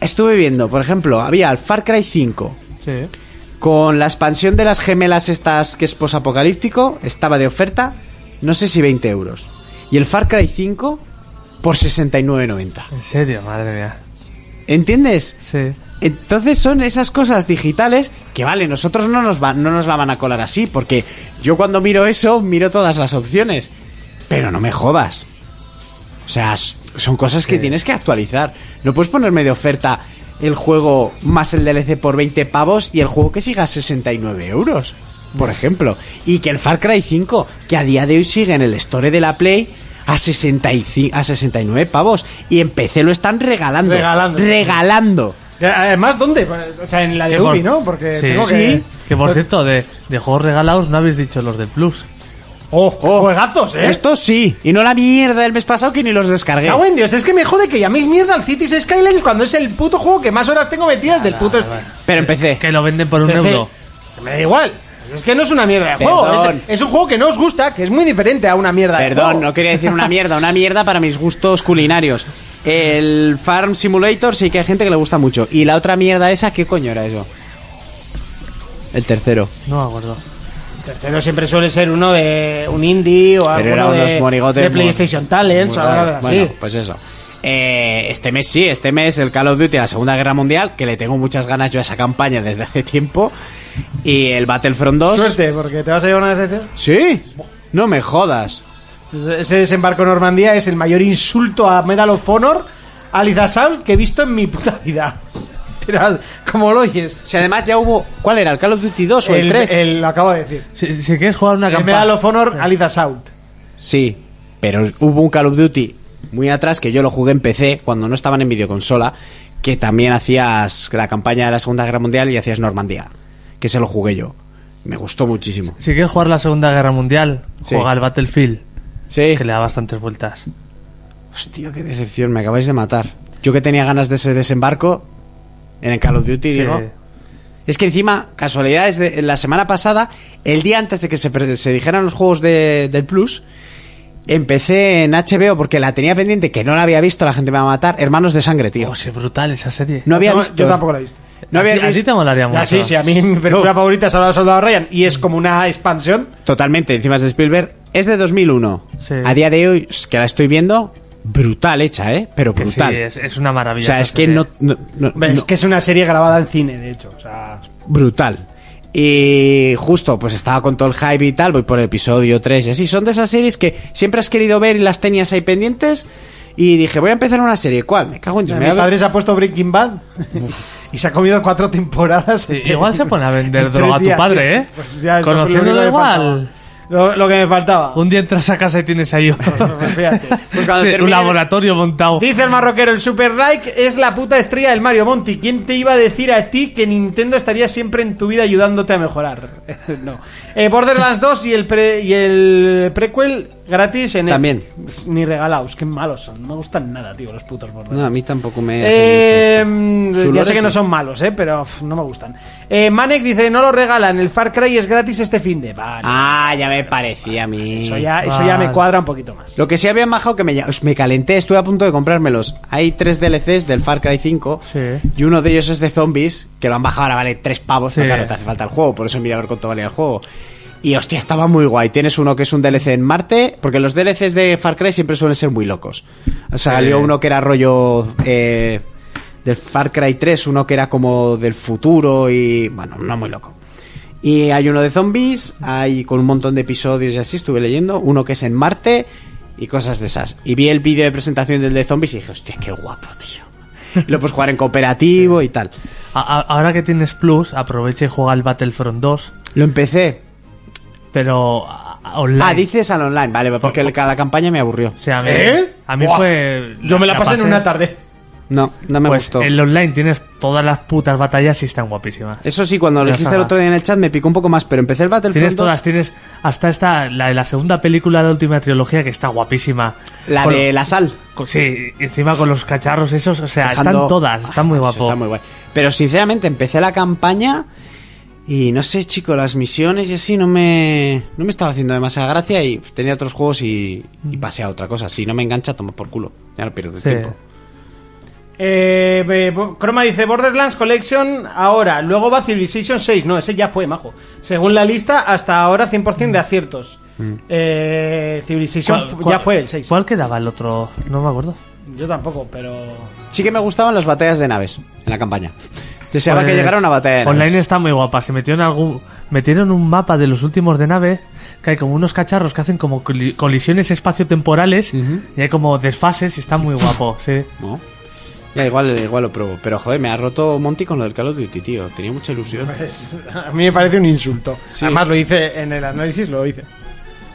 Estuve viendo, por ejemplo, había el Far Cry 5.
Sí.
Con la expansión de las gemelas estas que es posapocalíptico, estaba de oferta, no sé si 20 euros. Y el Far Cry 5 por 69,90.
En serio, madre mía.
¿Entiendes?
Sí.
Entonces son esas cosas digitales que vale, nosotros no nos, va- no nos la van a colar así, porque yo cuando miro eso, miro todas las opciones. Pero no me jodas. O sea, s- son cosas que tienes que actualizar. No puedes ponerme de oferta el juego más el DLC por 20 pavos y el juego que siga a 69 euros, por ejemplo. Y que el Far Cry 5, que a día de hoy sigue en el store de la Play, a, 65, a 69 pavos. Y en PC lo están regalando.
Regalando.
Regalando.
Además, ¿dónde? O sea, en la de
Que por-
Ubi, ¿no? Porque
sí.
tengo que...
Sí. Que por cierto, de, de juegos regalados no habéis dicho los del Plus.
Oh,
Oh.
juegazos, ¿eh?
Esto sí, y no la mierda del mes pasado que ni los descargué.
Cago en Dios, es que me jode que llaméis mierda al Cities Skylines cuando es el puto juego que más horas tengo metidas del puto...
Pero empecé.
Que lo venden por un
PC.
euro.
Me da igual. Es que no es una mierda de
Perdón.
juego. Es, es un juego que no os gusta, que es muy diferente a una mierda de
Perdón,
juego.
no quería decir una mierda, una mierda para mis gustos culinarios. El Farm Simulator sí que hay gente que le gusta mucho. Y la otra mierda esa, ¿qué coño era eso? El tercero.
No me acuerdo.
Pero siempre suele ser uno de un indie o
Pero era
alguno
unos
de,
monigotes
de
muy-
PlayStation
muy
Talents o algo
raros.
así.
Bueno, pues eso. Eh, este mes sí, este mes el Call of Duty a la Segunda Guerra Mundial, que le tengo muchas ganas yo a esa campaña desde hace tiempo. Y el Battlefront 2.
Suerte, porque te vas a llevar una decepción.
Sí, no me jodas.
Ese- Ese desembarco en Normandía es el mayor insulto a Medal of Honor, a Liza Saul, que he visto en mi puta vida. <laughs> Pero como lo oyes.
Si además ya hubo. ¿Cuál era? ¿El Call of Duty 2 o el, 3?
el- lo acabo de decir.
Si, si quieres jugar
Eh,
una
El Medal
campaña.
of Honor, Aliza Saul.
Sí, pero hubo un Call of Duty muy atrás que yo lo jugué en PC cuando no estaban en videoconsola. Que también hacías la campaña de la Segunda Guerra Mundial y hacías Normandía. Que se lo jugué yo. Me gustó muchísimo.
Si quieres jugar la Segunda Guerra Mundial,
Sí.
juega el Battlefield,
Sí.
que le da bastantes vueltas.
Hostia, qué decepción, me acabáis de matar. Yo que tenía ganas de ese desembarco en el Call of Duty,
Sí.
digo. Es que encima, casualidades, de, la semana pasada, el día antes de que se, pre- se dijeran los juegos de- del Plus, empecé en HBO porque la tenía pendiente, que no la había visto, la gente me va a matar, Hermanos de Sangre, tío.
Oh, sí, brutal esa serie.
No había
Yo-
visto.
Yo tampoco lo he visto.
No había
a, ti- a ti
visto.
te molaría mucho.
Ah, sí, sí, a mí mi película favorita es Salvar al Soldado Ryan y
Mm.
es como una expansión.
Totalmente, encima es de Spielberg. Es de 2001.
Sí.
A día de hoy, que la estoy viendo, brutal hecha, ¿eh? Pero
Que sí,
brutal.
es, es una maravilla.
o sea,
esa
es que
serie.
no... no- no-
Es
no-
que es una serie grabada en cine, de hecho. O sea,
brutal. Y justo, pues estaba con todo el hype y tal, voy por el episodio 3 y así. Son de esas series que siempre has querido ver y las tenías ahí pendientes. Y dije, voy a empezar una serie. ¿Cuál? Me cago en Dios.
mi
me voy a ver-
padre se ha puesto Breaking Bad y se ha comido cuatro temporadas.
Sí, igual se pone a vender
en
droga
<laughs> tres
a tu
días,
padre,
tío.
¿eh?
Pues ya, es lo que- lo
Conociéndolo
único que
igual.
faltaba. Lo, lo que me faltaba.
Un día entras a casa y
<laughs>
tienes ahí un,
Fíjate.
Sí,
Pues cuando
un
termine-
laboratorio montado.
Dice el marroquero, el Super Like es la puta estrella del Mario Monti. ¿Quién te iba a decir a ti que Nintendo estaría siempre en tu vida ayudándote a mejorar? <laughs> no. Eh, Borderlands 2 y el, pre- y el prequel gratis en el-
También.
Ni regalaos, qué malos son. No me gustan nada, tío, los putos Borderlands.
No, a mí tampoco me... hace
Eh,
mucho esto. Su
ya
lore
sé que
sí.
no son malos, eh, pero uf, no me gustan. Eh, Manek dice, no lo regalan, el Far Cry es gratis este fin de... Vale,
Ah, ya me parecía a mí.
eso, ya, eso ya me
vale.
cuadra un poquito más.
Lo que sí había bajado que me, ll- me calenté, estuve a punto de comprármelos. Hay tres DLCs del Far Cry 5
Sí.
y uno de ellos es de zombies, que lo han bajado ahora vale tres pavos, pero
Sí.
claro, te hace falta el juego, por eso mira a ver cuánto valía el juego. Y hostia, estaba muy guay. Tienes uno que es un DLC en Marte, porque los DLCs de Far Cry siempre suelen ser muy locos. O sea, salió uno que era rollo eh, del Far Cry 3, uno que era como del futuro y bueno, no muy loco. Y hay uno de zombies, hay con un montón de episodios y así, estuve leyendo, uno que es en Marte y cosas de esas. Y vi el vídeo de presentación del de zombies y dije, hostia, qué guapo, tío. <laughs> Y Lo puedes jugar en cooperativo y tal.
A- a- ahora que tienes Plus, aprovecha y juega el Battlefront 2,
Lo empecé.
pero a- a- online.
Ah, dices al online, vale, porque el- la campaña me aburrió.
O sea, a mí,
¿Eh?
a mí
Buah.
fue...
Yo me la pasé en una tarde.
No, no me
pues
gustó.
el online tienes todas las putas batallas y están guapísimas.
Eso sí, cuando lo
Ya
dijiste
está.
el otro día en el chat me picó un poco más, pero empecé el Battlefront
Tienes
2,
todas, tienes hasta esta, la de la segunda película de la última trilogía que está guapísima.
la
Con-
de la sal.
con- sí, encima con los cacharros esos, o
Dejando-
sea,
Ah,
Ah,
están todas, están muy
Eso
guapo.
Está muy guay. Pero sinceramente empecé la campaña Y no sé, chico, las misiones y así no me, no me estaba haciendo demasiada gracia y tenía otros juegos y, y pasé a otra cosa. Si no me engancha, toma por culo. Ya no pierdo el
Sí.
tiempo.
Eh, eh, Bo- Chroma dice Borderlands Collection ahora, luego va Civilization 6. No, ese ya fue, majo. Según la lista, hasta ahora 100% de aciertos.
Mm.
Eh, Civilization fu- ya fue el 6.
Mm. ¿Cuál quedaba el otro? No me acuerdo.
Yo tampoco, pero.
Sí que me gustaban las batallas de naves en la campaña. Deseaba que
Pues,
llegara una batalla de naves.
Online está muy guapa. Se metieron algún, metieron un mapa de los últimos de nave que hay como unos cacharros que hacen como coli- colisiones espaciotemporales y hay como desfases y está muy guapo. sí.
No. Ya, igual, igual lo pruebo. Pero joder, me ha roto Monty con lo del Call of Duty, tío. Tenía mucha ilusión.
A mí me parece un insulto.
Sí.
Además, lo hice en el análisis, lo hice.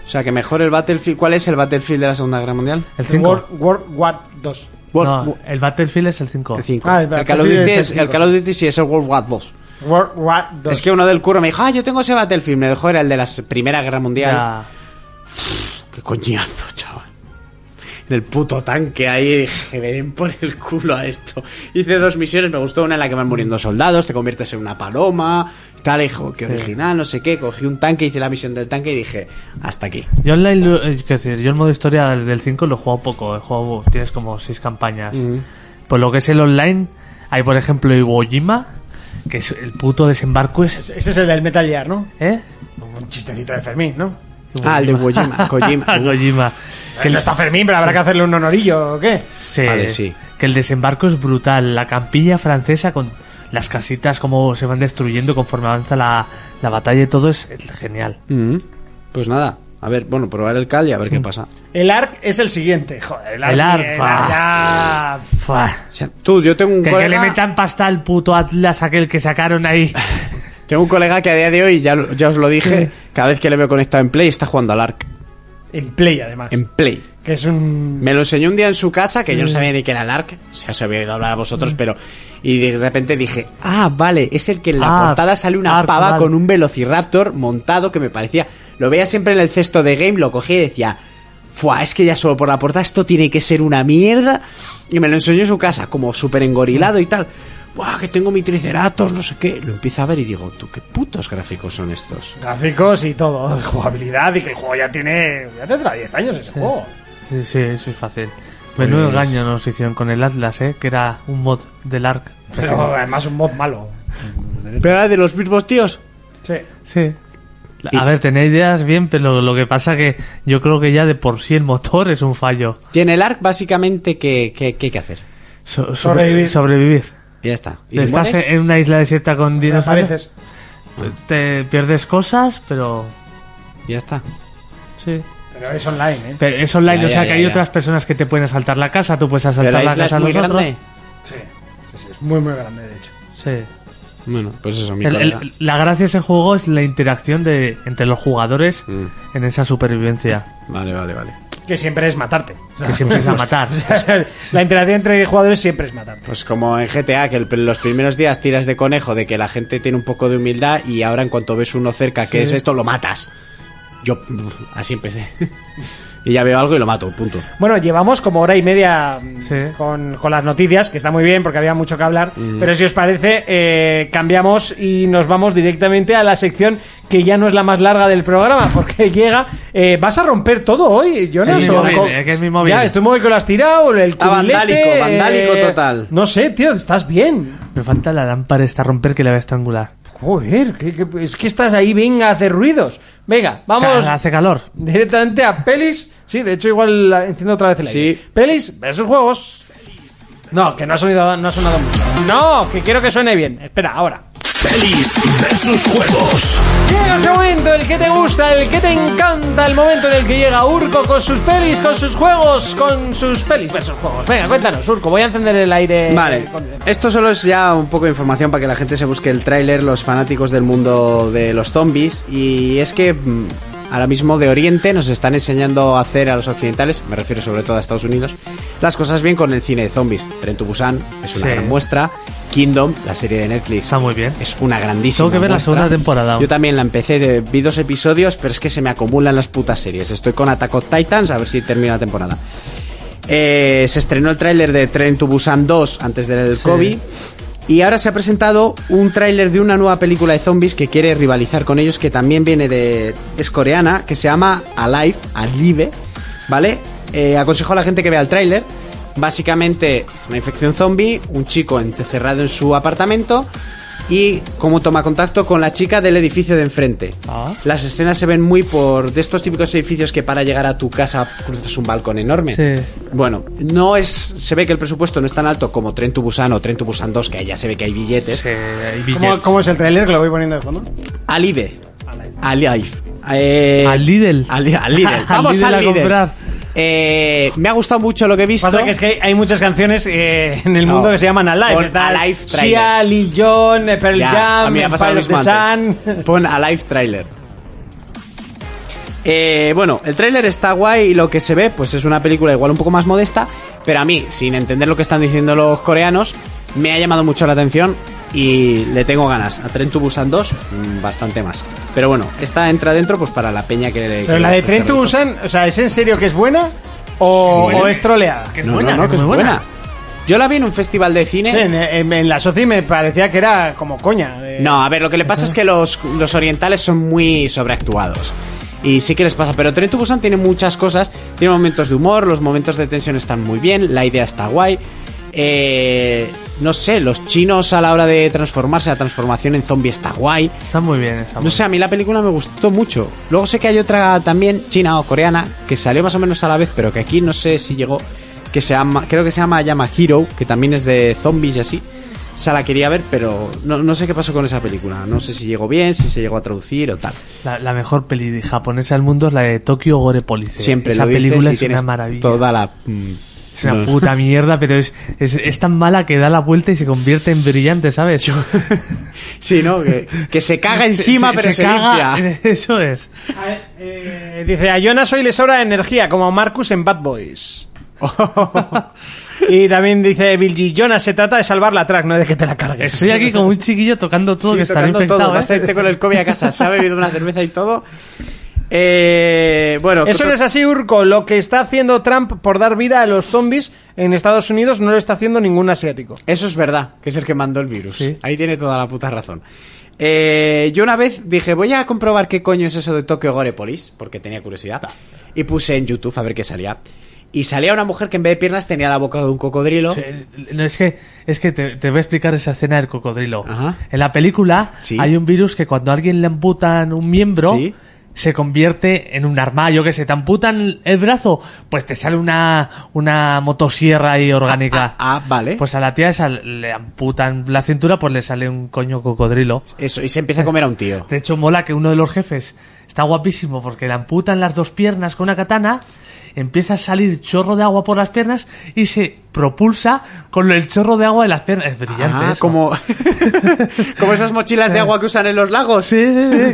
O sea, que mejor el Battlefield. ¿Cuál es el Battlefield de la Segunda Guerra Mundial?
El 5.
World, World War 2.
World
No, el Battlefield es el 5.
cinco.
Ah, el
el, Call of
Battlefield
Duty
es el
es, el
cinco.
Call of Duty sí es el World War 2.
World War 2.
Es que uno del curro me dijo, ah, yo tengo ese Battlefield. Me dejó, era el de la Primera Guerra Mundial.
Ya.
Qué coñazo, chaval. En el puto tanque ahí dije, me den por el culo a esto. Hice dos misiones, me gustó una en la que van muriendo soldados, te conviertes en una paloma, tal, hijo, qué original, no sé qué. Cogí un tanque, hice la misión del tanque y dije, hasta aquí.
Yo online, lo- eh, quiero decir, yo el modo historia del 5 lo he jugado poco. He jugado, tienes como 6 campañas. Por lo que es el online, hay por ejemplo Iwo Jima, que es el puto desembarco es...
Ese es el del Metal Gear, ¿no?
¿Eh?
Un chistecito de Fermín, ¿no?
Ah, el de
<laughs>
Kojima. Kojima.
Iwo Jima.
Que no está Fermín, pero habrá que hacerle un honorillo o qué.
Sí,
Vale, sí.
Que el desembarco es brutal. La campilla francesa con las casitas, como se van destruyendo conforme avanza la, la batalla y todo, es, es genial.
Mm. Pues nada, a ver, bueno, probar el Cal y a
Mm.
ver qué pasa.
El ARC es el siguiente. Joder, el ARC.
El Ark,
sí,
fa.
ya.
Fua.
O sea, tú, yo tengo un
Que, que
colega.
le metan pasta al puto Atlas aquel que sacaron ahí.
Tengo un colega que a día de hoy, ya, lo- ya os lo dije, cada vez que le veo conectado en Play está jugando al Ark.
En Play, además.
En Play.
Que es un.
Me lo enseñó un día en su casa, que yo
Mm.
no sabía ni que era el ARC, o sea, os había oído hablar a vosotros, pero... Y de repente dije, ah, vale, es el que en la
Ah,
portada sale una
Arc,
pava
vale.
con un velociraptor montado que me parecía... Lo veía siempre en el cesto de game, lo cogía y decía, fuá, es que ya solo por la portada esto tiene que ser una mierda. Y me lo enseñó en su casa, como súper engorilado y tal. Buah, que tengo mi triceratops, no sé qué. Lo empiezo a ver y digo, tú, qué putos gráficos son estos.
Gráficos y todo. <laughs> Jugabilidad. Y que el juego ya tiene. Ya tendrá 10 años ese juego.
Sí, sí, eso es fácil. Menudo
Pues-
engaño nos hicieron con el Atlas, ¿eh? Que era un mod del ARC.
Pero además un mod malo.
Pero era de los mismos tíos.
Sí.
Sí. A ver, tenéis ideas bien, pero lo que pasa que yo creo que ya de por sí el motor es un fallo.
Y en el ARC, básicamente, ¿qué, qué- qué hay que hacer?
So- sobre-
Sobrevivir.
sobrevivir.
Y ya está. ¿Y si
Estás
mueres?
en una isla desierta con dinosaurios.
Desapareces.
Pues,
Te pierdes cosas, pero.
Ya está.
Sí.
Pero es online, ¿eh?
Pero es online,
Ya,
o sea
ya,
que
ya,
hay
ya.
otras personas que te pueden asaltar la casa, tú puedes
Pero
asaltar
la
la
isla
casa
es
a los
muy
otros.
grande.
Sí. Sí, sí, Es muy, muy grande, de hecho.
Sí.
Bueno, pues eso, mi
El- el-
colega.
la gracia de ese juego es la interacción de, entre los jugadores
Mm.
en esa supervivencia.
Vale, vale, vale.
Que siempre es matarte. O sea, <laughs>
Que siempre es a matar.
La interacción entre jugadores siempre es matarte.
Pues como en GTA, que el- los primeros días tiras de conejo de que la gente tiene un poco de humildad y ahora en cuanto ves uno cerca que es esto, lo matas. Yo pff, así empecé. <laughs> y ya veo algo y lo mato, punto.
Bueno, llevamos como hora y media mm,
Sí.
con, con las noticias, que está muy bien porque había mucho que hablar. Pero si os parece, eh, cambiamos y nos vamos directamente a la sección que ya no es la más larga del programa, <laughs> porque llega. eh, ¿Vas a romper todo hoy, Jonas?
mi
¿O
móvil,
co-
eh, que es mi móvil.
Ya, estoy móvil que lo has tirado, el
Está vandálico,
cubilete,
vandálico total.
No sé, tío, estás bien.
Me falta la lámpara esta romper que la voy a estrangular.
Joder, que- que- es que estás ahí, venga a hacer ruidos. Venga, vamos.
Ca- Hace calor.
Directamente a pelis. Sí, de hecho, igual la- enciendo otra vez el
Sí.
aire. Pelis versus juegos. No, que no ha, sonido, no ha sonado mucho. No, que quiero que suene bien. Espera, ahora.
Pelis versus juegos.
Llega ese momento, el que te gusta, el que te encanta, el momento en el que llega Urco con sus pelis, con sus juegos, con sus pelis versus juegos. Venga, cuéntanos, Urco, voy a encender el aire.
Vale, esto solo es ya un poco de información para que la gente se busque el tráiler, los fanáticos del mundo de los zombies. Y es que mm, ahora mismo de Oriente nos están enseñando a hacer a los occidentales, me refiero sobre todo a Estados Unidos, las cosas bien con el cine de zombies. Tren to Busan es una
Sí.
gran muestra, Kingdom, la serie de Netflix.
Está muy bien.
Es una grandísima.
Tengo que ver la
muestra.
segunda temporada.
Yo también la empecé, de- vi dos episodios, pero es que se me acumulan las putas series. Estoy con Attack on Titans, a ver si termina la temporada. Eh, se estrenó el tráiler de Tren to Busan 2 antes del COVID. Y ahora se ha presentado un tráiler de una nueva película de zombies que quiere rivalizar con ellos, que también viene de. es coreana, que se llama Alive, Alive, ¿vale? Eh, aconsejo a la gente que vea el tráiler. Básicamente, una infección zombie, un chico encerrado en su apartamento y cómo toma contacto con la chica del edificio de enfrente.
Ah.
Las escenas se ven muy por de estos típicos edificios que para llegar a tu casa cruzas un balcón enorme.
Sí.
Bueno, no es se ve que el presupuesto no es tan alto como Tren to Busan o Tren to Busan 2, que ahí ya se ve que hay billetes.
Sí, hay
¿Cómo,
billetes.
cómo es el trailer? Que lo voy poniendo de fondo.
Alive. Alive. E. Eh,
Al Lidl.
Ali- al Lidl.
<laughs> Al
Vamos
Lidl
al
a
Lidl.
comprar.
Eh, me ha gustado mucho lo que he visto.
Pasa que es que hay, hay muchas canciones eh, en el
No.
mundo que se llaman Alive.
Pon
Está
Alive trailer.
Sia, Lil Jon, eh, Pearl
Ya, a
Jam,
mí me ha pasado
Empire of
lo mismo
the
antes. Pon a live trailer. Eh, bueno, el tráiler está guay y lo que se ve, pues es una película igual un poco más modesta, pero a mí, sin entender lo que están diciendo los coreanos, me ha llamado mucho la atención y le tengo ganas. A Tren to Busan 2, mm, bastante más. Pero bueno, esta entra dentro pues para la peña que... que
Pero
le
la de
gusta
Tren
este
to
rollo.
Busan, o sea, ¿es en serio que es buena? ¿O, o es troleada?
Que es
No,
buena,
no, no, que es
muy
buena. Yo la vi en un festival de cine...
Sí, en, en- en la SOCI me parecía que era como coña. eh.
No, a ver, lo que le pasa es que los, los orientales son muy sobreactuados. Y sí que les pasa, pero Tren to Busan tiene muchas cosas. Tiene momentos de humor, los momentos de tensión están muy bien, la idea está guay. Eh, no sé, los chinos a la hora de transformarse, la transformación en zombie está guay.
Está muy bien, está muy
No sé, a mí la película me gustó mucho. Luego sé que hay otra también, china o coreana, que salió más o menos a la vez, pero que aquí no sé si llegó, que se llama, creo que se llama Llama Hero, que también es de zombies y así. O sea, la quería ver, pero no, no sé qué pasó con esa película. No sé si llegó bien, si se llegó a traducir o tal.
bien. La, la mejor peli de- japonesa del mundo es la de Tokyo Gore Police.
Siempre
Esa
lo dices
película
y
es una
tienes
maravilla.
toda la... mm,
Es una
no.
puta mierda, pero es, es, es tan mala que da la vuelta y se convierte en brillante, ¿sabes? <laughs>
Sí, ¿no? Que, que se caga encima, pero se,
caga.
limpia.
<laughs> Eso es.
A ver, eh, dice, a Jonas hoy le sobra energía, como a Marcus en Bad
<laughs>
Boys. y también dice Billy Jonas, se trata de salvar la track, no de que te la cargues.
Estoy aquí como un chiquillo tocando todo
Sí,
que estará
tocando
infectado,
todo. Vas a
¿eh?
irte con el COVID a casa, se ha bebido una cerveza y todo. Eh, bueno,
<laughs> Eso
otro-
no es así, Urco. Lo que está haciendo Trump por dar vida a los zombies en Estados Unidos no lo está haciendo ningún asiático.
Eso es verdad, que es el que mandó el virus.
Sí.
Ahí tiene toda la puta razón. Eh, yo una vez dije, voy a comprobar qué coño es eso de Tokyo Gorepolis, porque tenía curiosidad. Y puse en YouTube a ver qué salía. Y salía una mujer que en vez de piernas tenía la boca de un cocodrilo. Ah,
Sí, no, es que, es que te, te voy a explicar esa escena del cocodrilo.
Ajá.
En la película
Sí.
hay un virus que cuando a alguien le amputan un miembro
Sí.
se convierte en un arma. Yo que sé, te amputan el brazo, pues te sale una, una motosierra ahí
Ah,
orgánica.
ah, ah, vale.
Pues a la tía esa le amputan la cintura, pues le sale un coño cocodrilo.
Eso, y se empieza a comer a un
<laughs>
tío.
De hecho, mola que uno de los jefes está guapísimo porque le amputan las dos piernas con una katana, empieza a salir chorro de agua por las piernas y se propulsa con el chorro de agua de las piernas. Es brillante.
Ah,
eso.
como, <laughs> como esas mochilas de agua que usan en los lagos.
Sí, sí,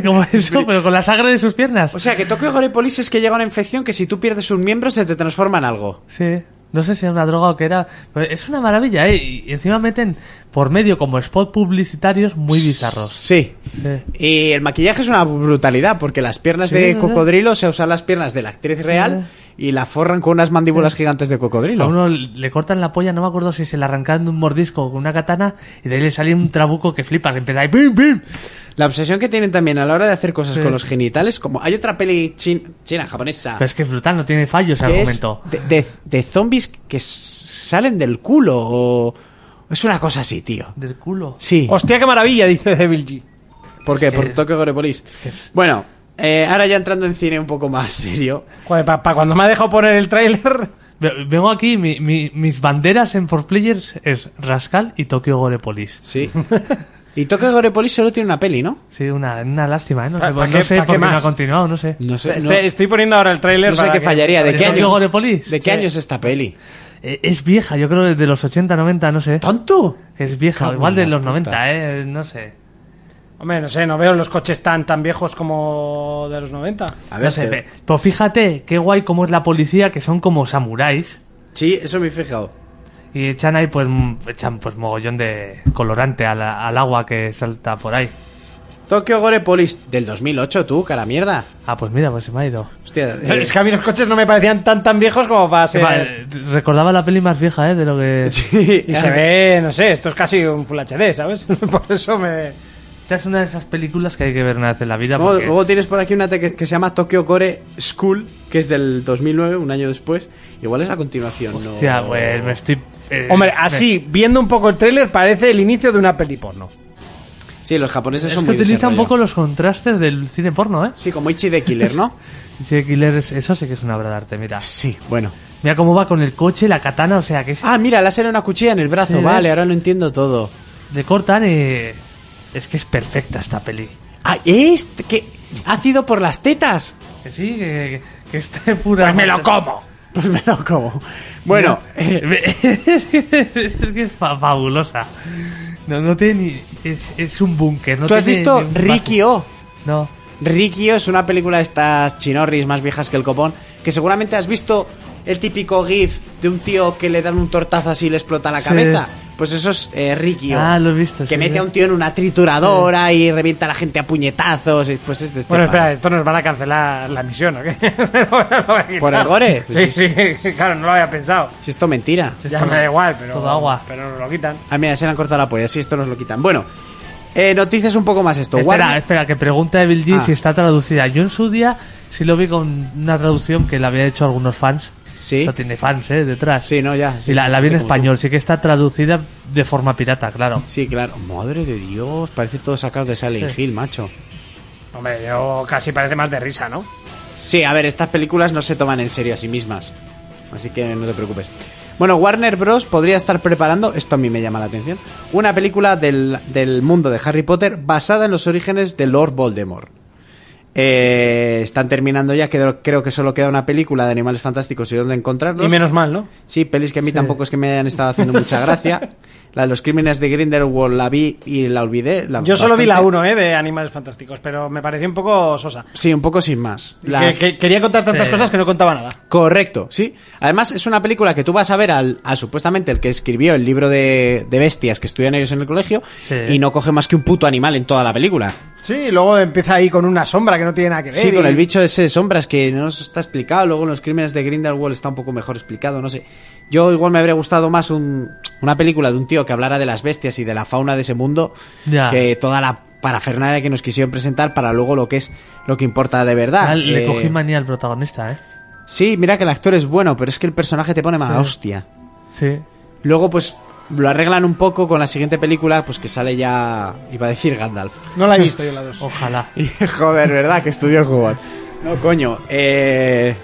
<laughs>
sí, como eso, pero con la sangre de sus piernas.
O sea, que Tokyo Gorepolis es que llega una infección que si tú pierdes un miembro se te transforma en algo.
Sí. No sé si era una droga o qué era. pero es una maravilla, ¿eh? Y encima meten por medio como spot publicitarios muy bizarros.
Sí.
Sí.
Y el maquillaje es una brutalidad, porque las piernas
Sí,
de
¿verdad?
cocodrilo se usan las piernas de la actriz real y la forran con unas mandíbulas gigantes de
A
cocodrilo.
uno le cortan la polla, no me acuerdo si se le arrancaban de un mordisco o con una katana y de ahí le salía un trabuco que flipas, empieza ahí ¡bim, bim!
La obsesión que tienen también a la hora de hacer cosas
Sí.
con los genitales, como hay otra peli chin- china, japonesa,
Pero es que es brutal, no tiene fallos el
que es
argumento.
de, de- de zombies que s- salen del culo o... Es una cosa así, tío.
Del culo.
Sí.
Hostia, qué maravilla, dice <laughs> Devil G.
¿Por qué? Por Tokyo Gorepolis. Bueno, eh, ahora ya entrando en cine un poco más <laughs> serio.
Joder, papá, cuando me ha dejado poner el tráiler...
Ve- Vengo aquí, mi- mi- mis banderas en For Players es Rascal y Tokyo Gorepolis.
Sí. Y Tokyo Gorepolis solo tiene una peli, ¿no?
Sí, una, una lástima, ¿eh? No
Pa-
sé,
Ah, pa'
no
qué-
sé
pa' qué
por qué no
más.
ha continuado, no sé.
No sé. no-
Este- estoy poniendo ahora el tráiler
No sé
para
qué
que-
fallaría. ¿De
¿De
qué
Tokyo
año?
Gorepolis?
¿De qué
Sí.
año es esta peli?
Eh, Es vieja, yo creo que de los 80, 90, no sé.
¿Tanto?
Es vieja,
Cago
igual
en
de
la
los
puta.
90, ¿eh? No sé.
Hombre, no sé, no veo los coches tan, tan viejos como de los 90.
A
No sé. pe- Pero fíjate, qué guay cómo es la policía, que son como samuráis.
Sí, eso me he fijado.
Y echan ahí, pues, m- echan pues mogollón de colorante al, al agua que salta por ahí.
Tokyo Gore Police del 2008, tú, cara mierda.
Ah, pues mira, pues se me ha ido.
Hostia, eh,
Es que a mí los coches no me parecían tan tan viejos como para ser...
Vale, recordaba la peli más vieja, ¿eh? De lo
<laughs>
que...
sí.
Y se ve, no sé, esto es casi un Full HD, ¿sabes? <laughs> Por eso me...
Esta es una de esas películas que hay que ver una vez en la vida.
Luego,
porque
luego
es-
tienes por aquí una te- que, que se llama Tokyo Gore School, que es del 2009, un año después. Igual es a continuación, ¿no?
Hostia, pues me estoy... eh,
Hombre,
me-
así, viendo un poco el tráiler, parece el inicio de una peli porno.
Sí, los japoneses
Es
son
que
muy de ese
utiliza un
rollo.
poco los contrastes del cine porno, ¿eh?
Sí, como Ichi de Killer,
<laughs>
¿no?
Sí, Killer, es- eso sí que es una obra de arte, mira.
sí, bueno.
Mira cómo va con el coche, la katana, o sea, que es-
Ah, mira, le ha salido una cuchilla en el brazo.
Sí,
vale,
¿ves?
ahora lo entiendo todo.
le cortan y... Es que es perfecta esta peli.
Ah, este que ha sido por las tetas.
Que sí, que, que, que está de pura... ¡Pues me lo como!
Pues me lo como. Bueno, eh,
<laughs> es, que, es que es fa- fabulosa. No, no tiene ni... Es, es un búnker. No
¿tú has
tiene
visto
ni un
Ricky O?
base. No.
Ricky O es una película de estas chinorris más viejas que el copón, que seguramente has visto el típico gif de un tío que le dan un tortazo así y le explota la
Sí.
cabeza. Pues eso es eh, Ricky O.
Ah, lo he visto.
que
sí,
mete
sí.
a un tío en una trituradora y revienta a la gente a puñetazos. y Pues es de este
Bueno,
palo.
espera, esto nos van a cancelar la misión, ¿o qué? <laughs>
¿Por el gore?
Sí, sí, sí, claro, no lo había pensado.
Si esto mentira.
Sí,
Ya
está
me da
mal.
igual, pero...
Todo agua.
Pero nos lo quitan.
Ah, mira, se le han cortado la polla. Sí, esto nos lo quitan. Bueno, eh, noticias un poco más esto.
Espera,
Warner-
espera, que pregunta Evil G
Ah.
si está traducida. Yo en su día sí lo vi con una traducción que la había hecho algunos fans.
Sí.
Esto tiene fans, ¿eh? Detrás.
Sí, no, ya. sí,
y la,
sí,
la vi en
como tú.
español, sí que está traducida de forma pirata, claro.
Sí, claro. Madre de Dios, parece todo sacado de Silent
Sí.
Hill, macho.
Hombre, yo casi parece más de risa, ¿no?
Sí, a ver, estas películas no se toman en serio a sí mismas. Así que no te preocupes. Bueno, Warner Bros. podría estar preparando, esto a mí me llama la atención, una película del, del mundo de Harry Potter basada en los orígenes de Lord Voldemort. Eh, están terminando ya, quedó- creo que solo queda una película de Animales Fantásticos y dónde encontrarlos.
Y menos mal, ¿no?
Sí, pelis que a mí tampoco es que me hayan estado haciendo mucha gracia.
<laughs>
La de los crímenes de Grindelwald la vi y la olvidé. la-
Yo solo vi la
bastante.
1, ¿eh? De Animales Fantásticos, pero me pareció un poco sosa.
Sí, un poco sin más. Las-
Que- que- quería contar tantas
Sí.
cosas que no contaba nada.
Correcto, sí. Además, es una película que tú vas a ver al, a supuestamente el que escribió el libro de, de bestias que estudian ellos en el colegio
Sí.
y no coge más que un puto animal en toda la película.
Sí, y luego empieza ahí con una sombra que no tiene nada que ver.
Sí, con
y-
el bicho ese de sombras que no nos está explicado. Luego en los crímenes de Grindelwald está un poco mejor explicado, no sé. Yo igual me habría gustado más un- una película de un tío que hablara de las bestias y de la fauna de ese mundo
Ya.
que toda la parafernalia que nos quisieron presentar para luego lo que es lo que importa de verdad.
Ya le
Eh,
cogí manía al protagonista, ¿eh?
sí, mira que el actor es bueno, pero es que el personaje te pone mala
Sí.
hostia.
Sí.
Luego, pues lo arreglan un poco con la siguiente película, pues que sale ya. Iba a decir Gandalf. <laughs>
No la he visto yo la 2.
Ojalá.
Y, joder, ¿verdad? Que estudió Hogwarts. No, coño. Eh.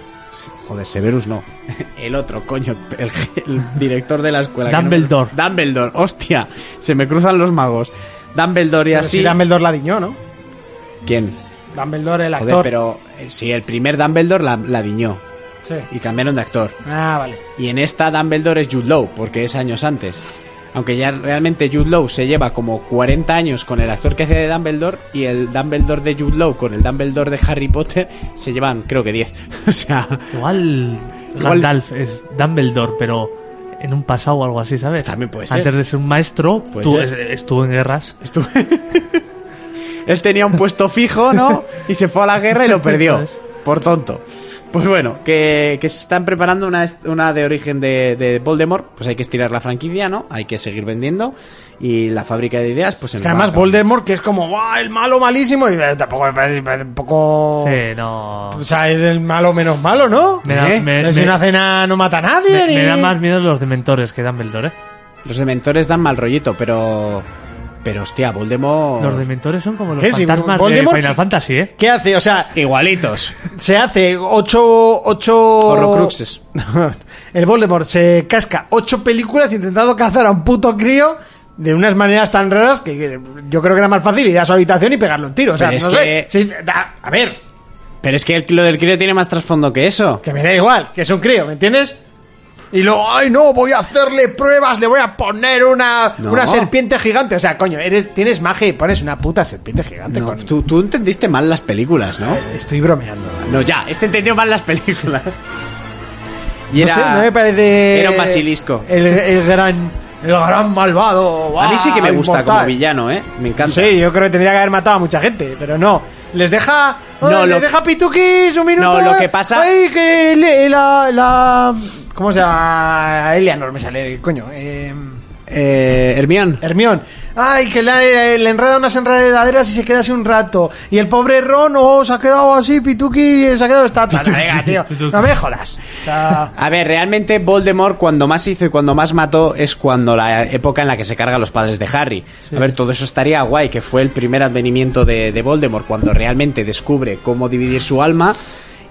Joder, Severus no. <laughs> El otro, coño. El, el director de la escuela. que no-
Dumbledore.
Dumbledore, hostia. Se me cruzan los magos. Dumbledore y
Pero
así.
sí, Dumbledore la diñó, ¿no?
¿Quién?
Dumbledore, el actor.
Joder, pero. eh, sí, el primer Dumbledore la, la diñó.
Sí.
Y cambiaron de actor.
Ah, vale.
Y en esta Dumbledore es Jude Law, porque es años antes. Aunque ya realmente Jude Law se lleva como 40 años con el actor que hace de Dumbledore y el Dumbledore de Jude Law con el Dumbledore de Harry Potter se llevan creo que 10. <laughs> O sea,
Igual
Igual-
Gandalf es Dumbledore, pero en un pasado o algo así, ¿sabes?
También puede ser.
Antes de ser un maestro,
Puede
tú-
ser.
es- estuvo en guerras.
estuvo... <laughs> Él tenía un puesto fijo, ¿no? Y se fue a la guerra y lo perdió. Por tonto. Pues bueno, que, que se están preparando una, est- una de origen de, de Voldemort. Pues hay que estirar la franquicia, ¿no? Hay que seguir vendiendo. Y la fábrica de ideas, pues... se nos
Que
va
además
acabando.
Voldemort, que es como, ¡guau! El malo malísimo. Y eh, tampoco me parece, me parece un poco.
Sí, no.
O sea, es el malo menos malo, ¿no?
Me da-
¿Eh?
me-
Pero si
me-
una cena no mata a nadie.
me-
ni-
me da más miedo los dementores que Dumbledore. ¿eh?
Los dementores dan mal rollito, pero. Pero hostia, Voldemort.
Los dementores son como los
Oh. ¿Qué? Si
fantasmas de
Voldemort-
Final Fantasy, ¿eh?
¿Qué hace? O sea,
Igualitos.
se hace ocho. ocho...
Horrocruxes.
<laughs> El Voldemort se casca ocho películas intentando cazar a un puto crío de unas maneras tan raras que yo creo que era más fácil ir a su habitación y pegarle un tiro. O sea,
Pero es
no sé.
que-
Sí, da- a ver,
Pero es que el, lo del crío tiene más trasfondo que eso.
que me da igual, que es un crío, ¿me entiendes? Y luego, ay no, voy a hacerle pruebas, le voy a poner una,
No.
una serpiente gigante. O sea, coño, eres- tienes magia y pones una puta serpiente gigante.
No,
con-
tú, tú entendiste mal las películas, ¿no?
Estoy bromeando.
No, ya, este entendió mal las películas. Y
No
era.
sé, no me parece.
era un basilisco.
El, el gran el gran malvado.
A mí sí que me
¡guau,
gusta
inmortal!
como villano, ¿eh? Me encanta.
Sí, yo creo que tendría que haber matado a mucha gente, pero no. Les deja.
No,
No,
lo-
les deja pituquis un minuto.
No, lo
eh.
que pasa-
Ay, que le- la, la- ¿Cómo se llama? Eleanor me sale, coño. Eh,
Eh, Hermión.
Hermión. Ay, que la- eh, le enreda unas enredaderas y se queda así un rato. Y el pobre Ron, oh, se ha quedado así, pituqui, eh, se ha quedado estatua. Venga, tío, no me jodas. O sea,
A ver, realmente Voldemort cuando más hizo y cuando más mató es cuando la época en la que se carga a los padres de Harry. A ver, todo eso estaría guay, que fue el primer advenimiento de, de Voldemort, cuando realmente descubre cómo dividir su alma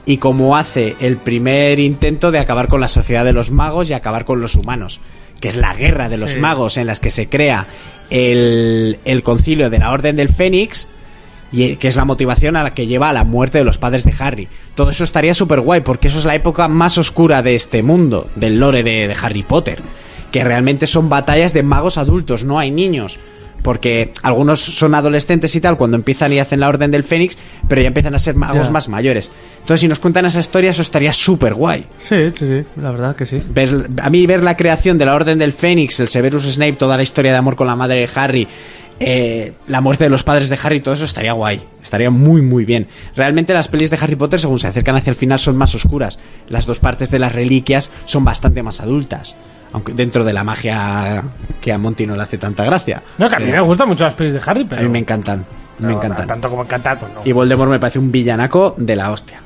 y cómo hace el primer intento de acabar con la sociedad de los magos y acabar con los humanos, que es la guerra de los
Sí.
magos en las que se crea el, el concilio de la Orden del Fénix. Y eh, que es la motivación a la que lleva a la muerte de los padres de Harry. Todo eso estaría súper guay, porque eso es la época más oscura de este mundo, del lore de, de Harry Potter. Que realmente son batallas de magos adultos, no hay niños. Porque algunos son adolescentes y tal, cuando empiezan y hacen la Orden del Fénix, pero ya empiezan a ser magos
Ya.
más mayores. Entonces, si nos cuentan esa historia, eso estaría súper guay.
Sí, sí, sí, la verdad que sí.
Ver- a mí ver la creación de la Orden del Fénix, el Severus Snape, toda la historia de amor con la madre de Harry, eh, la muerte de los padres de Harry, todo eso estaría guay. Estaría muy, muy bien. Realmente las pelis de Harry Potter, según se acercan hacia el final, son más oscuras. Las dos partes de las reliquias son bastante más adultas. Aunque dentro de la magia que a Monty no le hace tanta gracia.
no, que a mí me
Pero
gustan mucho las pelis de Harry, pero.
a mí me encantan. Me
pero
encantan.
Tanto como encantar, pues no.
Y Voldemort me parece un villanaco de la hostia.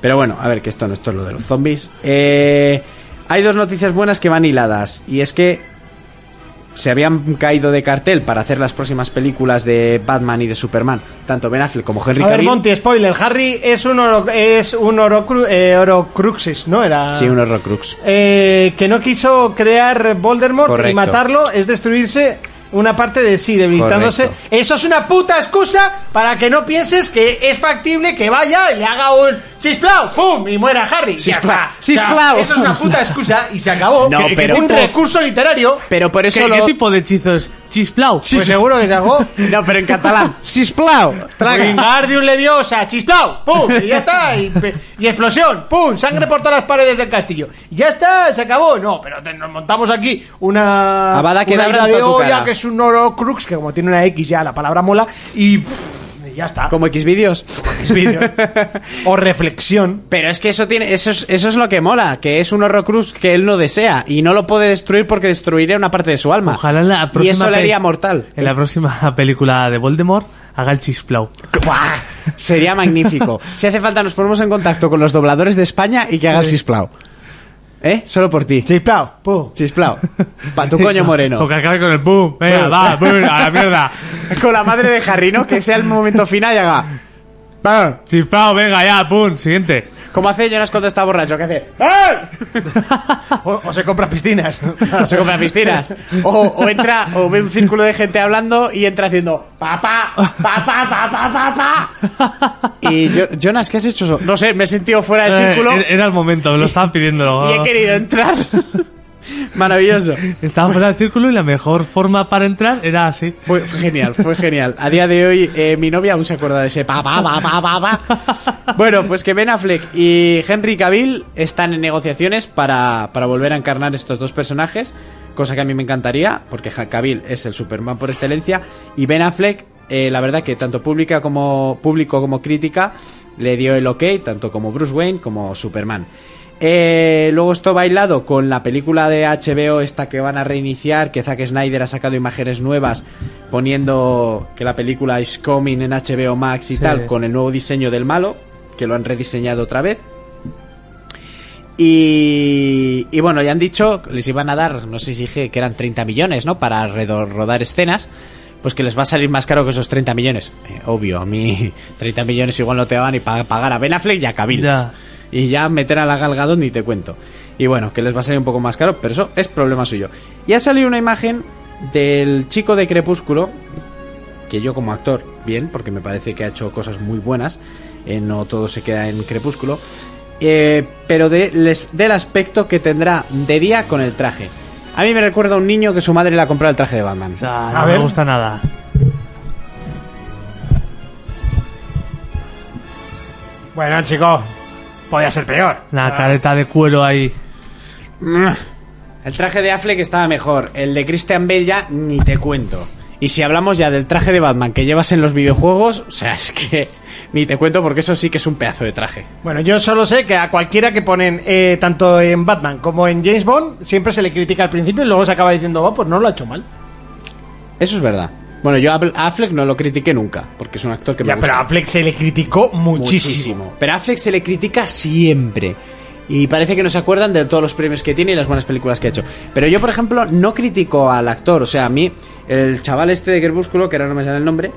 Pero bueno, a ver, que esto no esto es lo de los zombies. Eh, hay dos noticias buenas que van hiladas. Y es que se habían caído de cartel para hacer las próximas películas de Batman y de Superman. Tanto Ben Affleck como Henry
A ver,
Cavill.
Monty, spoiler. Harry es un, oro, es un orocru- eh, Orocruxis, ¿no? Era...
Sí, un Horrocrux.
Eh, que no quiso crear Voldemort y
Correcto.
matarlo es destruirse una parte de sí, debilitándose.
Correcto.
Eso es una puta excusa para que no pienses que es factible que vaya y le haga un chisplau, pum, y muera Harry. Ya
Sisplau,
está.
sisplau.
eso es una puta excusa y se acabó.
No,
Que- que
pero-
un recurso literario.
Pero por eso
¿Qué,
lo...
qué tipo de hechizo es? ¿Chisplau?
Pues seguro que se acabó.
<laughs> No, pero
<laughs>
en catalán. Sisplau.
Pues
Traga.
un Leviosa, chisplau, pum, y ya está, y, pe- y explosión, pum, sangre por todas las paredes del castillo. Y ya está, se acabó. No, pero te- nos montamos aquí una,
Abada que
una
da
hebra
grito
de
a tu
olla
cara.
que es un Orocrux, que como tiene una X ya, la palabra mola, y, pff, y ya está.
Como Xvideos.
Es
<laughs>
vídeo. o reflexión.
Pero es que eso tiene, eso es, eso es lo que mola, que es un Horrocrux que él no desea y no lo puede destruir porque destruiría una parte de su alma.
Ojalá en la próxima
y eso le
pe-
haría mortal.
En la próxima <laughs> película de Voldemort haga el chisplau.
¡Buah! <laughs> Sería magnífico. Si hace falta, nos ponemos en contacto con los dobladores de España y que haga el Sisplau. ¿Eh? Solo por ti.
Chisplau, pum.
Sisplau. Pa'
<laughs>
tu coño
O
moreno.
que acabe con el boom. Venga, va, boom, a
<laughs>
la mierda.
Con la madre de Harry, ¿no? Que sea el momento final y
<laughs>
haga. ¡Pam!
Chisplau, venga, ya, boom, siguiente.
Como hace Jonas cuando está borracho, ¿qué hace?
<laughs> O, o se compra
<laughs>
piscinas.
Se compra piscinas. O, o entra, o ve un círculo de gente hablando y entra haciendo papá, papá, papá, papá. Y yo- Jonas, ¿qué has hecho eso? No sé, me he sentido fuera del
Eh,
círculo
era- Era el momento, me lo estaban
<laughs>
pidiendo.
y he querido entrar. Maravilloso.
Estaba fuera del círculo y la mejor forma para entrar era así.
Fue, fue genial, fue genial. A día de hoy, eh, mi novia aún se acuerda de ese pa, pa, pa, pa, pa, pa. Bueno, pues que Ben Affleck y Henry Cavill están en negociaciones para, para volver a encarnar estos dos personajes, cosa que a mí me encantaría, porque Ja- Cavill es el Superman por excelencia, y Ben Affleck, eh, la verdad que tanto pública como, público como crítica le dio el ok, tanto como Bruce Wayne como Superman. Eh, luego esto bailado con la película de HBO esta que van a reiniciar, que Zack Snyder ha sacado imágenes nuevas poniendo que la película is coming en HBO Max y
Sí.
tal, con el nuevo diseño del malo, que lo han rediseñado otra vez. Y, y bueno, ya han dicho, les iban a dar, no sé si dije que eran 30 millones, ¿no? Para redo- rodar escenas. Pues que les va a salir más caro que esos 30 millones. Eh, obvio, a mí <laughs> 30 millones igual no te van ni para pagar a Ben Affleck y a Cavill.
Ya.
Y ya meter a la galgadón ni te cuento. Y bueno, que les va a salir un poco más caro, pero eso es problema suyo. Y ha salido una imagen del chico de Crepúsculo, que yo como actor, bien, porque me parece que ha hecho cosas muy buenas, eh, no todo se queda en Crepúsculo, eh, pero de- les- del aspecto que tendrá de día con el traje. A mí me recuerda a un niño que su madre le ha comprado el traje de Batman.
O sea,
A
no me
ver.
gusta nada.
<laughs> Bueno, chicos, podía ser peor.
La careta de cuero ahí.
Ah, El traje de Affleck estaba mejor. El de Christian Bale ya ni te cuento. Y si hablamos ya del traje de Batman que llevas en los videojuegos, o sea, es que <laughs> ni te cuento porque eso sí que es un pedazo de traje.
Bueno, yo solo sé que a cualquiera que ponen eh, tanto en Batman como en James Bond siempre se le critica al principio y luego se acaba diciendo, va, pues no lo ha hecho mal.
Eso es verdad. Bueno, yo a Apple- a Affleck no lo critiqué nunca, porque es un actor que me
Ya,
gusta
pero a Fleck se le criticó muchísimo.
muchísimo. Pero a Affleck se le critica siempre. Y parece que no se acuerdan de todos los premios que tiene y las buenas películas que ha hecho. Pero yo, por ejemplo, no critico al actor. O sea, a mí, el chaval este de Crepúsculo, que ahora no me sale el nombre,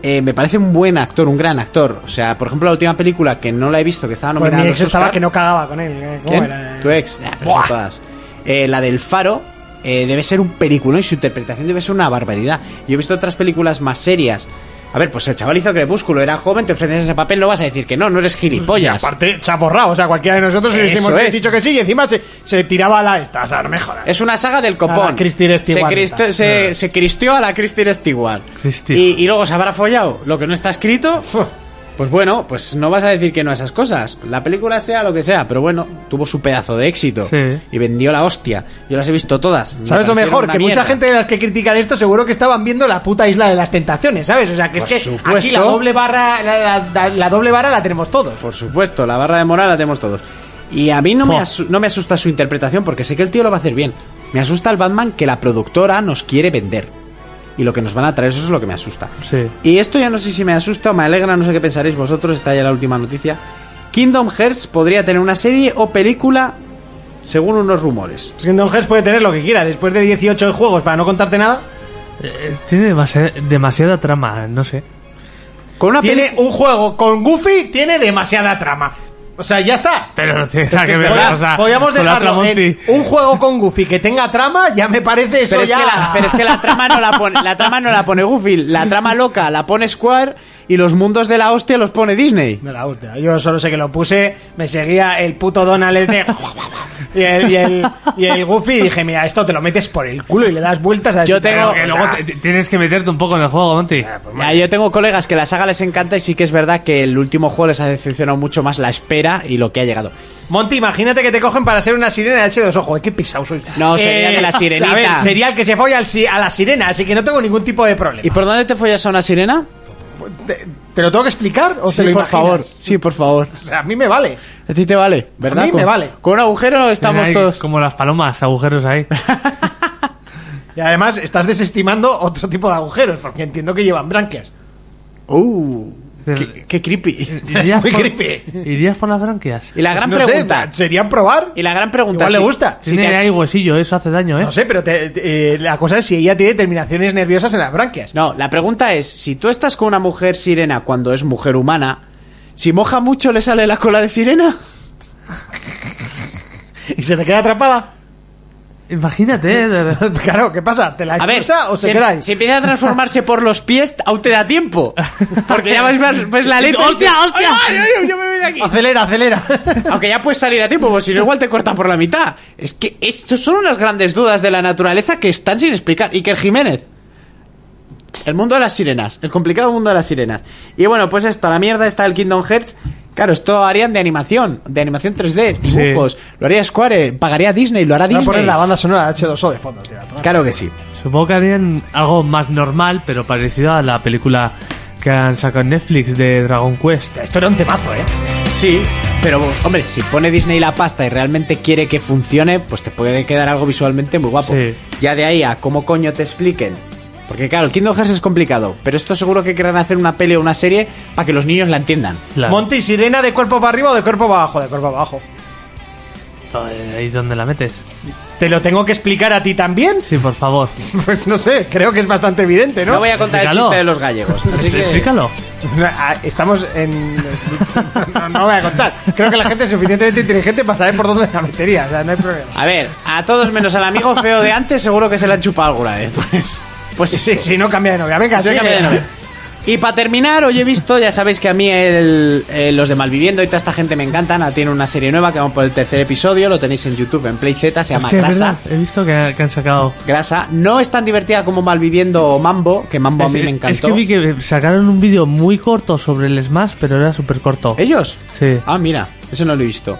eh, me parece un buen actor, un gran actor. O sea, por ejemplo, la última película que no la he visto, que estaba
Pues
nominada
mi
a
ex
los
estaba
Oscar.
que no cagaba con él. eh, ¿cómo
¿Quién?
era?
Tu ex. Ah, pero son
Buah.
todas. Eh, la del faro eh, debe ser un peliculón y su interpretación debe ser una barbaridad. Yo he visto otras películas más serias. A ver, pues el chaval hizo Crepúsculo, era joven, te ofreces ese papel, no vas a decir que no, no eres gilipollas.
Aparte, se ha borrado. O sea, cualquiera de nosotros
Eso
hubiésemos
es.
dicho que sí y encima se, se tiraba a la esta. O sea, no me jodas.
Es una saga del
A
copón.
la Kristen
se,
Stewart,
cristo-
esta.
se, se cristió a la Christine Stewart.
Christine.
Y, y luego se habrá follado lo que no está escrito. Pues bueno, pues no vas a decir que no a esas cosas. La película sea lo que sea, pero bueno, tuvo su pedazo de éxito.
Sí.
Y vendió la hostia. Yo las he visto todas. Me
¿Sabes lo
parecieron
mejor?
una
Que mucha
mierda.
gente de las que critican esto seguro que estaban viendo la puta isla de las tentaciones, ¿sabes? O sea, que
Por
es que aquí la
supuesto.
doble barra la, la- la- la doble vara la tenemos todos.
Por supuesto, la barra de moral la tenemos todos. Y a mí no me,
Jo.
asu- no me asusta su interpretación porque sé que el tío lo va a hacer bien. Me asusta el Batman que la productora nos quiere vender. Y lo que nos van a traer, eso es lo que me asusta.
Sí.
Y esto ya no sé si me asusta o me alegra, no sé qué pensaréis vosotros, está ya la última noticia. Kingdom Hearts podría tener una serie o película según unos rumores.
Kingdom Hearts puede tener lo que quiera después de 18 juegos para no contarte nada.
Eh, tiene demasi- demasiada trama, no sé.
Con
Ah,
una
Tiene
peli-
un juego con Goofy, tiene demasiada trama. O sea, ya está.
Pero no <laughs> tiene nada
que
que
es
ver.
verdad,
o sea,
Podríamos
con la
dejarlo
otra
en
Monty.
un juego con Goofy que tenga trama, ya me parece eso
Pero es,
ya.
que la, pero es que la trama no la pone, la trama no la pone Goofy, la trama loca la pone Square y los mundos de la hostia los pone Disney.
<laughs> Me la hostia. Yo solo sé que lo puse, me seguía el puto Donald este <laughs> y el, y el, y el Goofy y dije, mira, esto te lo metes por el culo y le das vueltas a
Yo
ese-
tengo-
Pero
o sea,
que luego te- te- tienes que meterte un poco en el juego, Monty.
Ya, pues, yo tengo colegas que la saga les encanta y sí que es verdad que el último juego les ha decepcionado mucho más la espera y lo que ha llegado.
Monty, imagínate que te cogen para ser una sirena de H2O. Joder, qué pisado sois. Eh,
No, sería de la sirenita.
A ver, sería el que se folla al si- a la sirena, así que no tengo ningún tipo de problema. Pues,
¿Y por dónde te follas a una sirena?
¿Te, te lo tengo que explicar o te lo
por
imaginas?
favor. Sí, por favor.
O sea, a mí me vale.
A ti te vale, ¿verdad?
mí me
Con-
vale.
Con un agujero estamos
Ahí,
todos.
Como las palomas, agujeros ahí.
Y además estás desestimando otro tipo de agujeros, porque entiendo que llevan branquias.
Uh, qué, qué <laughs> creepy.
¿Irías
muy
por-
creepy.
¿Irías por las branquias?
Y la gran
Pues No sé,
pregunta.
¿Serían probar?
y la gran pregunta.
Igual le
si-
gusta.
si
Tiene
te-
ahí huesillo, eso hace daño, ¿eh?
No sé, pero te- te- eh, la cosa es si ella tiene terminaciones nerviosas en las branquias.
No, la pregunta es, si tú estás con una mujer sirena cuando es mujer humana, si moja mucho le sale la cola de sirena.
¿Y se te queda atrapada? <laughs>
Imagínate, eh, de-
claro, ¿qué pasa? ¿Te la
A ver,
expulsa o se
si, em-
queda ahí?
si empieza a transformarse por los pies, aún te da tiempo. Porque ya ves, ves la letra. y
¡Hostia,
dices,
hostia!
¡Ay, ay, ay, yo me voy de aquí!
Acelera, acelera.
Aunque ya puedes salir a tiempo, pues si no, igual te cortan por la mitad. Es que estos son unas grandes dudas de la naturaleza que están sin explicar. Iker Jiménez. El mundo de las sirenas. El complicado mundo de las sirenas. Y bueno, pues esto, la mierda está el Kingdom Hearts. Claro, esto harían de animación, de animación 3D, dibujos. Lo haría Square, pagaría Disney, lo hará
Voy a poner
<laughs> Disney.
la banda sonora de H2O de fondo, tío.
Claro que sí.
Supongo que harían algo más normal, pero parecido a la película que han sacado en Netflix de Dragon Quest.
Esto era un temazo, ¿eh?
Sí, pero hombre, si pone Disney la pasta y realmente quiere que funcione, pues te puede quedar algo visualmente muy guapo.
Sí.
Ya de ahí a cómo coño te expliquen. Porque claro, el Kingdom Hearts es complicado, pero esto seguro que querrán hacer una peli o una serie para que los niños la entiendan.
Claro.
Monty, sirena de cuerpo para arriba o de cuerpo para abajo, de cuerpo para abajo.
Eh, Ahí es donde la metes.
¿Te lo tengo que explicar a ti también? <laughs>
Sí, por favor.
Pues no sé, creo que es bastante evidente,
No,
¿no?
voy a contar el
Explícalo.
chiste de los gallegos. así que-
Explícalo.
Ah, Estamos en... <laughs> No, no voy a contar. Creo que la gente es suficientemente inteligente para saber por dónde la metería. O sea, no hay problema.
A ver, a todos menos al amigo feo de antes, seguro que se la han chupado alguna vez. <laughs> Pues, pues
Sí, sí,
eso.
sí, no cambia de novia. Venga,
Así
sí,
que
cambia de
no.
novia.
Y para terminar, hoy he visto, ya sabéis que a mí el- eh, los de Malviviendo y toda esta gente me encantan. Ah, Tiene una serie nueva que vamos por el tercer episodio, lo tenéis en YouTube, en Play Z, se llama
Hostia, es
Grasa.
verdad, He visto que, que han sacado.
Grasa. No es tan divertida como Malviviendo o Mambo, que Mambo
es,
a mí me
es
encantó.
que vi que sacaron un vídeo muy corto sobre el Smash, pero era súper corto.
¿Ellos?
Sí.
Ah, mira, eso no lo he visto.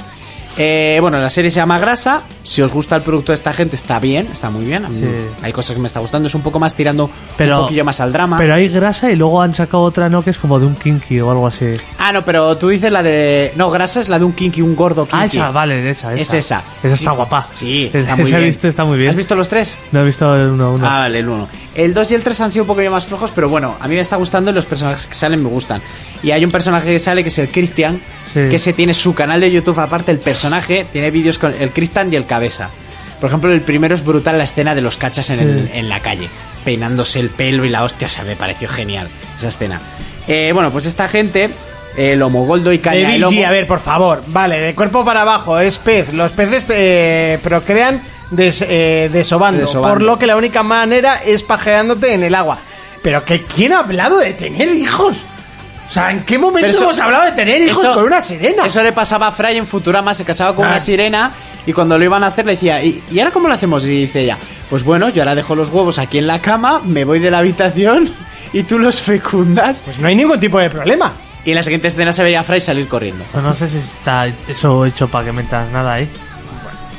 Eh, bueno, la serie se llama Grasa. Si os gusta el producto de esta gente, está bien, está muy bien. A mí
Sí.
Hay cosas que me está gustando. Es un poco más tirando
Pero-
un poquillo más al drama.
Pero hay grasa y luego han sacado otra, ¿no? Que es como de un kinky o algo así.
Ah, no, pero tú dices la de. No, Grasa es la de un kinky, un gordo kinky.
Ah, esa, vale, esa, esa.
Es esa.
Esa
Sí,
está guapa.
Sí,
Es-
está muy
esa he
bien.
visto, está muy bien.
¿Has visto los tres?
No he visto el uno a uno.
Ah, vale, el 1. El 2 y el 3 han sido un poquillo más flojos, pero bueno, a mí me está gustando y los personajes que salen me gustan. Y hay un personaje que sale que es el Christian,
Sí.
que se tiene su canal de YouTube aparte, el personaje tiene vídeos con el Christian y el Cabeza. Por ejemplo, el primero es brutal la escena de los cachas en, el- en la calle, peinándose el pelo y la hostia, o sea, me pareció genial esa escena. Eh, bueno, pues esta gente, el homogoldo y
De
caña el
Bill G,
Homo-
a ver, por favor. Vale, de cuerpo para abajo, es pez. Los peces eh, procrean des- eh, desobando,
Desobando.
Por lo que la única manera es pajeándote en el agua. Pero que ¿quién ha hablado de tener hijos? O sea, ¿en qué momento
Pero eso-
hemos hablado de tener hijos
Eso-
con una sirena?
Eso le pasaba a Fry en Futurama, se casaba con
Ah.
una sirena y cuando lo iban a hacer le decía, ¿y, y ahora cómo lo hacemos? Y dice ella, pues bueno, yo ahora dejo los huevos aquí en la cama, me voy de la habitación y tú los fecundas.
Pues no hay ningún tipo de problema.
Y en la siguiente escena se veía a Fry salir corriendo.
Pero Pues no sé si está eso hecho para que metas nada ahí.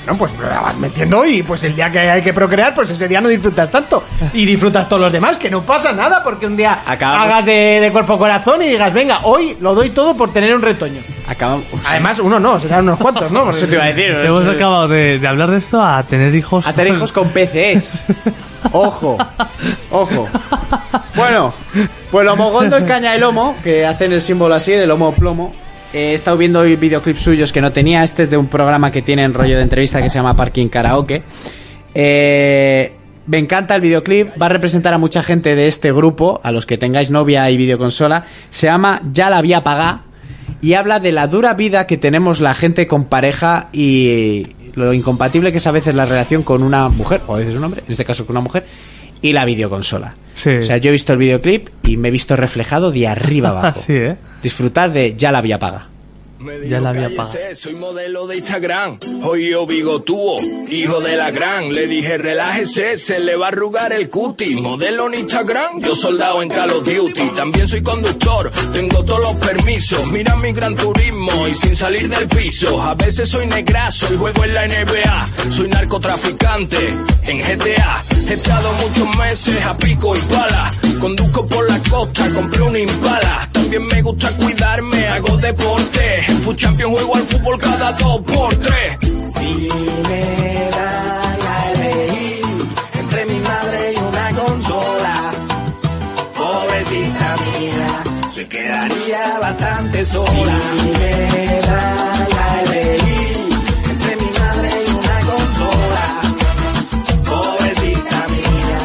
No, pues me la vas metiendo y pues el día que hay que procrear, pues ese día no disfrutas
<laughs>
tanto. Y disfrutas todos los demás, que no pasa nada porque un día
Acabamos.
hagas de, de cuerpo a corazón y digas, venga, hoy lo doy todo por tener un retoño.
Acabamos.
Además, uno no, serán unos cuantos, ¿no?
<laughs> Eso te iba a decir.
Hemos
eso-
acabado de, de hablar de esto a tener hijos.
A tener hijos con
<laughs>
PCs. Ojo, ojo. Bueno, pues lo mogondo en caña de lomo, que hacen el símbolo así, de lomo plomo. eh, He estado viendo hoy videoclips suyos que no tenía. Este es de un programa que tiene en rollo de entrevista que se llama Parking Karaoke. Eh, me encanta el videoclip. Va a representar a mucha gente de este grupo, a los que tengáis novia y videoconsola. Se llama Ya la vía pagá y habla de la dura vida que tenemos la gente con pareja y lo incompatible que es a veces la relación con una mujer, o a veces un hombre, en este caso con una mujer, y la videoconsola.
Sí.
O sea, yo he visto el videoclip y me he visto reflejado
<laughs>
de arriba abajo.
Sí, ¿eh?
Disfrutar de Ya la vía paga.
Me dijo,
Ya la había
"Cállese,
pagado".
Soy modelo de Instagram, hoy yo bigotúo, hijo de la gran. Le dije, relájese, se le va a arrugar el cuti. Modelo en Instagram, yo soldado en Call of Duty. También soy conductor, tengo todos los permisos. Mira mi gran turismo y sin salir del piso. A veces soy negrazo y juego en la NBA. Soy narcotraficante en GTA. He estado muchos meses a pico y pala. Conduzco por la costa, compré un impala. También me gusta cuidarme, hago deporte. En FUT Champions juego al fútbol cada dos por tres. Y me dan a elegir entre mi madre y una consola. Pobrecita mía, se quedaría bastante sola. Y me dan a elegir entre mi madre y una consola. Pobrecita mía,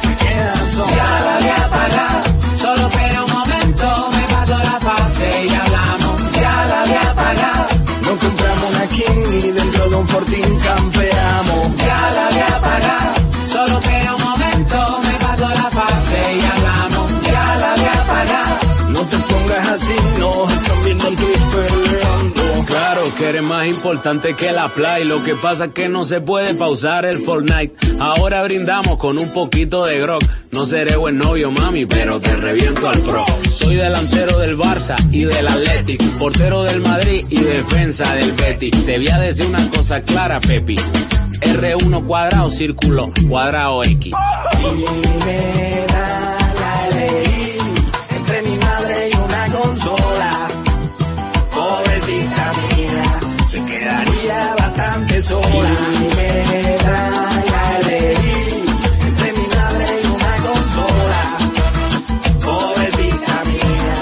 se queda sola. Ya la voy a pagar, solo espera un momento, me paso la parte y hablamos. Ya la voy a pagar, no compramos una King ni dentro de un Fortín campeamos. Ya la voy a pagar, solo espera un momento, me paso la parte y hablamos. Ya la voy a pagar. No te pongas así, no, están viendo en Twitter, peleando.
Claro que eres más importante que la play. Lo que pasa es que no se puede pausar el Fortnite. Ahora brindamos con un poquito de grog. No seré buen novio, mami, pero te reviento al pro. Soy delantero del Barça y del Athletic. Portero del Madrid y defensa del Betis. Te voy a decir una cosa clara, Pepi. R1 cuadrado, círculo, cuadrado X.
me dan a elegir entre mi madre y una consola. Pobrecita mía, se quedaría bastante sola. me dan a elegir entre mi madre y una consola. Pobrecita mía,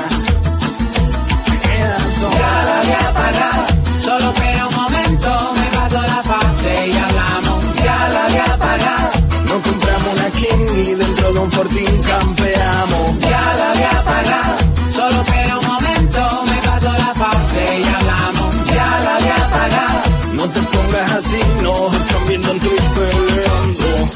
se queda sola. Ya la voy a pagar, solo espera un momento, me paso la fase y hablamos. Ya la voy a pagar. No compramos una King y dentro de un Fortín campeamos. Ya la voy a pagar. Solo espera un momento, me paso la fase y hablamos. Ya la voy a pagar. No te pongas así, no. Están viendo en Twitch peleando.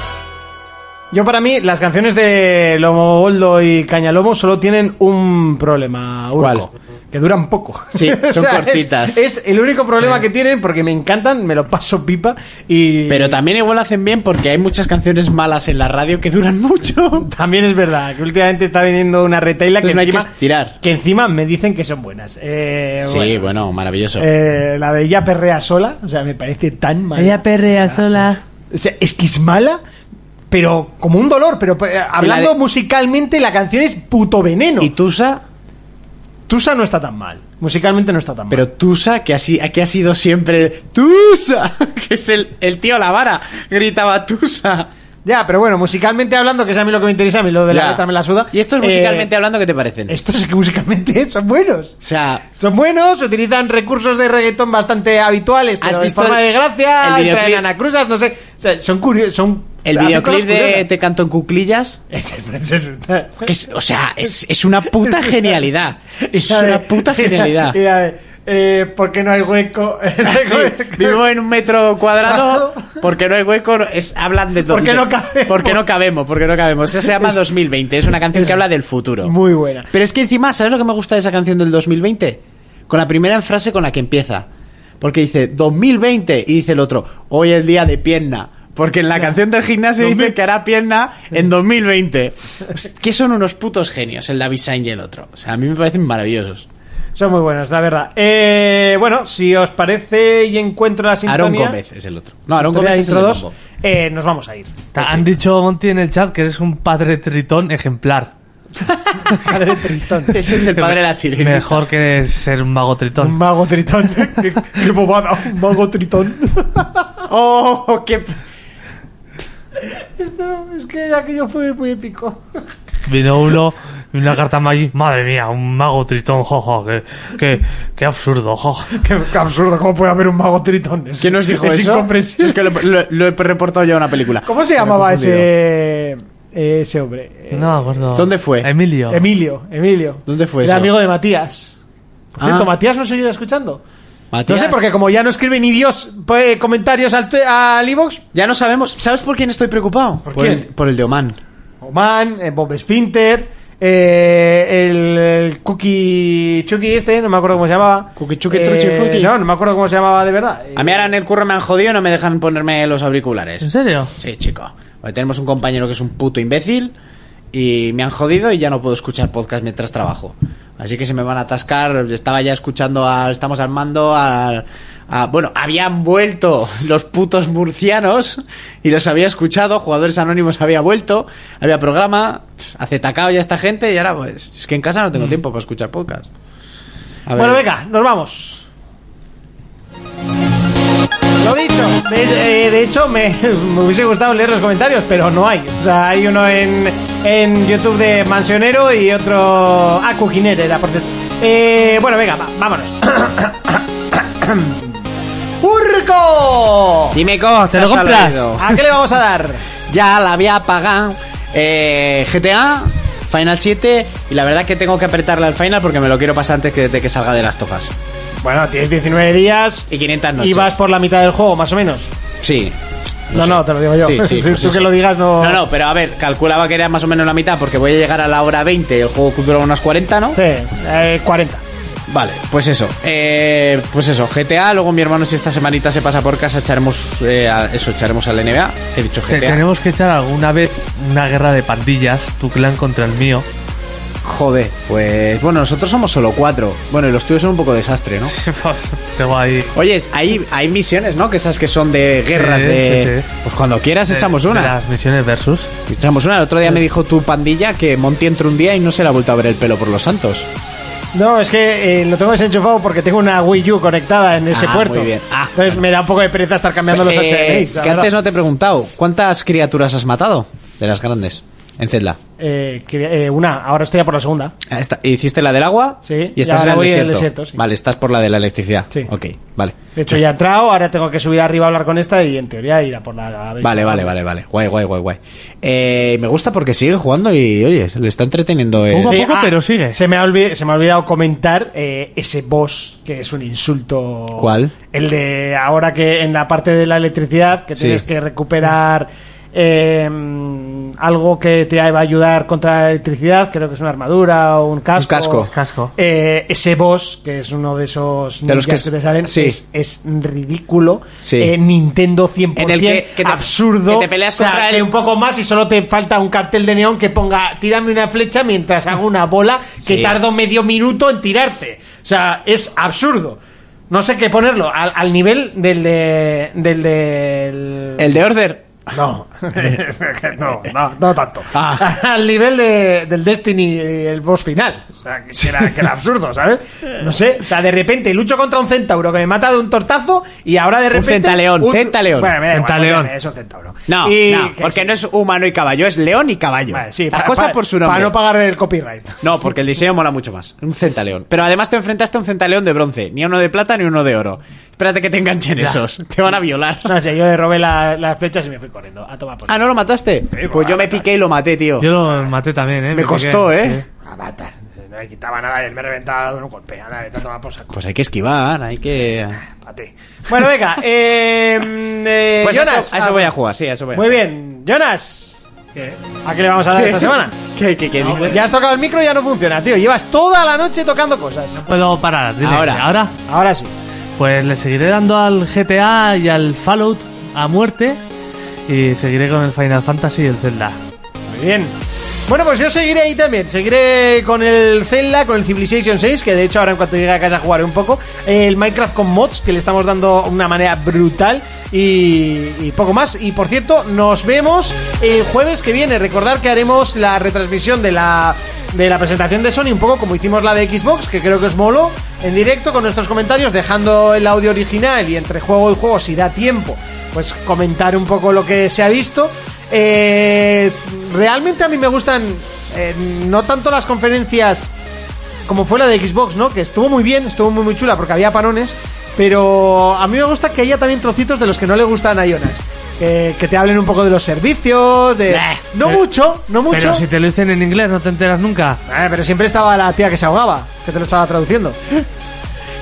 Yo para mí, las canciones de Lomo Goldo y Cañalomo solo tienen un problema. Urco.
¿Cuál?
que duran poco. <laughs>
Sí, son
es-
cortitas.
Es, el único problema que tienen porque me encantan, me lo paso pipa y...
Pero también igual lo hacen bien porque hay muchas canciones malas en la radio que
<laughs>
duran mucho.
También es verdad que últimamente está viniendo una retaila que
Entonces no hay que
encima,
estirar.
que encima me dicen que son buenas. Eh,
Sí, bueno, maravilloso.
eh, la de ella perrea sola, o sea, me parece tan mala.
Ella perrea sola.
O sea, es que es mala, pero como un dolor. Pero eh, hablando
Y la de-
musicalmente, la canción es puto veneno.
y Tusa,
Tusa no está tan mal. Musicalmente no está tan mal.
pero Tusa, que así aquí ha sido siempre el Tusa, <laughs> que es el, el tío la vara, gritaba Tusa.
Ya, pero bueno, musicalmente hablando, que es a mí lo que me interesa, a mí lo de la
Ya.
letra me la suda.
Y estos
eh,
musicalmente hablando, ¿qué te parecen?
estos es que musicalmente son buenos.
o sea,
Son buenos, utilizan recursos de reggaetón bastante habituales,
¿Has
pero
visto
en forma
el-
de gracia,
el
traen
videoclip?
anacruzas, no sé. O sea, son curiosos, son...
el
hacen
videoclip
cosas
de
curiosas.
Te canto en cuclillas, que es, o sea, es, es una
<laughs>
puta genialidad. Es
la de-
una
<laughs>
puta
y la-
genialidad.
y la de, eh, porque no hay hueco. <laughs>
Así, vivo en un metro cuadrado porque no hay hueco, es, hablan de todo.
Porque no cabemos.
Porque no cabemos, porque no cabemos. Esa se llama 2020, es una canción que habla del futuro.
Muy buena.
Pero es que encima, ¿sabes lo que me gusta de esa canción del 2020? Con la primera frase con la que empieza. Porque dice 2020 y dice el otro, hoy el día de pierna. Porque en la canción del gimnasio dice que hará pierna en 2020. Es Pues, Que son unos putos genios, el David Sainz y el otro. O sea, a mí me parecen maravillosos.
Son muy buenas, la verdad. Eh, bueno, si os parece y encuentro la sintonía...
Aaron Gómez es el otro. No, Aaron
sintonía
Gómez
de
es el
intro
de
dos,
Mambo.
eh, nos vamos a ir.
Ta- Han dicho Monty en el chat que eres un padre tritón ejemplar.
Padre Tritón.
<laughs> Ese
<laughs>
es el padre
<laughs>
de la sirena.
Mejor que ser un mago
Un
tritón.
mago tritón. <laughs> qué, qué bobada, un mago tritón.
¡Oh, qué...
Esto, es que aquello fue muy épico.
Vino uno y una carta allí. Madre mía, un mago tritón, jojo. Qué, qué, qué absurdo, jojo.
Qué, qué absurdo, ¿cómo puede haber un mago tritón? Es-
¿Quién nos dijo
es
eso?
incomprensible.
Es que lo, lo- lo he reportado ya en una película.
¿Cómo se
Me he
llamaba
confundido.
ese, ese hombre? Eh,
No me acuerdo.
¿Dónde fue?
Emilio.
Emilio, Emilio.
¿Dónde fue
Era
eso?
amigo de Matías. Por
Ah.
cierto, Matías no seguirá escuchando.
Matías.
No sé, porque como ya no escribe ni Dios pues, eh, comentarios al, te- al iVoox,
Ya no sabemos. ¿Sabes por quién estoy preocupado?
¿Por
el,
quién?
por el de Oman.
Oman, eh, Bob Sfinter, eh, el, el Cookie Chucky este, no me acuerdo cómo se llamaba. Eh,
Cookie Chucky, Truchi, Fuki.
No, no me acuerdo cómo se llamaba de verdad.
A mí ahora en el curro me han jodido y no me dejan ponerme los
¿En
auriculares.
serio?
Sí, chico. Porque tenemos un compañero que es un puto imbécil y me han jodido y ya no puedo escuchar podcast mientras trabajo. Así que se me van a atascar. Estaba ya escuchando a... Estamos armando a... a- bueno, habían vuelto los putos murcianos y los había escuchado. Jugadores Anónimos había vuelto. Había programa. Hace tacao ya esta gente y ahora pues... Es que en casa no
Mm.
tengo tiempo para escuchar podcast. A ver.
Bueno, venga, nos vamos. Lo dicho, de, eh, de hecho me, <laughs> me hubiese gustado leer los comentarios, pero no hay. O sea, hay uno en, en YouTube de Mansionero y otro... Ah, Cujinete, era por cierto. Eh, bueno, venga, va, vámonos. <coughs> ¡Urco!
Dime cosas.
¿Te lo compras?
Alarido.
¿A qué le vamos a dar?
ya la había pagado eh, GTA, Final 7 y la verdad que tengo que apretarle al Final porque me lo quiero pasar antes que, de que salga de las tofas.
Bueno, tienes 19 días
Y 500 noches.
y vas por la mitad del juego, más o menos.
Sí.
No,
sé.
no, te lo digo yo.
Sí, sí,
<laughs> Tú
pues
que
eso.
lo digas no-
No, no, pero a ver, calculaba que era más o menos la mitad porque voy a llegar a la hora 20, el juego que dura unas 40, ¿no?
Sí, eh, 40.
Vale, pues eso. eh, pues eso, GTA, luego mi hermano si esta semanita se pasa por casa echaremos eh, a- eso, echaremos al NBA. He dicho
Te-
GTA.
tenemos que echar alguna vez una guerra de pandillas, tu clan contra el mío. <laughs>
Joder, pues bueno, nosotros somos solo cuatro. Bueno, y los tuyos son un poco desastre, ¿no?
Tengo ahí.
Oye, hay, hay misiones, ¿no? Que esas que son de guerras
Sí,
de...
sí, sí.
Pues cuando
Eh,
quieras echamos
de- de
una.
Las misiones versus.
Echamos una. El otro día me dijo tu pandilla que Monty entró un día y no se le ha vuelto a ver el pelo por los santos.
No, es que eh, lo tengo desenchufado porque tengo una Wii U conectada en ese
Ah,
puerto.
muy bien. Ah.
Entonces me da un poco de pereza estar cambiando los
Eh,
HDMI. la
que
verdad.
antes no te he preguntado. ¿Cuántas criaturas has matado? De las grandes. En Zelda.
Eh, que- eh, una, ahora estoy ya por la segunda.
Ah, esta- ¿Hiciste la del agua?
Sí,
Y
y ahora
estás en el
voy en
desierto.
el desierto, sí.
Vale, estás por la de la electricidad.
Sí.
Ok, vale.
De hecho, ya he entrado, ahora tengo que subir arriba a hablar con esta y en teoría ir a por la.
Vale, vale, vale, vale. Guay, guay, guay, guay. Eh, me gusta porque sigue jugando y, oye, le está entreteniendo. eh.
Poco a poco, pero sigue.
ah, Se me ha, olvi- se me ha olvidado comentar eh, ese boss que es un insulto.
¿Cuál?
El de ahora que en la parte de la electricidad que
Sí.
tienes que recuperar. eh, mm, algo que te va a ayudar contra la electricidad, creo que es una armadura o un casco.
casco.
Casco.
Eh, ese boss, que es uno de esos
De
ninjas
los que
que, te
es-
salen,
sí.
es, es ridículo.
Sí.
Eh, Nintendo 100%
En el que- que te-
absurdo.
que te peleas
O sea,
contra el-
que un poco más y solo te falta un cartel de neón que ponga tírame una flecha mientras hago una
<laughs>
bola que
Sí.
tardo medio minuto en tirarte. O sea, es absurdo. No sé qué ponerlo, al, al nivel del de... Del del-
El de Order.
<laughs> no, <laughs> no, no, no tanto.
Ah.
<laughs> Al nivel de- del Destiny, eh, el boss final. O sea, que, que era, que era absurdo, ¿sabes? No sé, o sea, de repente lucho contra un centauro que me mata de un tortazo y ahora de repente.
centaleón,
un-
centaleón.
Bueno, me da igual,
Centaleón.
óyeme, es un centauro.
No,
Y-
no,
que
porque
sí.
no es humano y caballo, es león y caballo.
Vale, sí,
Las
pa-
cosas
pa-
por su nombre.
Para no pagar el copyright.
No, porque el diseño mola mucho más. Un centaleón. Pero además te enfrentaste a un centaleón de bronce. Ni uno de plata ni uno de oro. Espérate que te enganchen esos. Te van a violar.
No sé, yo le robé la- las flechas y me fui corriendo. A tomar por.
Ah, ¿no lo mataste? Pues yo me piqué y lo maté, tío.
Yo lo maté también, ¿eh?
Me costó,
piqué,
¿eh?
A matar. No le quitaba nada, él me reventaba de un golpe. A la vez, a tomar por saco.
Pues hay que esquivar, hay que...
A ti. Bueno, venga. <laughs> Eh, mm, eh,
Pues a eso-
Jonas,
a eso
ah,
voy a jugar, sí, a eso voy a
Muy
jugar.
bien, Jonas. ¿A qué le vamos a dar esta semana?
<laughs>
Ah,
¿Qué, qué, qué dices?
Ya has tocado el micro y ya no funciona, tío. Llevas toda la noche tocando cosas.
Puedo parar, dime.
Ahora.
Ahora.
Ahora sí.
Pues le seguiré dando al GTA y al Fallout a muerte. Y seguiré con el Final Fantasy y el Zelda.
Muy bien. Bueno, pues yo seguiré ahí también. Seguiré con el Zelda, con el Civilization 6, que de hecho ahora en cuanto llegue a casa jugaré un poco. El Minecraft con mods, que le estamos dando una manera brutal. Y, y poco más. Y por cierto, nos vemos el jueves que viene. Recordar que haremos la retransmisión de la, de la presentación de Sony, un poco como hicimos la de Xbox, que creo que os moló, en directo con nuestros comentarios, dejando el audio original y entre juego y juego, si da tiempo, pues comentar un poco lo que se ha visto. Eh, realmente a mí me gustan eh, no tanto las conferencias como fue la de Xbox, ¿no? Que estuvo muy bien, estuvo muy muy chula porque había parones, pero a mí me gusta que haya también trocitos de los que no le gustan a Jonas. Eh, que te hablen un poco de los servicios, de... no
pero-
mucho, no mucho.
Pero si te lo dicen en inglés, no te enteras nunca.
Ah, pero siempre estaba la tía que se ahogaba, que te lo estaba traduciendo.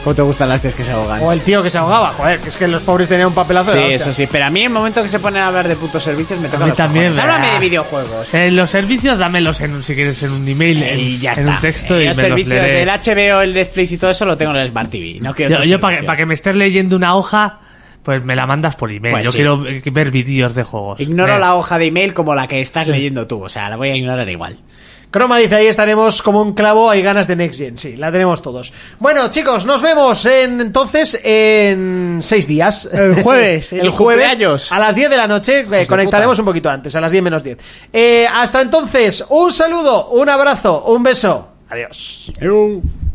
¿Cómo te gustan las tías que se ahogan?
O el tío que se ahogaba, joder, que es que los pobres tenían un papelazo.
Sí,
de la hostia.
eso sí, pero a mí en el momento que se ponen a hablar de putos servicios me toca
mí
los
también,
cojones.
¿verdad?
Háblame de videojuegos.
Eh, los servicios, dámelos en un, si quieres en un email, en,
Y ya
en
está.
un texto
Eh,
y
los
me los
servicios,
leeré.
el HBO, el Netflix y todo eso lo tengo en el Smart TV. No quiero
Yo,
otro
para, que,
servicio.
pa' que me estés leyendo una hoja, pues me la mandas por email.
Pues
yo
sí.
quiero eh, ver vídeos de juegos.
Ignoro
Eh,
la hoja de email como la que estás leyendo tú, o sea, la voy a ignorar igual.
Croma dice, ahí estaremos como un clavo, hay ganas de Next Gen, sí, la tenemos todos. Bueno, chicos, nos vemos en, entonces en seis días. <laughs>
El jueves,
el
el
jueves.
cumpleaños.
A las 10 de la noche, eh, conectaremos
puta.
un poquito antes, a las 10 menos 10. Eh, hasta entonces, un saludo, un abrazo, un beso. Adiós.
Adiós.